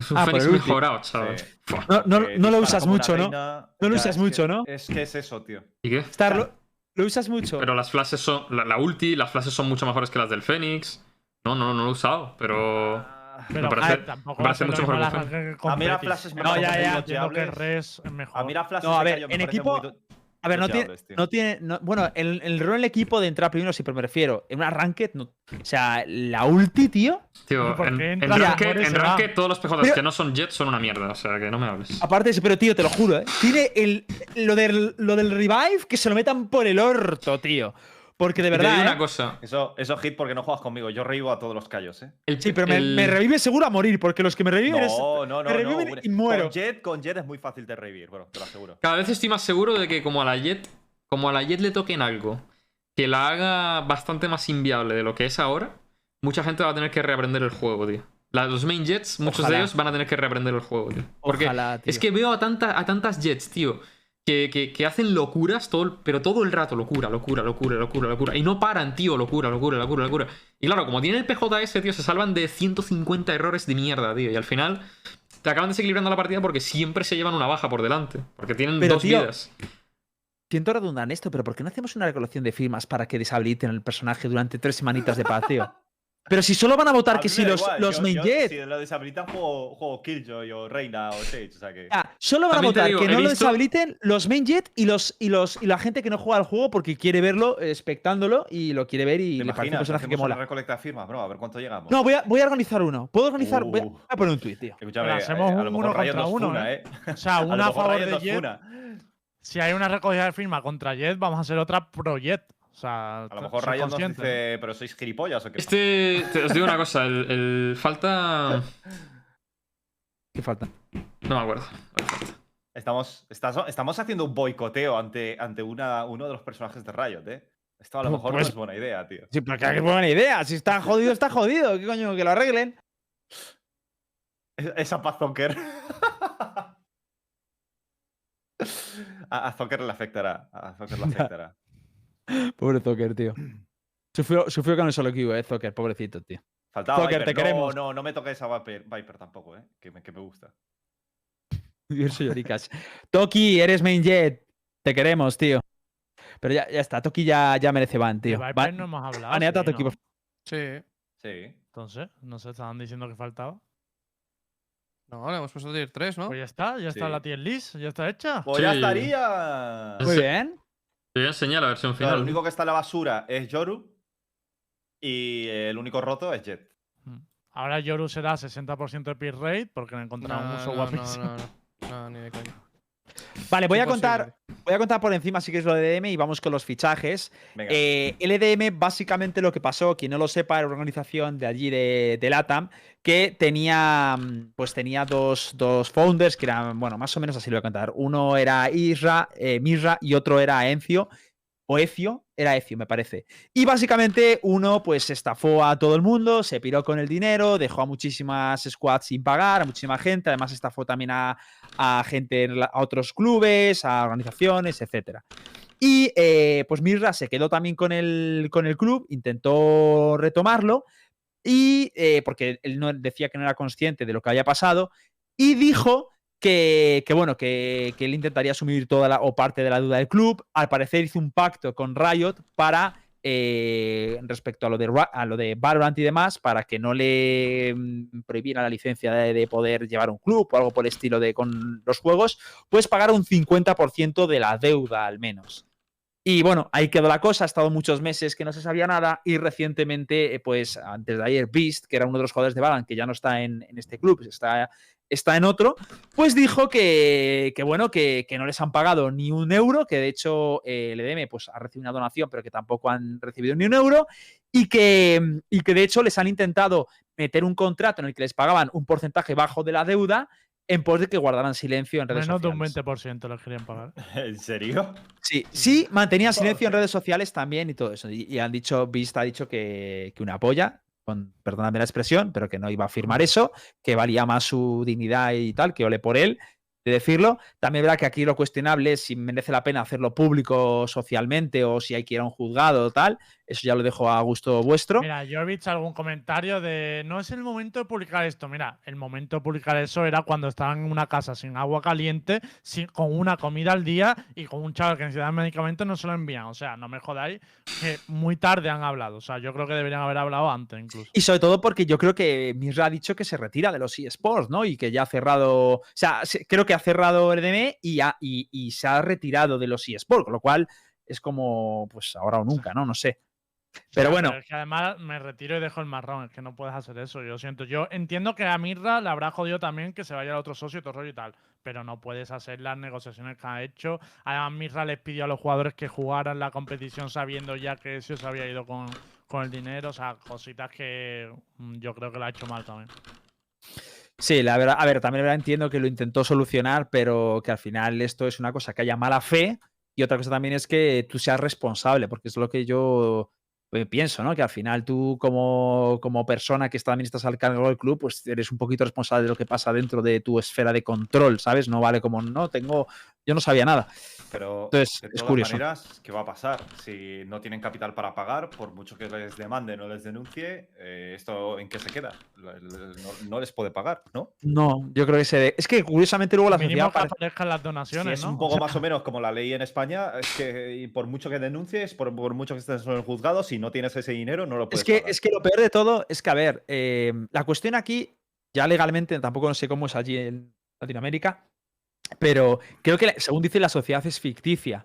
Speaker 1: Es un
Speaker 2: Ah, por
Speaker 1: Fénix
Speaker 2: el ulti.
Speaker 1: mejorado, chaval.
Speaker 5: Sí.
Speaker 1: Fua.
Speaker 2: No, no,
Speaker 5: Eh,
Speaker 2: no lo
Speaker 5: dispara
Speaker 2: usas
Speaker 5: como una
Speaker 2: mucho, ¿no?
Speaker 5: reina.
Speaker 2: No lo
Speaker 5: Ya,
Speaker 2: usas
Speaker 5: es que-
Speaker 2: mucho, ¿no?
Speaker 5: Es que es eso, tío.
Speaker 1: ¿Y qué?
Speaker 2: Star, lo, lo usas mucho.
Speaker 1: Pero las flashes son. La, la ulti, las flashes son mucho mejores que las del Fénix. No, no, no lo he usado, pero.
Speaker 5: Ah,
Speaker 3: Pero
Speaker 1: parece-
Speaker 3: joder, tampoco
Speaker 1: me
Speaker 3: va a
Speaker 1: parece
Speaker 3: ser lo
Speaker 1: mucho
Speaker 3: mismo
Speaker 1: mejor
Speaker 3: la
Speaker 1: que
Speaker 3: Ranger que
Speaker 5: A mí la
Speaker 3: Confetti.
Speaker 5: flash es
Speaker 3: No,
Speaker 5: mejor.
Speaker 3: ya, ya.
Speaker 5: Confetti,
Speaker 3: Entiendo que
Speaker 5: hables.
Speaker 3: Res es mejor.
Speaker 5: A mí la flash
Speaker 2: No,
Speaker 5: de
Speaker 2: a ver,
Speaker 5: Cayo me
Speaker 2: en
Speaker 5: parece
Speaker 2: equipo-
Speaker 5: muy do-
Speaker 2: A ver, no tiene,
Speaker 5: Deseables, tío.
Speaker 2: no tiene. no- bueno, el, el rol en el equipo de entrar primero, sí, pero me refiero. En una ranked, no. O sea, la ulti, tío.
Speaker 1: Tío,
Speaker 3: ¿Por
Speaker 1: en,
Speaker 3: qué
Speaker 1: en
Speaker 3: entra
Speaker 2: la
Speaker 1: Ranked-
Speaker 3: mujer y
Speaker 1: en
Speaker 3: se va?
Speaker 1: Ranked todos los PJs
Speaker 2: Pero- Ah,
Speaker 1: que no son Jets son una mierda, o sea que no me hables.
Speaker 2: Aparte de eso, pero tío, te lo juro, ¿eh? Tiene el, lo, del, lo del revive que se lo metan por el orto, tío. Porque de
Speaker 1: Y Te digo
Speaker 2: verdad.
Speaker 1: una
Speaker 2: ¿eh?
Speaker 1: cosa.
Speaker 5: Eso, eso hit porque no juegas conmigo. Yo reíbo a todos los callos, ¿eh?
Speaker 1: El,
Speaker 2: Sí, pero me,
Speaker 1: el-
Speaker 2: me revive seguro a morir, porque los que me reviven es.
Speaker 5: No, no, no.
Speaker 2: me reviven
Speaker 5: no.
Speaker 2: y muero.
Speaker 5: Con Jet, con Jet es muy fácil de revivir, bueno, te lo aseguro.
Speaker 1: Cada vez estoy más seguro de que como a la Jet, como a la Jet le toquen algo que la haga bastante más inviable de lo que es ahora, mucha gente va a tener que reaprender el juego, tío. La- los main Jets, muchos
Speaker 2: Ojalá.
Speaker 1: de ellos van a tener que reaprender el juego, tío. Porque
Speaker 2: Ojalá, tío.
Speaker 1: es que veo a, tanta- a tantas Jets, tío, que, que- que hacen locuras, todo, el- pero todo el rato, locura, locura, locura, locura, locura. Y no paran, tío, locura, locura, locura, locura. Y claro, como tienen el PJS, tío, se salvan de 150 errores de mierda, tío. Y al final te acaban desequilibrando la partida porque siempre se llevan una baja por delante. Porque tienen
Speaker 2: Pero,
Speaker 1: dos
Speaker 2: tío,
Speaker 1: vidas.
Speaker 2: Siento redundar en esto, pero ¿por qué no hacemos una recolección de firmas para que deshabiliten el personaje durante tres semanitas de pateo? [LAUGHS] pero si solo van a votar
Speaker 5: A
Speaker 2: que
Speaker 5: mí me
Speaker 2: si
Speaker 5: da
Speaker 2: los,
Speaker 5: igual,
Speaker 2: los
Speaker 5: yo-
Speaker 2: main
Speaker 5: yo
Speaker 2: jet.
Speaker 5: Si lo deshabilitan, juego, juego Killjoy o Reina o Sage, o sea que.
Speaker 2: Ah, solo van a
Speaker 1: También te
Speaker 2: votar
Speaker 1: digo,
Speaker 2: que
Speaker 1: he
Speaker 2: no lo
Speaker 1: visto-
Speaker 2: deshabiliten los main jet y los y los y la gente que no juega al juego porque quiere verlo eh, espectándolo y lo quiere ver y le
Speaker 5: ¿Te
Speaker 2: parece un
Speaker 5: imaginas?
Speaker 2: personaje que
Speaker 5: Hacemos una
Speaker 2: mola.
Speaker 5: recolecta de firmas, bro, a ver cuánto llegamos.
Speaker 2: No, voy a, voy a organizar uno. Puedo organizar. Voy a,
Speaker 5: Uh.
Speaker 2: voy a poner un tuit, tío.
Speaker 5: Escúchame,
Speaker 3: Pero hacemos
Speaker 5: a, a
Speaker 3: un
Speaker 5: lo
Speaker 3: uno
Speaker 5: mejor Riot
Speaker 3: contra
Speaker 5: nos
Speaker 3: uno,
Speaker 5: funa, eh.
Speaker 3: O sea,
Speaker 5: [LAUGHS] A lo
Speaker 3: una a
Speaker 5: mejor
Speaker 3: favor
Speaker 5: Riot
Speaker 3: de
Speaker 5: nos
Speaker 3: Jet.
Speaker 5: funa.
Speaker 3: Si hay una recogida de firma contra Jet, vamos a hacer otra pro Jet. O sea,
Speaker 5: A lo mejor Riot nos dice, pero sois gilipollas o qué.
Speaker 1: Este, te- os digo una cosa, el, el- falta...
Speaker 2: ¿Qué falta?
Speaker 1: No me acuerdo.
Speaker 5: Estamos, estás- estamos haciendo un boicoteo ante, ante una, uno de los personajes de Riot, eh. Esto a lo
Speaker 2: Pues-
Speaker 5: mejor no es buena idea, tío.
Speaker 2: Sí, pero que buena idea. Si está jodido, está jodido. ¿Qué coño? Que lo arreglen.
Speaker 5: E-, Es- Esa paz Zonker. [LAUGHS] A, a Zonker le afectará. A
Speaker 2: [LAUGHS]
Speaker 5: Zonker le afectará.
Speaker 2: Pobre Zucker, tío. Sufrió, sufrió con el solo Q, eh, Zucker, pobrecito, tío. [LAUGHS]
Speaker 5: Faltaba
Speaker 2: Zonker, te
Speaker 5: Viper. no,
Speaker 2: queremos.
Speaker 5: No, no me toques a Viper, Viper tampoco, eh. Que me, que me gusta.
Speaker 2: Diverso lloricas. Toki, eres mainjet. Te queremos, tío. Pero ya, ya está, Toki ya, ya merece ban,
Speaker 3: De
Speaker 2: tío.
Speaker 3: Viper
Speaker 2: Ban-
Speaker 3: no hemos hablado.
Speaker 2: Baneate a
Speaker 3: sí,
Speaker 2: Toki,
Speaker 3: ¿no?
Speaker 2: por
Speaker 4: Sí.
Speaker 5: Sí.
Speaker 3: Entonces, no se estaban diciendo que faltaba.
Speaker 4: No, le hemos puesto tier 3, ¿no?
Speaker 3: Pues ya está, ya está
Speaker 5: Sí.
Speaker 3: la tier list, ya está hecha.
Speaker 5: Pues ya
Speaker 1: Sí.
Speaker 5: estaría.
Speaker 2: Muy bien.
Speaker 1: Te voy a enseñar la versión
Speaker 5: Claro,
Speaker 1: final.
Speaker 5: el único que está en la basura es Yoru. Y el único roto es Jet.
Speaker 3: Ahora Yoru será 60% de pick rate porque le encontramos un uso
Speaker 4: no, no,
Speaker 3: guapísimo.
Speaker 4: no, no, no, ni de coña.
Speaker 2: Vale, voy a contar.
Speaker 4: Imposible.
Speaker 2: Voy a contar por encima si que es lo de DM y vamos con los fichajes.
Speaker 5: Venga.
Speaker 2: Eh, LDM, básicamente lo que pasó, quien no lo sepa, era una organización de allí de, de LATAM que tenía, mm, pues tenía dos, dos founders que eran, bueno, más o menos así lo voy a contar. Uno era Isra, eh, Mirra y otro era Encio. O Ecio, era Ecio, me parece. Y básicamente uno pues estafó a todo el mundo, se piró con el dinero, dejó a muchísimas squads sin pagar, a muchísima gente, además estafó también a, a gente, en la- a otros clubes, a organizaciones, etcétera. Y eh, pues Mirra se quedó también con el, con el club, intentó retomarlo, y eh, porque él no decía que no era consciente de lo que había pasado, y dijo que, que, bueno, que, que él intentaría asumir toda la, o parte de la deuda del club. Al parecer hizo un pacto con Riot para. eh, respecto a lo, de, Ra- a lo de Valorant y demás, para que no le mm, prohibiera la licencia de, de poder llevar un club o algo por el estilo de con los juegos, pues pagar un 50% de la deuda al menos. Y bueno, ahí quedó la cosa, ha estado muchos meses que no se sabía nada y recientemente, eh, pues antes de ayer, Beast, que era uno de los jugadores de Balan, que ya no está en, en este club, está, está en otro, pues dijo que, que bueno, que, que no les han pagado ni un euro, que de hecho eh, el EDM pues, ha recibido una donación, pero que tampoco han recibido ni un euro, y que, y que de hecho les han intentado meter un contrato en el que les pagaban un porcentaje bajo de la deuda en pos de que guardaran silencio en redes
Speaker 3: Menos de un
Speaker 2: sociales.
Speaker 3: 20% lo querían pagar.
Speaker 5: [LAUGHS] ¿En serio?
Speaker 2: Sí, sí, mantenía silencio en redes sociales también y todo eso. Y, y han dicho, Vista ha dicho que, que una polla, con, perdóname la expresión, pero que no iba a firmar eso, que valía más su dignidad y tal, que ole por él, de decirlo. También verá que aquí lo cuestionable es si merece la pena hacerlo público socialmente o si hay que ir a un juzgado o tal. Eso ya lo dejo a gusto vuestro.
Speaker 3: Mira, yo he visto algún comentario de no es el momento de publicar esto. Mira, el momento de publicar eso era cuando estaban en una casa sin agua caliente, sin, con una comida al día y con un chaval que necesitaba medicamentos no se lo envían. O sea, no me jodáis que muy tarde han hablado. O sea, yo creo que deberían haber hablado antes incluso.
Speaker 2: Y sobre todo porque yo creo que Mirra ha dicho que se retira de los eSports, ¿no? Y que ya ha cerrado. O sea, se- creo que ha cerrado LDM y, ha- y, y se ha retirado de los eSports, con lo cual es como, pues ahora o nunca, ¿no? No sé. Pero
Speaker 3: Ya,
Speaker 2: bueno.
Speaker 3: es que además me retiro y dejo el marrón. Es que no puedes hacer eso. Yo siento. Yo entiendo que a Mirra le habrá jodido también que se vaya al otro socio y todo el rollo y tal. Pero no puedes hacer las negociaciones que ha hecho. Además, Mirra les pidió a los jugadores que jugaran la competición sabiendo ya que se os había ido con, con el dinero. O sea, cositas que mm, yo creo que lo ha hecho mal también.
Speaker 2: Sí, la verdad, a ver, también la verdad entiendo que lo intentó solucionar, pero que al final esto es una cosa que haya mala fe y otra cosa también es que tú seas responsable, porque es lo que yo eh, pienso, ¿no? Que al final tú como, como persona que está- también estás al cargo del club, pues eres un poquito responsable de lo que pasa dentro de tu esfera de control, ¿sabes? No vale como, no, tengo, yo no sabía nada.
Speaker 5: Pero
Speaker 2: Entonces,
Speaker 5: de
Speaker 2: es
Speaker 5: todas
Speaker 2: curioso.
Speaker 5: maneras, ¿qué va a pasar? Si no tienen capital para pagar, por mucho que les demande, no les denuncie, eh, ¿esto en qué se queda? La- la- la- No, no les puede pagar, ¿no?
Speaker 2: No, yo creo que se... de- Es que curiosamente luego la
Speaker 3: Mínimo
Speaker 2: sociedad...
Speaker 3: que
Speaker 2: parece-
Speaker 3: aparezcan las
Speaker 5: Sí,
Speaker 3: donaciones,
Speaker 5: es
Speaker 3: ¿no?
Speaker 5: un poco más o menos como la ley en España, es que y por mucho que denuncies, por, por mucho que estés en el juzgado, si no tienes ese dinero, no lo puedes
Speaker 2: Es que,
Speaker 5: pagar.
Speaker 2: es que lo peor de todo es que, a ver, eh, la cuestión aquí, ya legalmente, tampoco no sé cómo es allí en Latinoamérica, pero creo que, la- según dice, la sociedad es ficticia.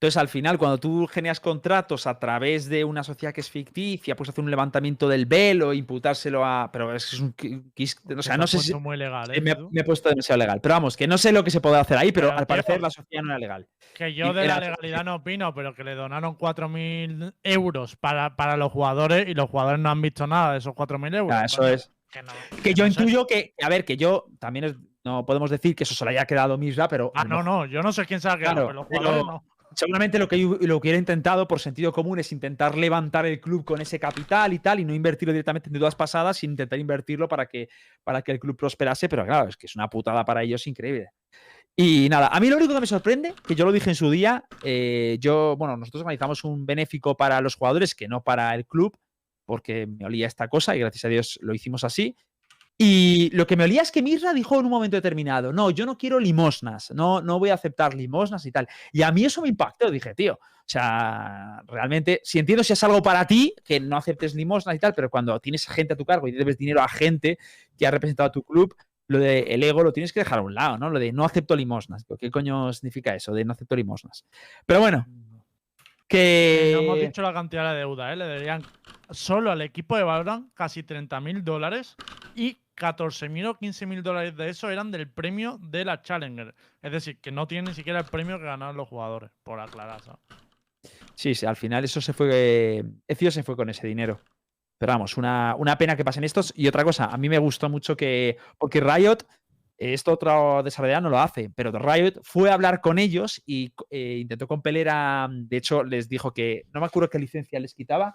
Speaker 2: Entonces, al final, cuando tú generas contratos a través de una sociedad que es ficticia, puedes hacer un levantamiento del velo, imputárselo a. Pero es que es un. qui- quis- O sea,
Speaker 3: Te
Speaker 2: no
Speaker 3: has
Speaker 2: sé si.
Speaker 3: puesto muy legal,
Speaker 2: eh,
Speaker 3: ¿eh,
Speaker 2: Me,
Speaker 3: Edu?
Speaker 2: me he puesto demasiado legal. Pero vamos, que no sé lo que se podrá hacer ahí, pero
Speaker 3: Pero,
Speaker 2: al
Speaker 3: tío,
Speaker 2: parecer la sociedad no era legal.
Speaker 3: Que
Speaker 2: Y
Speaker 3: yo de la
Speaker 2: era-
Speaker 3: legalidad no opino, pero que le donaron 4.000 euros para, para los jugadores y los jugadores no han visto nada de esos 4.000 euros.
Speaker 2: Ah, eso
Speaker 3: coño.
Speaker 2: es.
Speaker 3: Que, no-
Speaker 2: Que yo
Speaker 3: no sé.
Speaker 2: intuyo que. A ver, que yo también es- no podemos decir que eso se le haya quedado misra, pero. a
Speaker 3: Ah,
Speaker 2: lo
Speaker 3: no, no, yo no sé quién se ha quedado,
Speaker 2: Claro,
Speaker 3: pero los
Speaker 2: pero-
Speaker 3: jugadores no.
Speaker 2: Seguramente lo que, lo que era intentado por sentido común es intentar levantar el club con ese capital y tal, y no invertirlo directamente en deudas pasadas, sino intentar invertirlo para que, para que el club prosperase, pero claro, es que es una putada para ellos increíble. Y nada, a mí lo único que me sorprende, que yo lo dije en su día, eh, yo, bueno, nosotros organizamos un benéfico para los jugadores que no para el club, porque me olía esta cosa y gracias a Dios lo hicimos así. Y lo que me olía es que Mirra dijo en un momento determinado, no, yo no quiero limosnas, no, no voy a aceptar limosnas y tal. Y a mí eso me impactó, dije, tío, o sea, realmente, si entiendo si es algo para ti, que no aceptes limosnas y tal, pero cuando tienes gente a tu cargo y debes dinero a gente que ha representado a tu club, lo de el ego lo tienes que dejar a un lado, ¿no? Lo de no acepto limosnas. Pero ¿Qué coño significa eso de no acepto limosnas? Pero bueno,
Speaker 3: Que Mm. No hemos
Speaker 2: que...
Speaker 3: dicho la cantidad de deuda, ¿eh? Le deberían solo al equipo de Valorant casi 30.000 dólares y 14.000 o 15.000 dólares de eso eran del premio de la Challenger. Es decir, que no tienen ni siquiera el premio que ganaron los jugadores, por aclarar. ¿sabes?
Speaker 2: Sí, sí, al final eso se fue... Ezio se fue con ese dinero. Pero vamos, una, una pena que pasen estos. Y otra cosa, a mí me gustó mucho que... Porque Riot, eh, esto otro desarrollador no lo hace, pero Riot fue a hablar con ellos y eh, intentó compeler a... De hecho, les dijo que... No me acuerdo qué licencia les quitaba,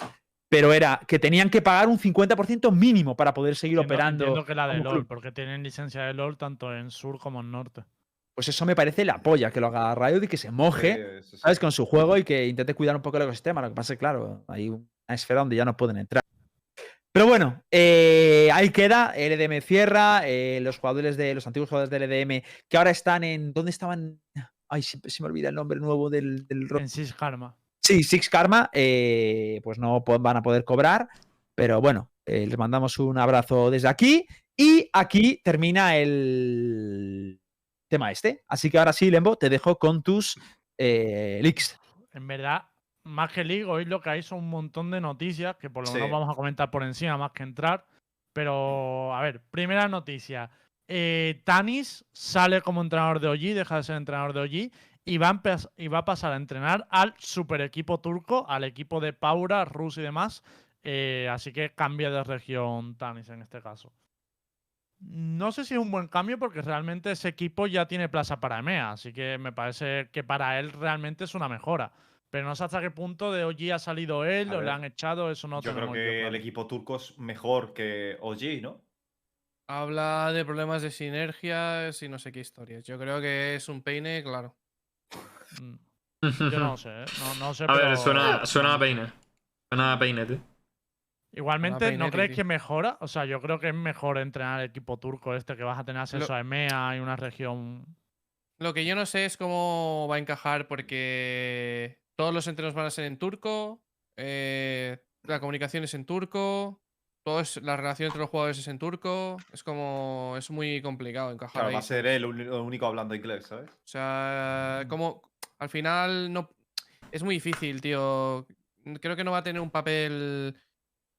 Speaker 2: pero era que tenían que pagar un 50% mínimo para poder seguir
Speaker 3: Entiendo-
Speaker 2: operando.
Speaker 3: entiendo que la de
Speaker 2: como
Speaker 3: LoL,
Speaker 2: club.
Speaker 3: porque tienen licencia de LoL tanto en sur como en norte.
Speaker 2: Pues eso me parece la polla, que lo haga Riot y que se moje.
Speaker 5: Eh, eso sí.
Speaker 2: ¿sabes? Con su juego y que intente cuidar un poco el ecosistema. Lo que pasa es que, claro, hay una esfera donde ya no pueden entrar. Pero bueno, eh, ahí queda. El EDM cierra. eh, los jugadores de los antiguos jugadores del EDM que ahora están en. ¿Dónde estaban? Ay, siempre se me olvida el nombre nuevo del, del ro-
Speaker 3: En Six Karma.
Speaker 2: Sí, Six Karma. eh, pues no po- van a poder cobrar. Pero bueno, eh, les mandamos un abrazo desde aquí. Y aquí termina el tema este. Así que ahora sí, Lembo, te dejo con tus eh, leaks.
Speaker 3: En verdad, más que League, hoy lo que hay son un montón de noticias que por lo menos
Speaker 5: Sí.
Speaker 3: vamos a comentar por encima más que entrar. Pero, a ver, primera noticia. Eh, Tanis sale como entrenador de OG, deja de ser entrenador de OG y va, a empe- y va a pasar a entrenar al super equipo turco, al equipo de Paura, Rus y demás. Eh, así que cambia de región Tanis en este caso. No sé si es un buen cambio porque realmente ese equipo ya tiene plaza para EMEA, así que me parece que para él realmente es una mejora. Pero no sé hasta qué punto de OG ha salido él
Speaker 5: A
Speaker 3: o le
Speaker 5: ver,
Speaker 3: han echado, eso no
Speaker 5: Yo creo
Speaker 3: tenemos
Speaker 5: que el
Speaker 3: claro.
Speaker 5: equipo turco es mejor que OG, ¿no?
Speaker 4: Habla de problemas de sinergias y no sé qué historias. Yo creo que es un peine, claro.
Speaker 3: Mm. Yo no sé, ¿eh? no, no sé.
Speaker 1: A ver,
Speaker 3: pero-
Speaker 1: suena, suena a
Speaker 3: no.
Speaker 1: peine. Suena a peine, tío.
Speaker 3: Igualmente, ¿no
Speaker 4: Peinetti,
Speaker 3: crees
Speaker 4: sí.
Speaker 3: que mejora? O sea, yo creo que es mejor entrenar al equipo turco este que vas a tener acceso
Speaker 4: Lo-
Speaker 3: a EMEA y una región.
Speaker 4: Lo que yo no sé es cómo va a encajar porque todos los entrenos van a ser en turco, eh, la comunicación es en turco, todo es- la relación entre los jugadores es en turco. Es como. Es muy complicado encajar
Speaker 5: Claro,
Speaker 4: ahí.
Speaker 3: pues
Speaker 5: va a ser él el único hablando inglés, ¿sabes?
Speaker 4: O
Speaker 3: Mm.
Speaker 4: sea, como al final no es muy difícil, tío. N- Creo que no va a tener un papel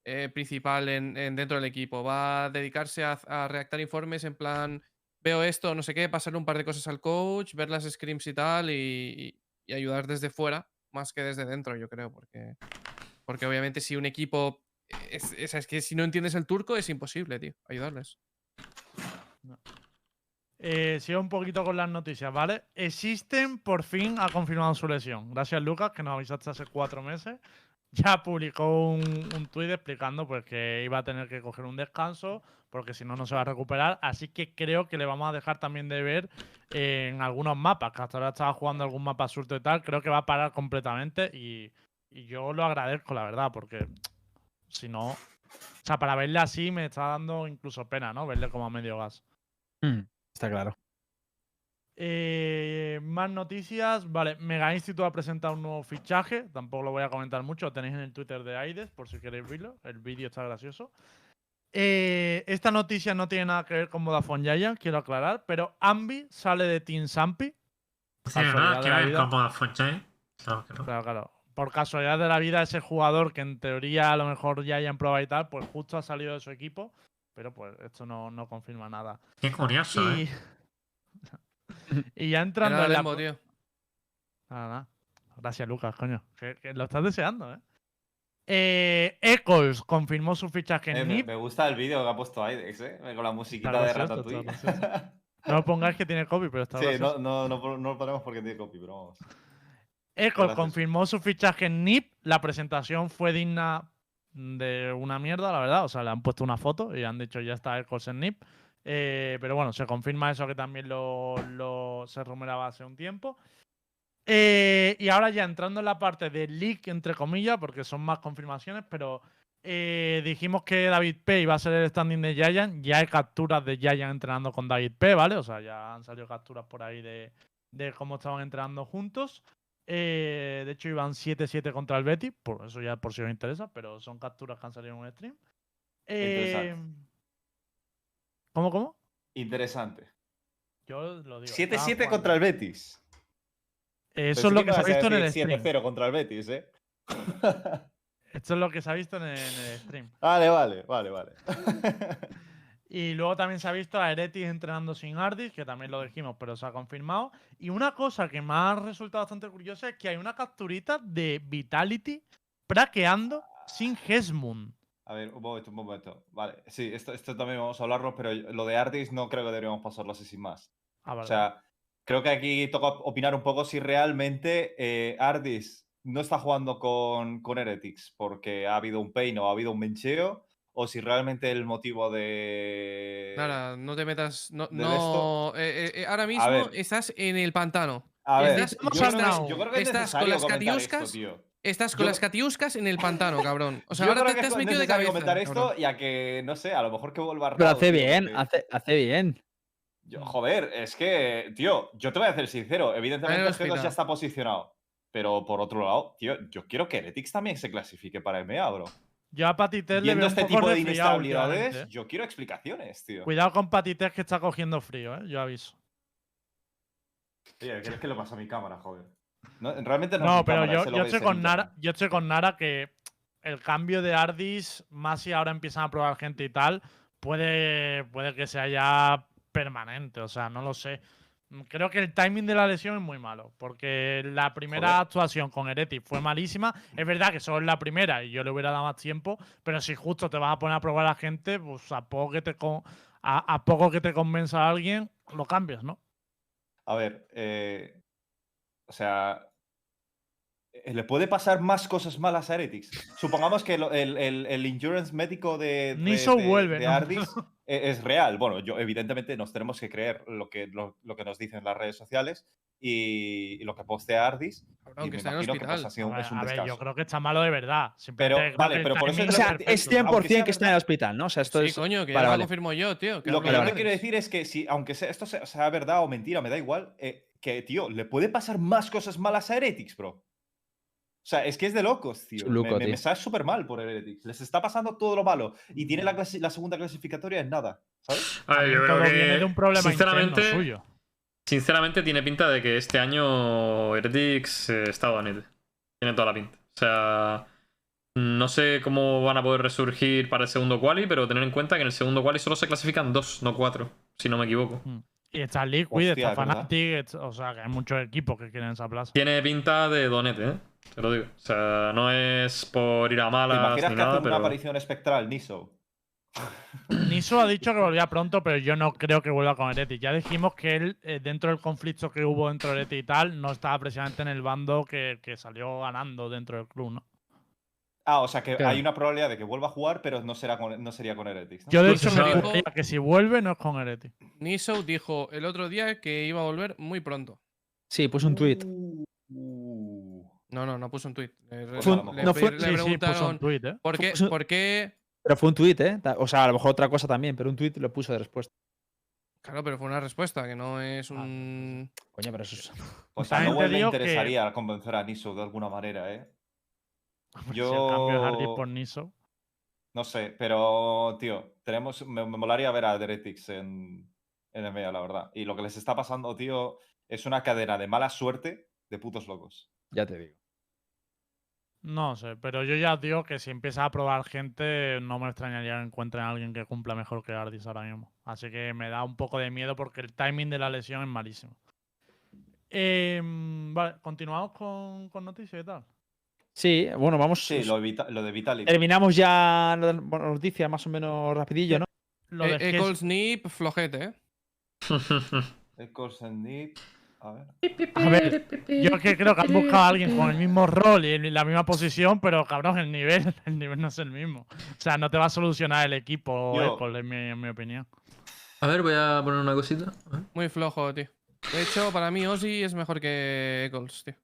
Speaker 4: eh, principal en, en dentro del equipo. Va a dedicarse a, haz- a redactar informes en plan veo esto, no sé qué, pasarle un par de cosas al coach, ver las scrims y tal y, y ayudar desde fuera más que desde dentro, yo creo, porque porque obviamente si un equipo es, es- es que si no entiendes el turco es imposible, tío, ayudarles.
Speaker 3: Eh, sigo un poquito con las noticias, ¿vale? Existen, por fin ha confirmado su lesión. Gracias, Lucas, que nos avisaste hace cuatro meses. Ya publicó un, un tuit explicando pues, que iba a tener que coger un descanso, porque si no, no se va a recuperar. Así que creo que le vamos a dejar también de ver eh, en algunos mapas, que hasta ahora estaba jugando algún mapa surto y tal. Creo que va a parar completamente y, y yo lo agradezco, la verdad, porque si no. O sea, para verle así me está dando incluso pena, ¿no? Verle como a medio gas.
Speaker 2: Mm. Está claro.
Speaker 3: Eh, más noticias. Vale, Mega Institute ha presentado un nuevo fichaje. Tampoco lo voy a comentar mucho. Lo tenéis en el Twitter de Aides, por si queréis verlo. El vídeo está gracioso. Eh, esta noticia no tiene nada que ver con Vodafone Yaya, quiero aclarar. Pero Ambi sale de Team Sampi. Casualidad de la vida. Claro, claro. Por casualidad de la vida, ese jugador que en teoría a lo mejor ya hay en prueba y tal, pues justo ha salido de su equipo. Pero pues esto no, no confirma nada.
Speaker 1: Qué curioso, ¿eh?
Speaker 3: Y, y [LAUGHS] ya
Speaker 4: De
Speaker 3: entrando
Speaker 4: nada,
Speaker 3: en la,
Speaker 4: Lembo, tío.
Speaker 3: Nada, nada. Gracias, Lucas, coño. Que, que lo estás deseando, ¿eh? eh Eccles confirmó su fichaje en
Speaker 5: Eh, me,
Speaker 3: NIP.
Speaker 5: me gusta el vídeo que ha puesto Aidex, ¿eh? Con la
Speaker 3: Está
Speaker 5: musiquita de
Speaker 3: gracioso, está
Speaker 5: Ratatouille.
Speaker 3: No lo pongáis que tiene copy, pero está
Speaker 5: sí,
Speaker 3: gracioso.
Speaker 5: no, no, no, por- no lo ponemos porque tiene copy, pero vamos.
Speaker 3: Eccles
Speaker 5: gracias.
Speaker 3: confirmó su fichaje en NIP. La presentación fue digna de una mierda, la verdad. O sea, le han puesto una foto y han dicho ya está Eccles en NIP. Eh, pero bueno, se confirma eso que también lo, lo- se rumoreaba hace un tiempo. Eh, y ahora ya entrando en la parte de leak, entre comillas, porque son más confirmaciones, pero eh, dijimos que David P iba a ser el standing de Giant. Ya hay capturas de Giant entrenando con David P, ¿vale? O sea, ya han salido capturas por ahí de, de cómo estaban entrenando juntos. Eh, de hecho, iban 7-7 contra el Betis. Por eso ya por si os interesa, pero son capturas que han salido en un stream.
Speaker 5: Interesante.
Speaker 3: Eh, ¿Cómo, cómo?
Speaker 5: Interesante.
Speaker 3: Yo lo digo. estaban
Speaker 5: 7-7
Speaker 3: jugando.
Speaker 5: contra el Betis.
Speaker 3: Eso es lo que se ha visto en el stream.
Speaker 5: 7-0 contra el Betis, ¿eh?
Speaker 3: Esto es lo que se ha visto en el, en el stream.
Speaker 5: Vale, vale, vale, vale.
Speaker 3: [LAUGHS] Y luego también se ha visto a Heretis entrenando sin Ardis, que también lo dijimos, pero se ha confirmado. Y una cosa que me ha resultado bastante curiosa es que hay una capturita de Vitality praqueando sin Hesmund.
Speaker 5: A ver, un momento, un momento. Vale, sí, esto, esto también vamos a hablarlo, pero yo- lo de Artis no creo que deberíamos pasarlo así sin más.
Speaker 3: Ah, vale.
Speaker 5: O sea, creo que aquí toca opinar un poco si realmente eh, Ardis no está jugando con, con Heretics porque ha habido un pain o ha habido un mencheo, o si realmente el motivo de.
Speaker 4: Nada, no te metas. No,
Speaker 5: eh, del
Speaker 4: no, eh, eh, eh, ahora mismo
Speaker 5: ver.
Speaker 4: estás en el pantano.
Speaker 5: A ver,
Speaker 4: estás-
Speaker 5: yo,
Speaker 3: estás-
Speaker 5: creo, yo creo que es
Speaker 4: estás con
Speaker 5: necesario
Speaker 4: las
Speaker 5: comentar
Speaker 4: catiuscas,
Speaker 5: esto, tío.
Speaker 4: Estás con
Speaker 5: Yo-
Speaker 4: las catiuscas en el pantano, cabrón. O sea,
Speaker 5: Yo
Speaker 4: ahora
Speaker 5: creo
Speaker 4: te,
Speaker 5: que
Speaker 4: te
Speaker 5: es
Speaker 4: has metido de
Speaker 5: necesario
Speaker 4: cabeza.
Speaker 5: comentar esto
Speaker 4: cabrón.
Speaker 5: y a que, no sé, a lo mejor que vuelva
Speaker 2: Pero
Speaker 5: Rao,
Speaker 2: hace
Speaker 5: tío,
Speaker 2: bien,
Speaker 5: porque-
Speaker 2: hace, hace bien.
Speaker 3: Mm.
Speaker 5: Yo- joder, es que, tío, yo te voy a ser sincero. Evidentemente,
Speaker 4: Daniel
Speaker 5: G2
Speaker 4: Ospina.
Speaker 5: ya está posicionado. Pero por otro lado, tío, yo quiero que Heretics también se clasifique para MA, bro.
Speaker 3: Yo a Patites le
Speaker 5: Viendo
Speaker 3: veo
Speaker 5: este
Speaker 3: un poco
Speaker 5: tipo de
Speaker 3: resfriado últimamente,
Speaker 5: inestabilidades,
Speaker 3: ¿eh? Pues
Speaker 5: yo quiero explicaciones, tío.
Speaker 3: Cuidado con Patites que está cogiendo frío, ¿eh? yo aviso.
Speaker 5: Oye, ¿crees que lo pasa a mi cámara, joder? No, realmente no, es
Speaker 3: No,
Speaker 5: mi
Speaker 3: pero
Speaker 5: cámara,
Speaker 3: yo,
Speaker 5: se lo
Speaker 3: yo
Speaker 5: veis
Speaker 3: estoy
Speaker 5: en
Speaker 3: con Nara,
Speaker 5: internet.
Speaker 3: yo estoy con Nara que el cambio de Ardis, más si ahora empiezan a probar gente y tal, puede, puede que sea ya permanente, o sea, no lo sé. Mm, Creo que el timing de la lesión es muy malo, porque la primera
Speaker 5: Joder.
Speaker 3: actuación con Hereti fue malísima. Es verdad que solo es la primera y yo le hubiera dado más tiempo, pero si justo te vas a poner a probar a la gente, pues a poco que te, con- a, a poco que te convenza a alguien, lo cambias, ¿no?
Speaker 5: A ver, eh, o sea, eh, le puede pasar más cosas malas a Heretics. Supongamos que lo- el, el- el insurance médico de, de,
Speaker 3: Niso
Speaker 5: de-
Speaker 3: vuelve,
Speaker 5: de
Speaker 3: ¿no?
Speaker 4: [LAUGHS]
Speaker 5: Ardis e- es real. Bueno, yo evidentemente nos tenemos que creer lo que, lo, lo que nos dicen las redes sociales y, y lo que postea Ardis. y
Speaker 4: Cabrón, que
Speaker 5: me
Speaker 4: está en el
Speaker 5: imagino que pues,
Speaker 4: hospital.
Speaker 5: ha sido un-
Speaker 3: Hombre,
Speaker 5: es un
Speaker 3: a ver, yo
Speaker 5: descaso.
Speaker 3: creo que está malo de verdad.
Speaker 5: Pero,
Speaker 3: Simplemente creo que
Speaker 5: vale,
Speaker 3: el
Speaker 5: pero por eso
Speaker 3: timing
Speaker 5: es
Speaker 2: O
Speaker 3: es
Speaker 2: sea,
Speaker 5: perfecto,
Speaker 2: es
Speaker 3: perfecto.
Speaker 2: 100%
Speaker 5: sea
Speaker 2: que está en el hospital, ¿no? O sea, esto
Speaker 4: Sí,
Speaker 2: es.
Speaker 4: coño, que
Speaker 2: vale,
Speaker 4: ya
Speaker 2: vale.
Speaker 4: lo confirmo yo, tío.
Speaker 5: Lo que
Speaker 4: no me
Speaker 2: vale.
Speaker 5: yo te
Speaker 4: jodas.
Speaker 5: quiero decir es que si, aunque sea, esto sea, sea verdad o mentira, me da igual, eh, que, tío, le puede pasar más cosas malas a Heretics, bro. O sea, es que es de locos, tío.
Speaker 2: un loco,
Speaker 5: me, me- me
Speaker 2: tío.
Speaker 5: sabe súper mal por Heretics. Les está pasando todo lo malo. Y tiene
Speaker 2: Mm.
Speaker 5: la, clasi- la segunda clasificatoria en nada, ¿sabes?
Speaker 1: A ver, yo
Speaker 3: Todo
Speaker 1: creo
Speaker 3: viene
Speaker 1: que.
Speaker 3: de un problema
Speaker 1: sinceramente,
Speaker 3: interno suyo.
Speaker 1: Sinceramente, tiene pinta de que este año Heretics eh, está banete. Tiene toda la pinta. O sea, no sé cómo van a poder resurgir para el segundo quali, pero tener en cuenta que en el segundo quali solo se clasifican dos, no cuatro, si no me equivoco.
Speaker 3: Y está Liquid,
Speaker 5: Hostia,
Speaker 3: está
Speaker 5: es verdad.
Speaker 3: Fnatic, et- o sea, que hay muchos equipos que quieren esa plaza.
Speaker 1: Tiene pinta de donete, ¿eh? Te lo digo. O sea, no es por ir a
Speaker 5: ¿Te
Speaker 1: malas
Speaker 5: imaginas
Speaker 1: ni
Speaker 5: que hace
Speaker 1: nada,
Speaker 5: una
Speaker 1: pero.
Speaker 5: aparición espectral, Niso?
Speaker 3: Niso ha dicho que volvía pronto, pero yo no creo que vuelva con Ereti. Ya dijimos que él, eh, dentro del conflicto que hubo entre Ereti y tal, no estaba precisamente en el bando que, que salió ganando dentro del club, ¿no?
Speaker 5: Ah, o sea que
Speaker 2: Claro.
Speaker 5: hay una probabilidad de que vuelva a jugar, pero no, será con, no sería con Heretics. ¿no?
Speaker 3: Yo de
Speaker 1: Pues
Speaker 3: hecho
Speaker 1: se
Speaker 3: me
Speaker 1: sabe.
Speaker 3: juraría que si vuelve no es con Ereti.
Speaker 4: Niso dijo el otro día que iba a volver muy pronto.
Speaker 2: Sí, puse un tweet.
Speaker 5: Uh, uh.
Speaker 4: No, no, no puso un tweet. Le,
Speaker 5: Fue un-
Speaker 4: le-
Speaker 2: no
Speaker 4: le
Speaker 2: fue-
Speaker 4: pre-
Speaker 3: Sí,
Speaker 4: le
Speaker 3: sí, puso
Speaker 4: preguntaron
Speaker 3: un tuit, ¿eh? [LAUGHS]
Speaker 4: por qué,
Speaker 2: puso-
Speaker 4: por qué.
Speaker 2: Pero fue un tweet, ¿eh? Ta- O sea, a lo mejor otra cosa también, pero un tweet lo puso de respuesta.
Speaker 4: Claro, pero fue una respuesta, que no es
Speaker 2: Ah,
Speaker 4: un.
Speaker 2: Coño, pero eso es.
Speaker 5: O sea,
Speaker 3: Pues También
Speaker 5: no
Speaker 3: te
Speaker 5: le
Speaker 3: digo que-
Speaker 5: interesaría convencer a Niso de alguna manera, ¿eh?
Speaker 3: Pues Si el cambio de Hardy
Speaker 5: Yo-
Speaker 3: por Niso.
Speaker 5: No sé, pero, tío, tenemos, me, me molaría ver a Heretics en, en el medio, la verdad. Y lo que les está pasando, tío, es una cadena de mala suerte de putos locos.
Speaker 2: Ya te digo.
Speaker 3: No sé, pero yo ya os digo que si empieza a probar gente, no me extrañaría que encuentren a alguien que cumpla mejor que Ardis ahora mismo. Así que me da un poco de miedo porque el timing de la lesión es malísimo. Em, vale, continuamos con, con noticias y tal.
Speaker 2: Sí, bueno, vamos.
Speaker 5: Sí, lo, de Vita- lo de Vitalik.
Speaker 2: Terminamos ya la bueno, noticia más o menos rapidillo, ¿no?
Speaker 3: Lo de
Speaker 4: Eh, eh,
Speaker 3: Ges-
Speaker 4: Cold Snip, flojete, ¿eh?
Speaker 5: El Course and Need, A ver.
Speaker 3: A ver, yo es que creo que han buscado a alguien con el mismo rol y en la misma posición, pero cabrón, el nivel, [LAUGHS] el nivel no es el mismo. O sea, no te va a solucionar el equipo,
Speaker 5: Yo-
Speaker 3: Ecol, en mi, en mi opinión.
Speaker 1: [LAUGHS] A ver, voy a poner una cosita.
Speaker 4: Muy flojo, tío. De hecho, para mí Ozzy es mejor que Eccles, tío.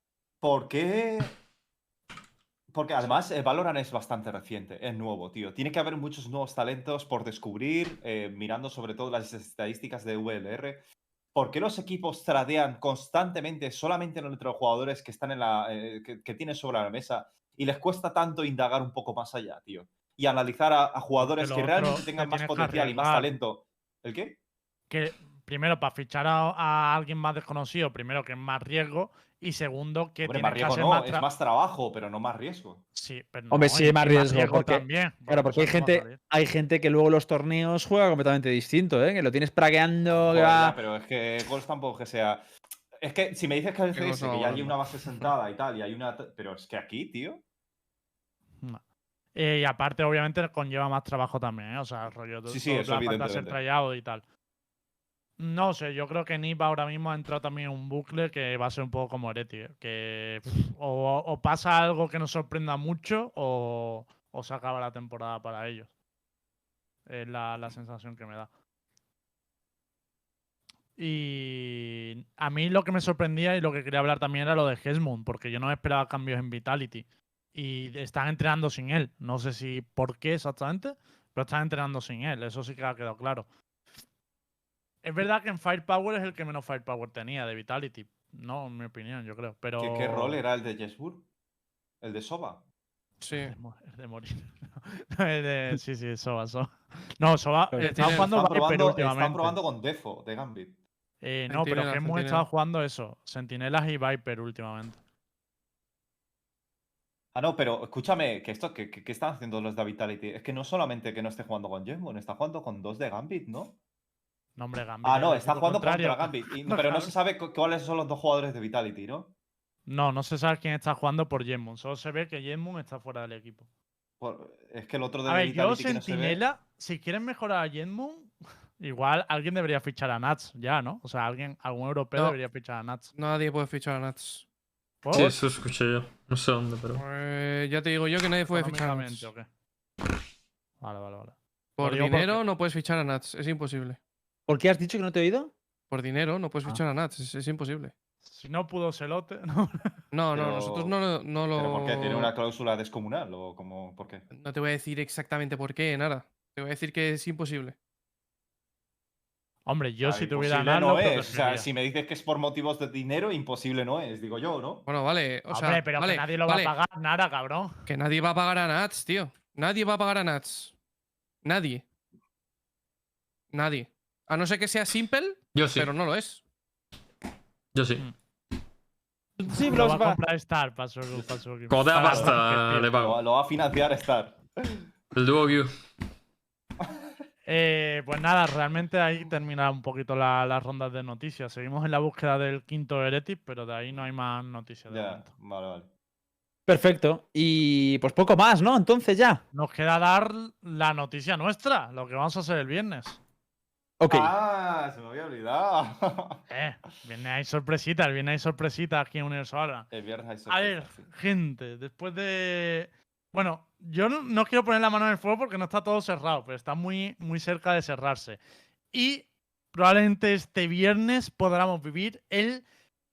Speaker 5: ¿Por qué? Porque además eh, Valorant es bastante reciente, es nuevo, tío. Tiene que haber muchos nuevos talentos por descubrir, eh, mirando sobre todo las estadísticas de VLR. ¿Por qué los equipos tradean constantemente solamente entre los jugadores que están en la. eh, que, que tienen sobre la mesa y les cuesta tanto indagar un poco más allá, tío? Y analizar a, a jugadores
Speaker 3: lo
Speaker 5: que
Speaker 3: otro
Speaker 5: realmente
Speaker 3: te
Speaker 5: tengan más
Speaker 3: tienes que
Speaker 5: potencial y más
Speaker 3: arriesgar.
Speaker 5: talento. ¿El qué?
Speaker 3: que primero para fichar a, a alguien más desconocido, primero que es más riesgo y segundo que
Speaker 5: Hombre,
Speaker 3: tiene
Speaker 5: más
Speaker 3: que
Speaker 5: riesgo
Speaker 3: hacer
Speaker 5: no,
Speaker 3: más,
Speaker 5: es
Speaker 3: tra-
Speaker 5: más trabajo, pero no más riesgo.
Speaker 3: Sí, pero
Speaker 2: Hombre,
Speaker 3: no,
Speaker 2: sí,
Speaker 3: y-
Speaker 2: más
Speaker 3: y
Speaker 2: riesgo, porque-
Speaker 3: también,
Speaker 2: Claro, porque hay
Speaker 3: eso no va a
Speaker 2: gente,
Speaker 3: salir.
Speaker 2: hay gente que luego los torneos juega completamente distinto, ¿eh? Que lo tienes pragueando, que
Speaker 5: Joder, ya,
Speaker 2: va.
Speaker 5: pero es que Ghost tampoco que sea. Es que si me dices que el
Speaker 4: Que
Speaker 5: CS,
Speaker 4: Ghost no
Speaker 5: que ya
Speaker 4: va
Speaker 5: hay
Speaker 4: ganando.
Speaker 5: una base sentada y tal, y hay una. ta- Pero es que aquí, tío.
Speaker 3: Eh, y aparte, obviamente, conlleva más trabajo también, ¿eh? O sea, el rollo de
Speaker 5: Sí, sí,
Speaker 3: todo el
Speaker 5: eso
Speaker 3: plan para ser
Speaker 5: evidentemente.
Speaker 3: trallado y tal. No sé, yo creo que Nipa ahora mismo ha entrado también en un bucle que va a ser un poco como Ereti, ¿eh? que pff, o, o pasa algo que nos sorprenda mucho o, o se acaba la temporada para ellos. Es la, la sensación que me da. Y a mí lo que me sorprendía y lo que quería hablar también era lo de Hesmond, porque yo no me esperaba cambios en Vitality. Y están entrenando sin él. No sé si por qué exactamente, pero están entrenando sin él. Eso sí que ha quedado claro. Es verdad que en Firepower es el que menos Firepower tenía de Vitality. No, en mi opinión, yo creo. Pero...
Speaker 5: ¿Qué, qué rol era el de Jesbur? ¿El de Soba?
Speaker 4: Sí.
Speaker 3: El de mo- el de morir. [LAUGHS] No, el de- Sí, sí, Soba, Soba. No, Soba.
Speaker 4: Pero
Speaker 3: Eh, Estaba
Speaker 4: tiene-
Speaker 3: jugando
Speaker 5: Están
Speaker 3: Viper
Speaker 5: probando,
Speaker 3: últimamente.
Speaker 5: están probando con Defo de Gambit.
Speaker 3: Eh, no, pero
Speaker 4: Centinelas,
Speaker 3: que hemos estado
Speaker 4: centinelas.
Speaker 3: jugando eso. Sentinelas y Viper últimamente.
Speaker 5: Ah, no, pero escúchame, que esto, que, que- que están haciendo los de Vitality? Es que no solamente que no esté jugando con Jesbur, está jugando con dos de Gambit, ¿no?
Speaker 3: Nombre Gambit.
Speaker 5: Ah,
Speaker 3: el
Speaker 5: no,
Speaker 3: equipo
Speaker 5: está jugando
Speaker 3: contrario.
Speaker 5: contra Gambit. y- pero no
Speaker 3: Claro.
Speaker 5: se sabe cu- cuáles son los dos jugadores de Vitality, ¿no?
Speaker 3: No, no se sabe quién está jugando por Jetmoon. Solo se ve que Jetmoon está fuera del equipo.
Speaker 5: Por- es que el otro de
Speaker 3: A ver, yo,
Speaker 5: Vitality que no se ve-
Speaker 3: Sentinela, si quieren mejorar a Jetmoon, igual alguien debería fichar a Nats ya, ¿no? O sea, alguien, algún europeo
Speaker 4: No.
Speaker 3: debería fichar a Nats.
Speaker 4: Nadie puede fichar a Nats.
Speaker 3: ¿Por?
Speaker 1: Sí, eso escuché yo. No sé dónde, pero.
Speaker 4: Eh, ya te digo yo que nadie puede fichar a Nats.
Speaker 3: Económicamente, ¿o qué? Vale, vale, vale.
Speaker 4: Por
Speaker 3: Lo digo
Speaker 4: dinero
Speaker 3: porque-
Speaker 4: no puedes fichar a Nats. Es imposible.
Speaker 2: ¿Por qué has dicho que no te he oído?
Speaker 4: Por dinero no puedes
Speaker 2: Ah.
Speaker 4: fichar a Nats. Es, es imposible.
Speaker 3: Si no pudo Celote, [LAUGHS] no.
Speaker 4: No,
Speaker 5: Pero-
Speaker 4: no, nosotros no, lo- no lo.
Speaker 5: ¿Pero por qué? ¿Tiene una cláusula descomunal o como, por qué?
Speaker 4: No te voy a decir exactamente por qué, nada. Te voy a decir que es imposible.
Speaker 3: Hombre, yo
Speaker 5: Ah,
Speaker 3: si tuviera pues
Speaker 5: imposible
Speaker 3: Nats.
Speaker 5: no
Speaker 3: lo
Speaker 5: es. O sea,
Speaker 3: protegería.
Speaker 5: si me dices que es por motivos de dinero, imposible no es, digo yo, ¿no?
Speaker 4: Bueno, vale. O sea,
Speaker 3: Hombre, pero
Speaker 4: vale,
Speaker 3: que nadie lo
Speaker 4: vale,
Speaker 3: va a pagar, nada, cabrón.
Speaker 4: Que nadie va a pagar a Nats, tío. Nadie va a pagar a Nats. Nadie. Nadie. A no ser que sea Simple,
Speaker 1: Yo sí.
Speaker 4: pero no lo es.
Speaker 1: Yo sí.
Speaker 2: Sí,
Speaker 3: lo va a comprar Star para su, para su equipo.
Speaker 1: Como te da
Speaker 3: Para
Speaker 1: pasta,
Speaker 3: Rocket, tío.
Speaker 1: le
Speaker 5: Lo,
Speaker 1: pago.
Speaker 5: lo va a
Speaker 3: [LAUGHS]
Speaker 5: financiar Star.
Speaker 1: El Duo View.
Speaker 3: Eh, pues nada, realmente ahí termina un poquito la- las rondas de noticias. Seguimos en la búsqueda del quinto Heretic, pero de ahí no hay más noticias. De
Speaker 5: Ya,
Speaker 3: momento.
Speaker 5: vale, vale.
Speaker 2: Perfecto. Y pues poco más, ¿no? Entonces ya.
Speaker 3: Nos queda dar la noticia nuestra, lo que vamos a hacer el viernes.
Speaker 2: Ok.
Speaker 5: Ah, se me había olvidado. [LAUGHS]
Speaker 3: Eh, viene ahí sorpresitas, viene ahí sorpresitas aquí en Universo ahora.
Speaker 5: El viernes hay sorpresa,
Speaker 3: A ver,
Speaker 5: sí.
Speaker 2: [LAUGHS]
Speaker 3: gente, después de. Bueno, yo no, no quiero poner la mano en el fuego porque no está todo cerrado, pero está muy, muy cerca de cerrarse. Y probablemente este viernes podamos vivir el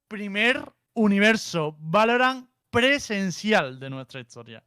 Speaker 3: primer universo Valorant presencial de nuestra historia.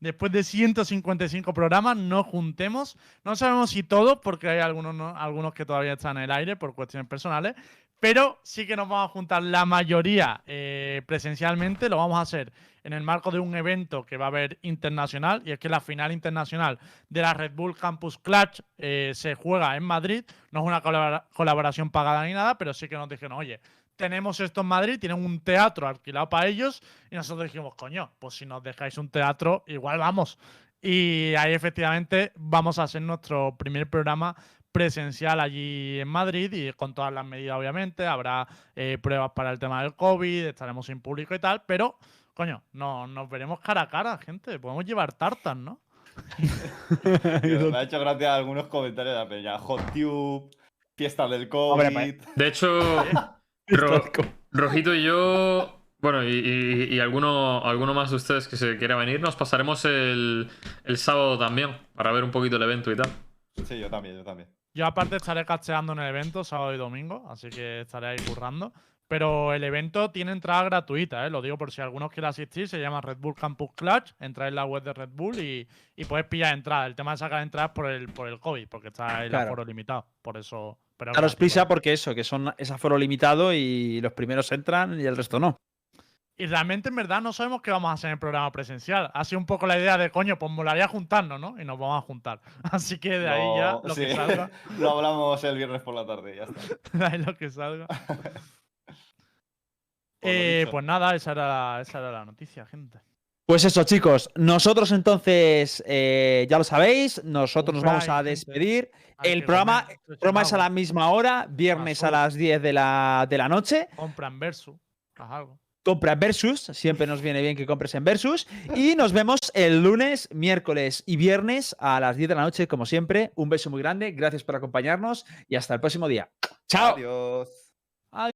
Speaker 3: Después de 155 programas, nos juntemos. No sabemos si todos, porque hay algunos, no- algunos que todavía están en el aire por cuestiones personales, pero sí que nos vamos a juntar la mayoría eh, presencialmente. Lo vamos a hacer en el marco de un evento que va a haber internacional, y es que la final internacional de la Red Bull Campus Clash eh, se juega en Madrid. No es una colabora- colaboración pagada ni nada, pero sí que nos dijeron, oye, tenemos esto en Madrid, tienen un teatro alquilado para ellos, y nosotros dijimos, coño, pues si nos dejáis un teatro, igual vamos. Y ahí efectivamente vamos a hacer nuestro primer programa presencial allí en Madrid y con todas las medidas, obviamente. Habrá eh, pruebas para el tema del COVID, estaremos sin público y tal, pero, coño, no, nos veremos cara a cara, gente. Podemos llevar tartas, ¿no?
Speaker 5: Tío, me ha hecho gracia algunos comentarios de la peña. Hot Tube, fiesta del COVID.
Speaker 2: Hombre, pa-
Speaker 1: De hecho, Ro- Rojito y yo, bueno, y, y- y alguno, alguno más de ustedes que se quiera venir, nos pasaremos el, el sábado también para ver un poquito el evento y tal.
Speaker 2: pues-
Speaker 5: Sí, yo también, yo también.
Speaker 3: Yo aparte estaré casteando en el evento sábado y domingo, así que estaré ahí currando. Pero el evento tiene entrada gratuita, ¿eh? lo digo por si algunos quieren asistir. Se llama Red Bull Campus Clutch. Entráis en la web de Red Bull y, y puedes pillar entradas. El tema de sacar entradas por el, por el COVID, porque está el
Speaker 2: Claro.
Speaker 3: aforo limitado. Por eso. Pero es
Speaker 2: Daros
Speaker 3: gratis,
Speaker 2: prisa
Speaker 3: ¿vale?
Speaker 2: porque eso, que son es aforo limitado y los primeros entran y el resto no.
Speaker 3: Y realmente, en verdad, no sabemos qué vamos a hacer en el programa presencial. Ha sido un poco la idea de, coño, pues molaría juntarnos, ¿no? Y nos vamos a juntar. [LAUGHS] Así que de ahí ya
Speaker 5: No,
Speaker 3: lo que
Speaker 5: sí. [LAUGHS]
Speaker 3: salga.
Speaker 5: Lo hablamos el viernes por la tarde, ya está.
Speaker 3: de ahí lo que
Speaker 5: [LAUGHS]
Speaker 3: salga.
Speaker 5: lo
Speaker 3: Eh,
Speaker 5: dicho.
Speaker 3: pues nada, esa era, la, esa era la noticia, gente.
Speaker 2: Pues eso, chicos. Nosotros entonces, eh, ya lo sabéis, nosotros nos vamos a
Speaker 3: Compráis, gente.
Speaker 2: despedir.
Speaker 3: Hay
Speaker 2: El
Speaker 3: que
Speaker 2: programa-
Speaker 3: comer, esto es
Speaker 2: Roma es a
Speaker 3: algo.
Speaker 2: la misma hora, viernes a
Speaker 3: Basura.
Speaker 2: las 10 de la, de la noche.
Speaker 3: Compran versus. haz algo.
Speaker 2: Compra Versus, siempre nos viene bien que compres en Versus. Y nos vemos el lunes, miércoles y viernes a las 10 de la noche, como siempre. Un beso muy grande, gracias por acompañarnos y hasta el próximo día. ¡Chao!
Speaker 5: Adiós.